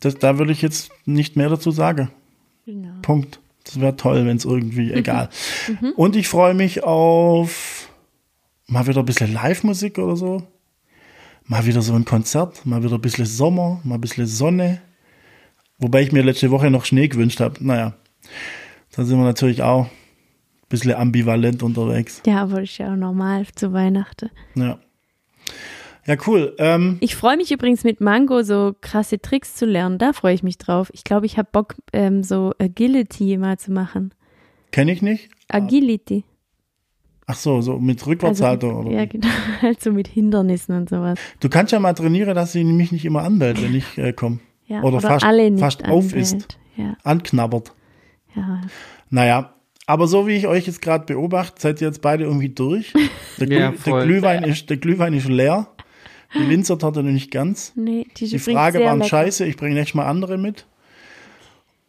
[SPEAKER 2] das, da würde ich jetzt nicht mehr dazu sagen.
[SPEAKER 3] Genau.
[SPEAKER 2] Punkt. Das wäre toll, wenn es irgendwie,
[SPEAKER 1] Mhm.
[SPEAKER 2] egal. Und ich freue mich auf mal wieder ein bisschen Live-Musik oder so. Mal wieder so ein Konzert, mal wieder ein bisschen Sommer, mal ein bisschen Sonne. Wobei ich mir letzte Woche noch Schnee gewünscht habe. Naja, da sind wir natürlich auch ein bisschen ambivalent unterwegs.
[SPEAKER 3] Ja, aber ist ja auch normal zu Weihnachten.
[SPEAKER 2] Ja, ja cool. Ähm,
[SPEAKER 3] Ich freue mich übrigens mit Mango so krasse Tricks zu lernen. Da freue ich mich drauf. Ich glaube, ich habe Bock, ähm, so Agility mal zu machen.
[SPEAKER 2] Kenne ich nicht.
[SPEAKER 3] Agility.
[SPEAKER 2] Ach so, so mit Rückwärtshalter. oder
[SPEAKER 3] ja,
[SPEAKER 2] wie?
[SPEAKER 3] genau. Also mit Hindernissen und sowas.
[SPEAKER 2] Du kannst ja mal trainieren, dass sie mich nicht immer anbellt, wenn ich äh, komme.
[SPEAKER 3] Ja,
[SPEAKER 2] Oder fast-
[SPEAKER 3] alle nicht
[SPEAKER 2] fast auf ist.
[SPEAKER 3] anwählt. Ja,
[SPEAKER 2] Anknabbert.
[SPEAKER 3] ja.
[SPEAKER 2] Naja, aber so wie ich euch jetzt gerade beobachte, seid ihr jetzt beide irgendwie durch. Der, Glüh
[SPEAKER 1] Ja,
[SPEAKER 2] der,
[SPEAKER 1] voll.
[SPEAKER 2] Glühwein, ist, der Glühwein ist leer. Die Winzertorte noch nicht ganz.
[SPEAKER 3] Nee, die,
[SPEAKER 2] Die
[SPEAKER 3] übrigens
[SPEAKER 2] Frage
[SPEAKER 3] sehr
[SPEAKER 2] waren
[SPEAKER 3] lecker.
[SPEAKER 2] scheiße, ich bringe nächstes Mal andere mit.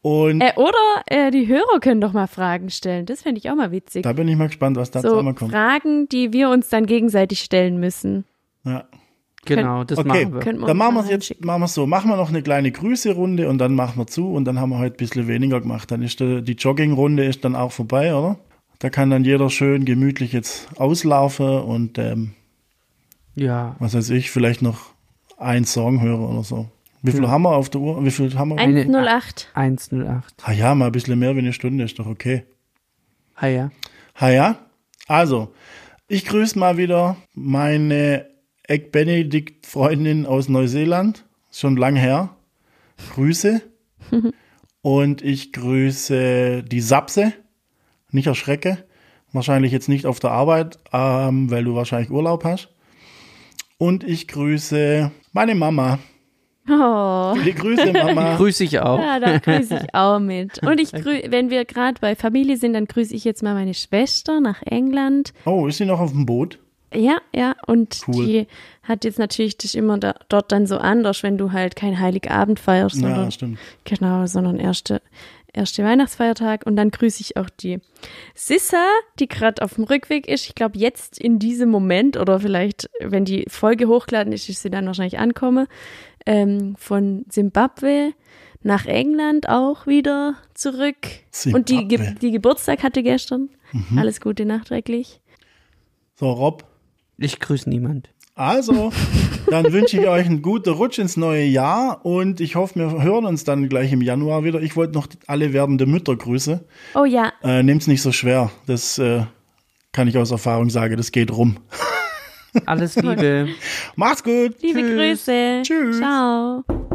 [SPEAKER 2] Und
[SPEAKER 3] Äh, oder äh, die Hörer können doch mal Fragen stellen. Das fände ich auch mal witzig.
[SPEAKER 2] da bin ich mal gespannt, was da
[SPEAKER 3] so
[SPEAKER 2] zusammenkommt.
[SPEAKER 3] Fragen, die wir uns dann gegenseitig stellen müssen.
[SPEAKER 2] Ja.
[SPEAKER 1] Genau, das
[SPEAKER 2] Okay,
[SPEAKER 1] machen wir.
[SPEAKER 3] Könnten wir
[SPEAKER 2] dann machen
[SPEAKER 3] uns
[SPEAKER 2] wir
[SPEAKER 3] mal
[SPEAKER 2] es jetzt
[SPEAKER 3] reinschicken.
[SPEAKER 2] machen wir's so. Machen wir noch eine kleine Grüße-Runde und dann machen wir zu und dann haben wir heute ein bisschen weniger gemacht. Dann ist der, die Jogging-Runde ist dann auch vorbei, oder? Da kann dann jeder schön gemütlich jetzt auslaufen und ähm,
[SPEAKER 1] Ja.
[SPEAKER 2] was weiß ich, vielleicht noch einen Song höre oder so. Wie viel haben wir auf der Uhr? Wie viel haben wir?
[SPEAKER 1] Ein- Eine-
[SPEAKER 3] 108.
[SPEAKER 1] 108.
[SPEAKER 2] Ah ja, mal ein bisschen mehr wie eine Stunde ist doch okay.
[SPEAKER 1] Ah ja.
[SPEAKER 2] Ha ja, also, ich grüße mal wieder meine Egg-Benedict-Freundin aus Neuseeland. Ist Schon lang her. Grüße. Und ich grüße die Sapse. Nicht erschrecke. Wahrscheinlich jetzt nicht auf der Arbeit, ähm, weil du wahrscheinlich Urlaub hast. Und ich grüße meine Mama.
[SPEAKER 3] Oh.
[SPEAKER 2] Die Grüße, Mama.
[SPEAKER 1] Grüße ich auch.
[SPEAKER 3] Ja, da grüße ich auch mit. Und ich grü wenn wir gerade bei Familie sind, dann grüße ich jetzt mal meine Schwester nach England.
[SPEAKER 2] Oh, ist sie noch auf dem Boot?
[SPEAKER 3] Ja, ja. Und
[SPEAKER 2] Cool.
[SPEAKER 3] die hat jetzt natürlich dich immer da, dort dann so anders, wenn du halt kein Heiligabend feierst,
[SPEAKER 2] Ja,
[SPEAKER 3] sondern
[SPEAKER 2] stimmt.
[SPEAKER 3] Genau, sondern erste, erste Weihnachtsfeiertag. Und dann grüße ich auch die Sissa, die gerade auf dem Rückweg ist. Ich glaube, jetzt in diesem Moment oder vielleicht, wenn die Folge hochgeladen ist, ist sie dann wahrscheinlich ankomme. Ähm, von Simbabwe nach England auch wieder zurück. Und die, Ge
[SPEAKER 2] Simbabwe. Mhm.
[SPEAKER 3] die Geburtstag hatte gestern. Alles Gute nachträglich.
[SPEAKER 2] So, Rob.
[SPEAKER 1] Ich grüße niemand.
[SPEAKER 2] Also, dann wünsche ich euch einen guten Rutsch ins neue Jahr und ich hoffe, wir hören uns dann gleich im Januar wieder. Ich wollte noch alle werdende Mütter grüßen.
[SPEAKER 3] Oh ja,
[SPEAKER 2] Äh, Nehmt es nicht so schwer. Das äh, kann ich aus Erfahrung sagen. Das geht rum.
[SPEAKER 1] Alles Liebe.
[SPEAKER 2] Macht's gut.
[SPEAKER 3] liebe
[SPEAKER 1] Tschüss.
[SPEAKER 3] Grüße.
[SPEAKER 2] Tschüss.
[SPEAKER 3] Ciao.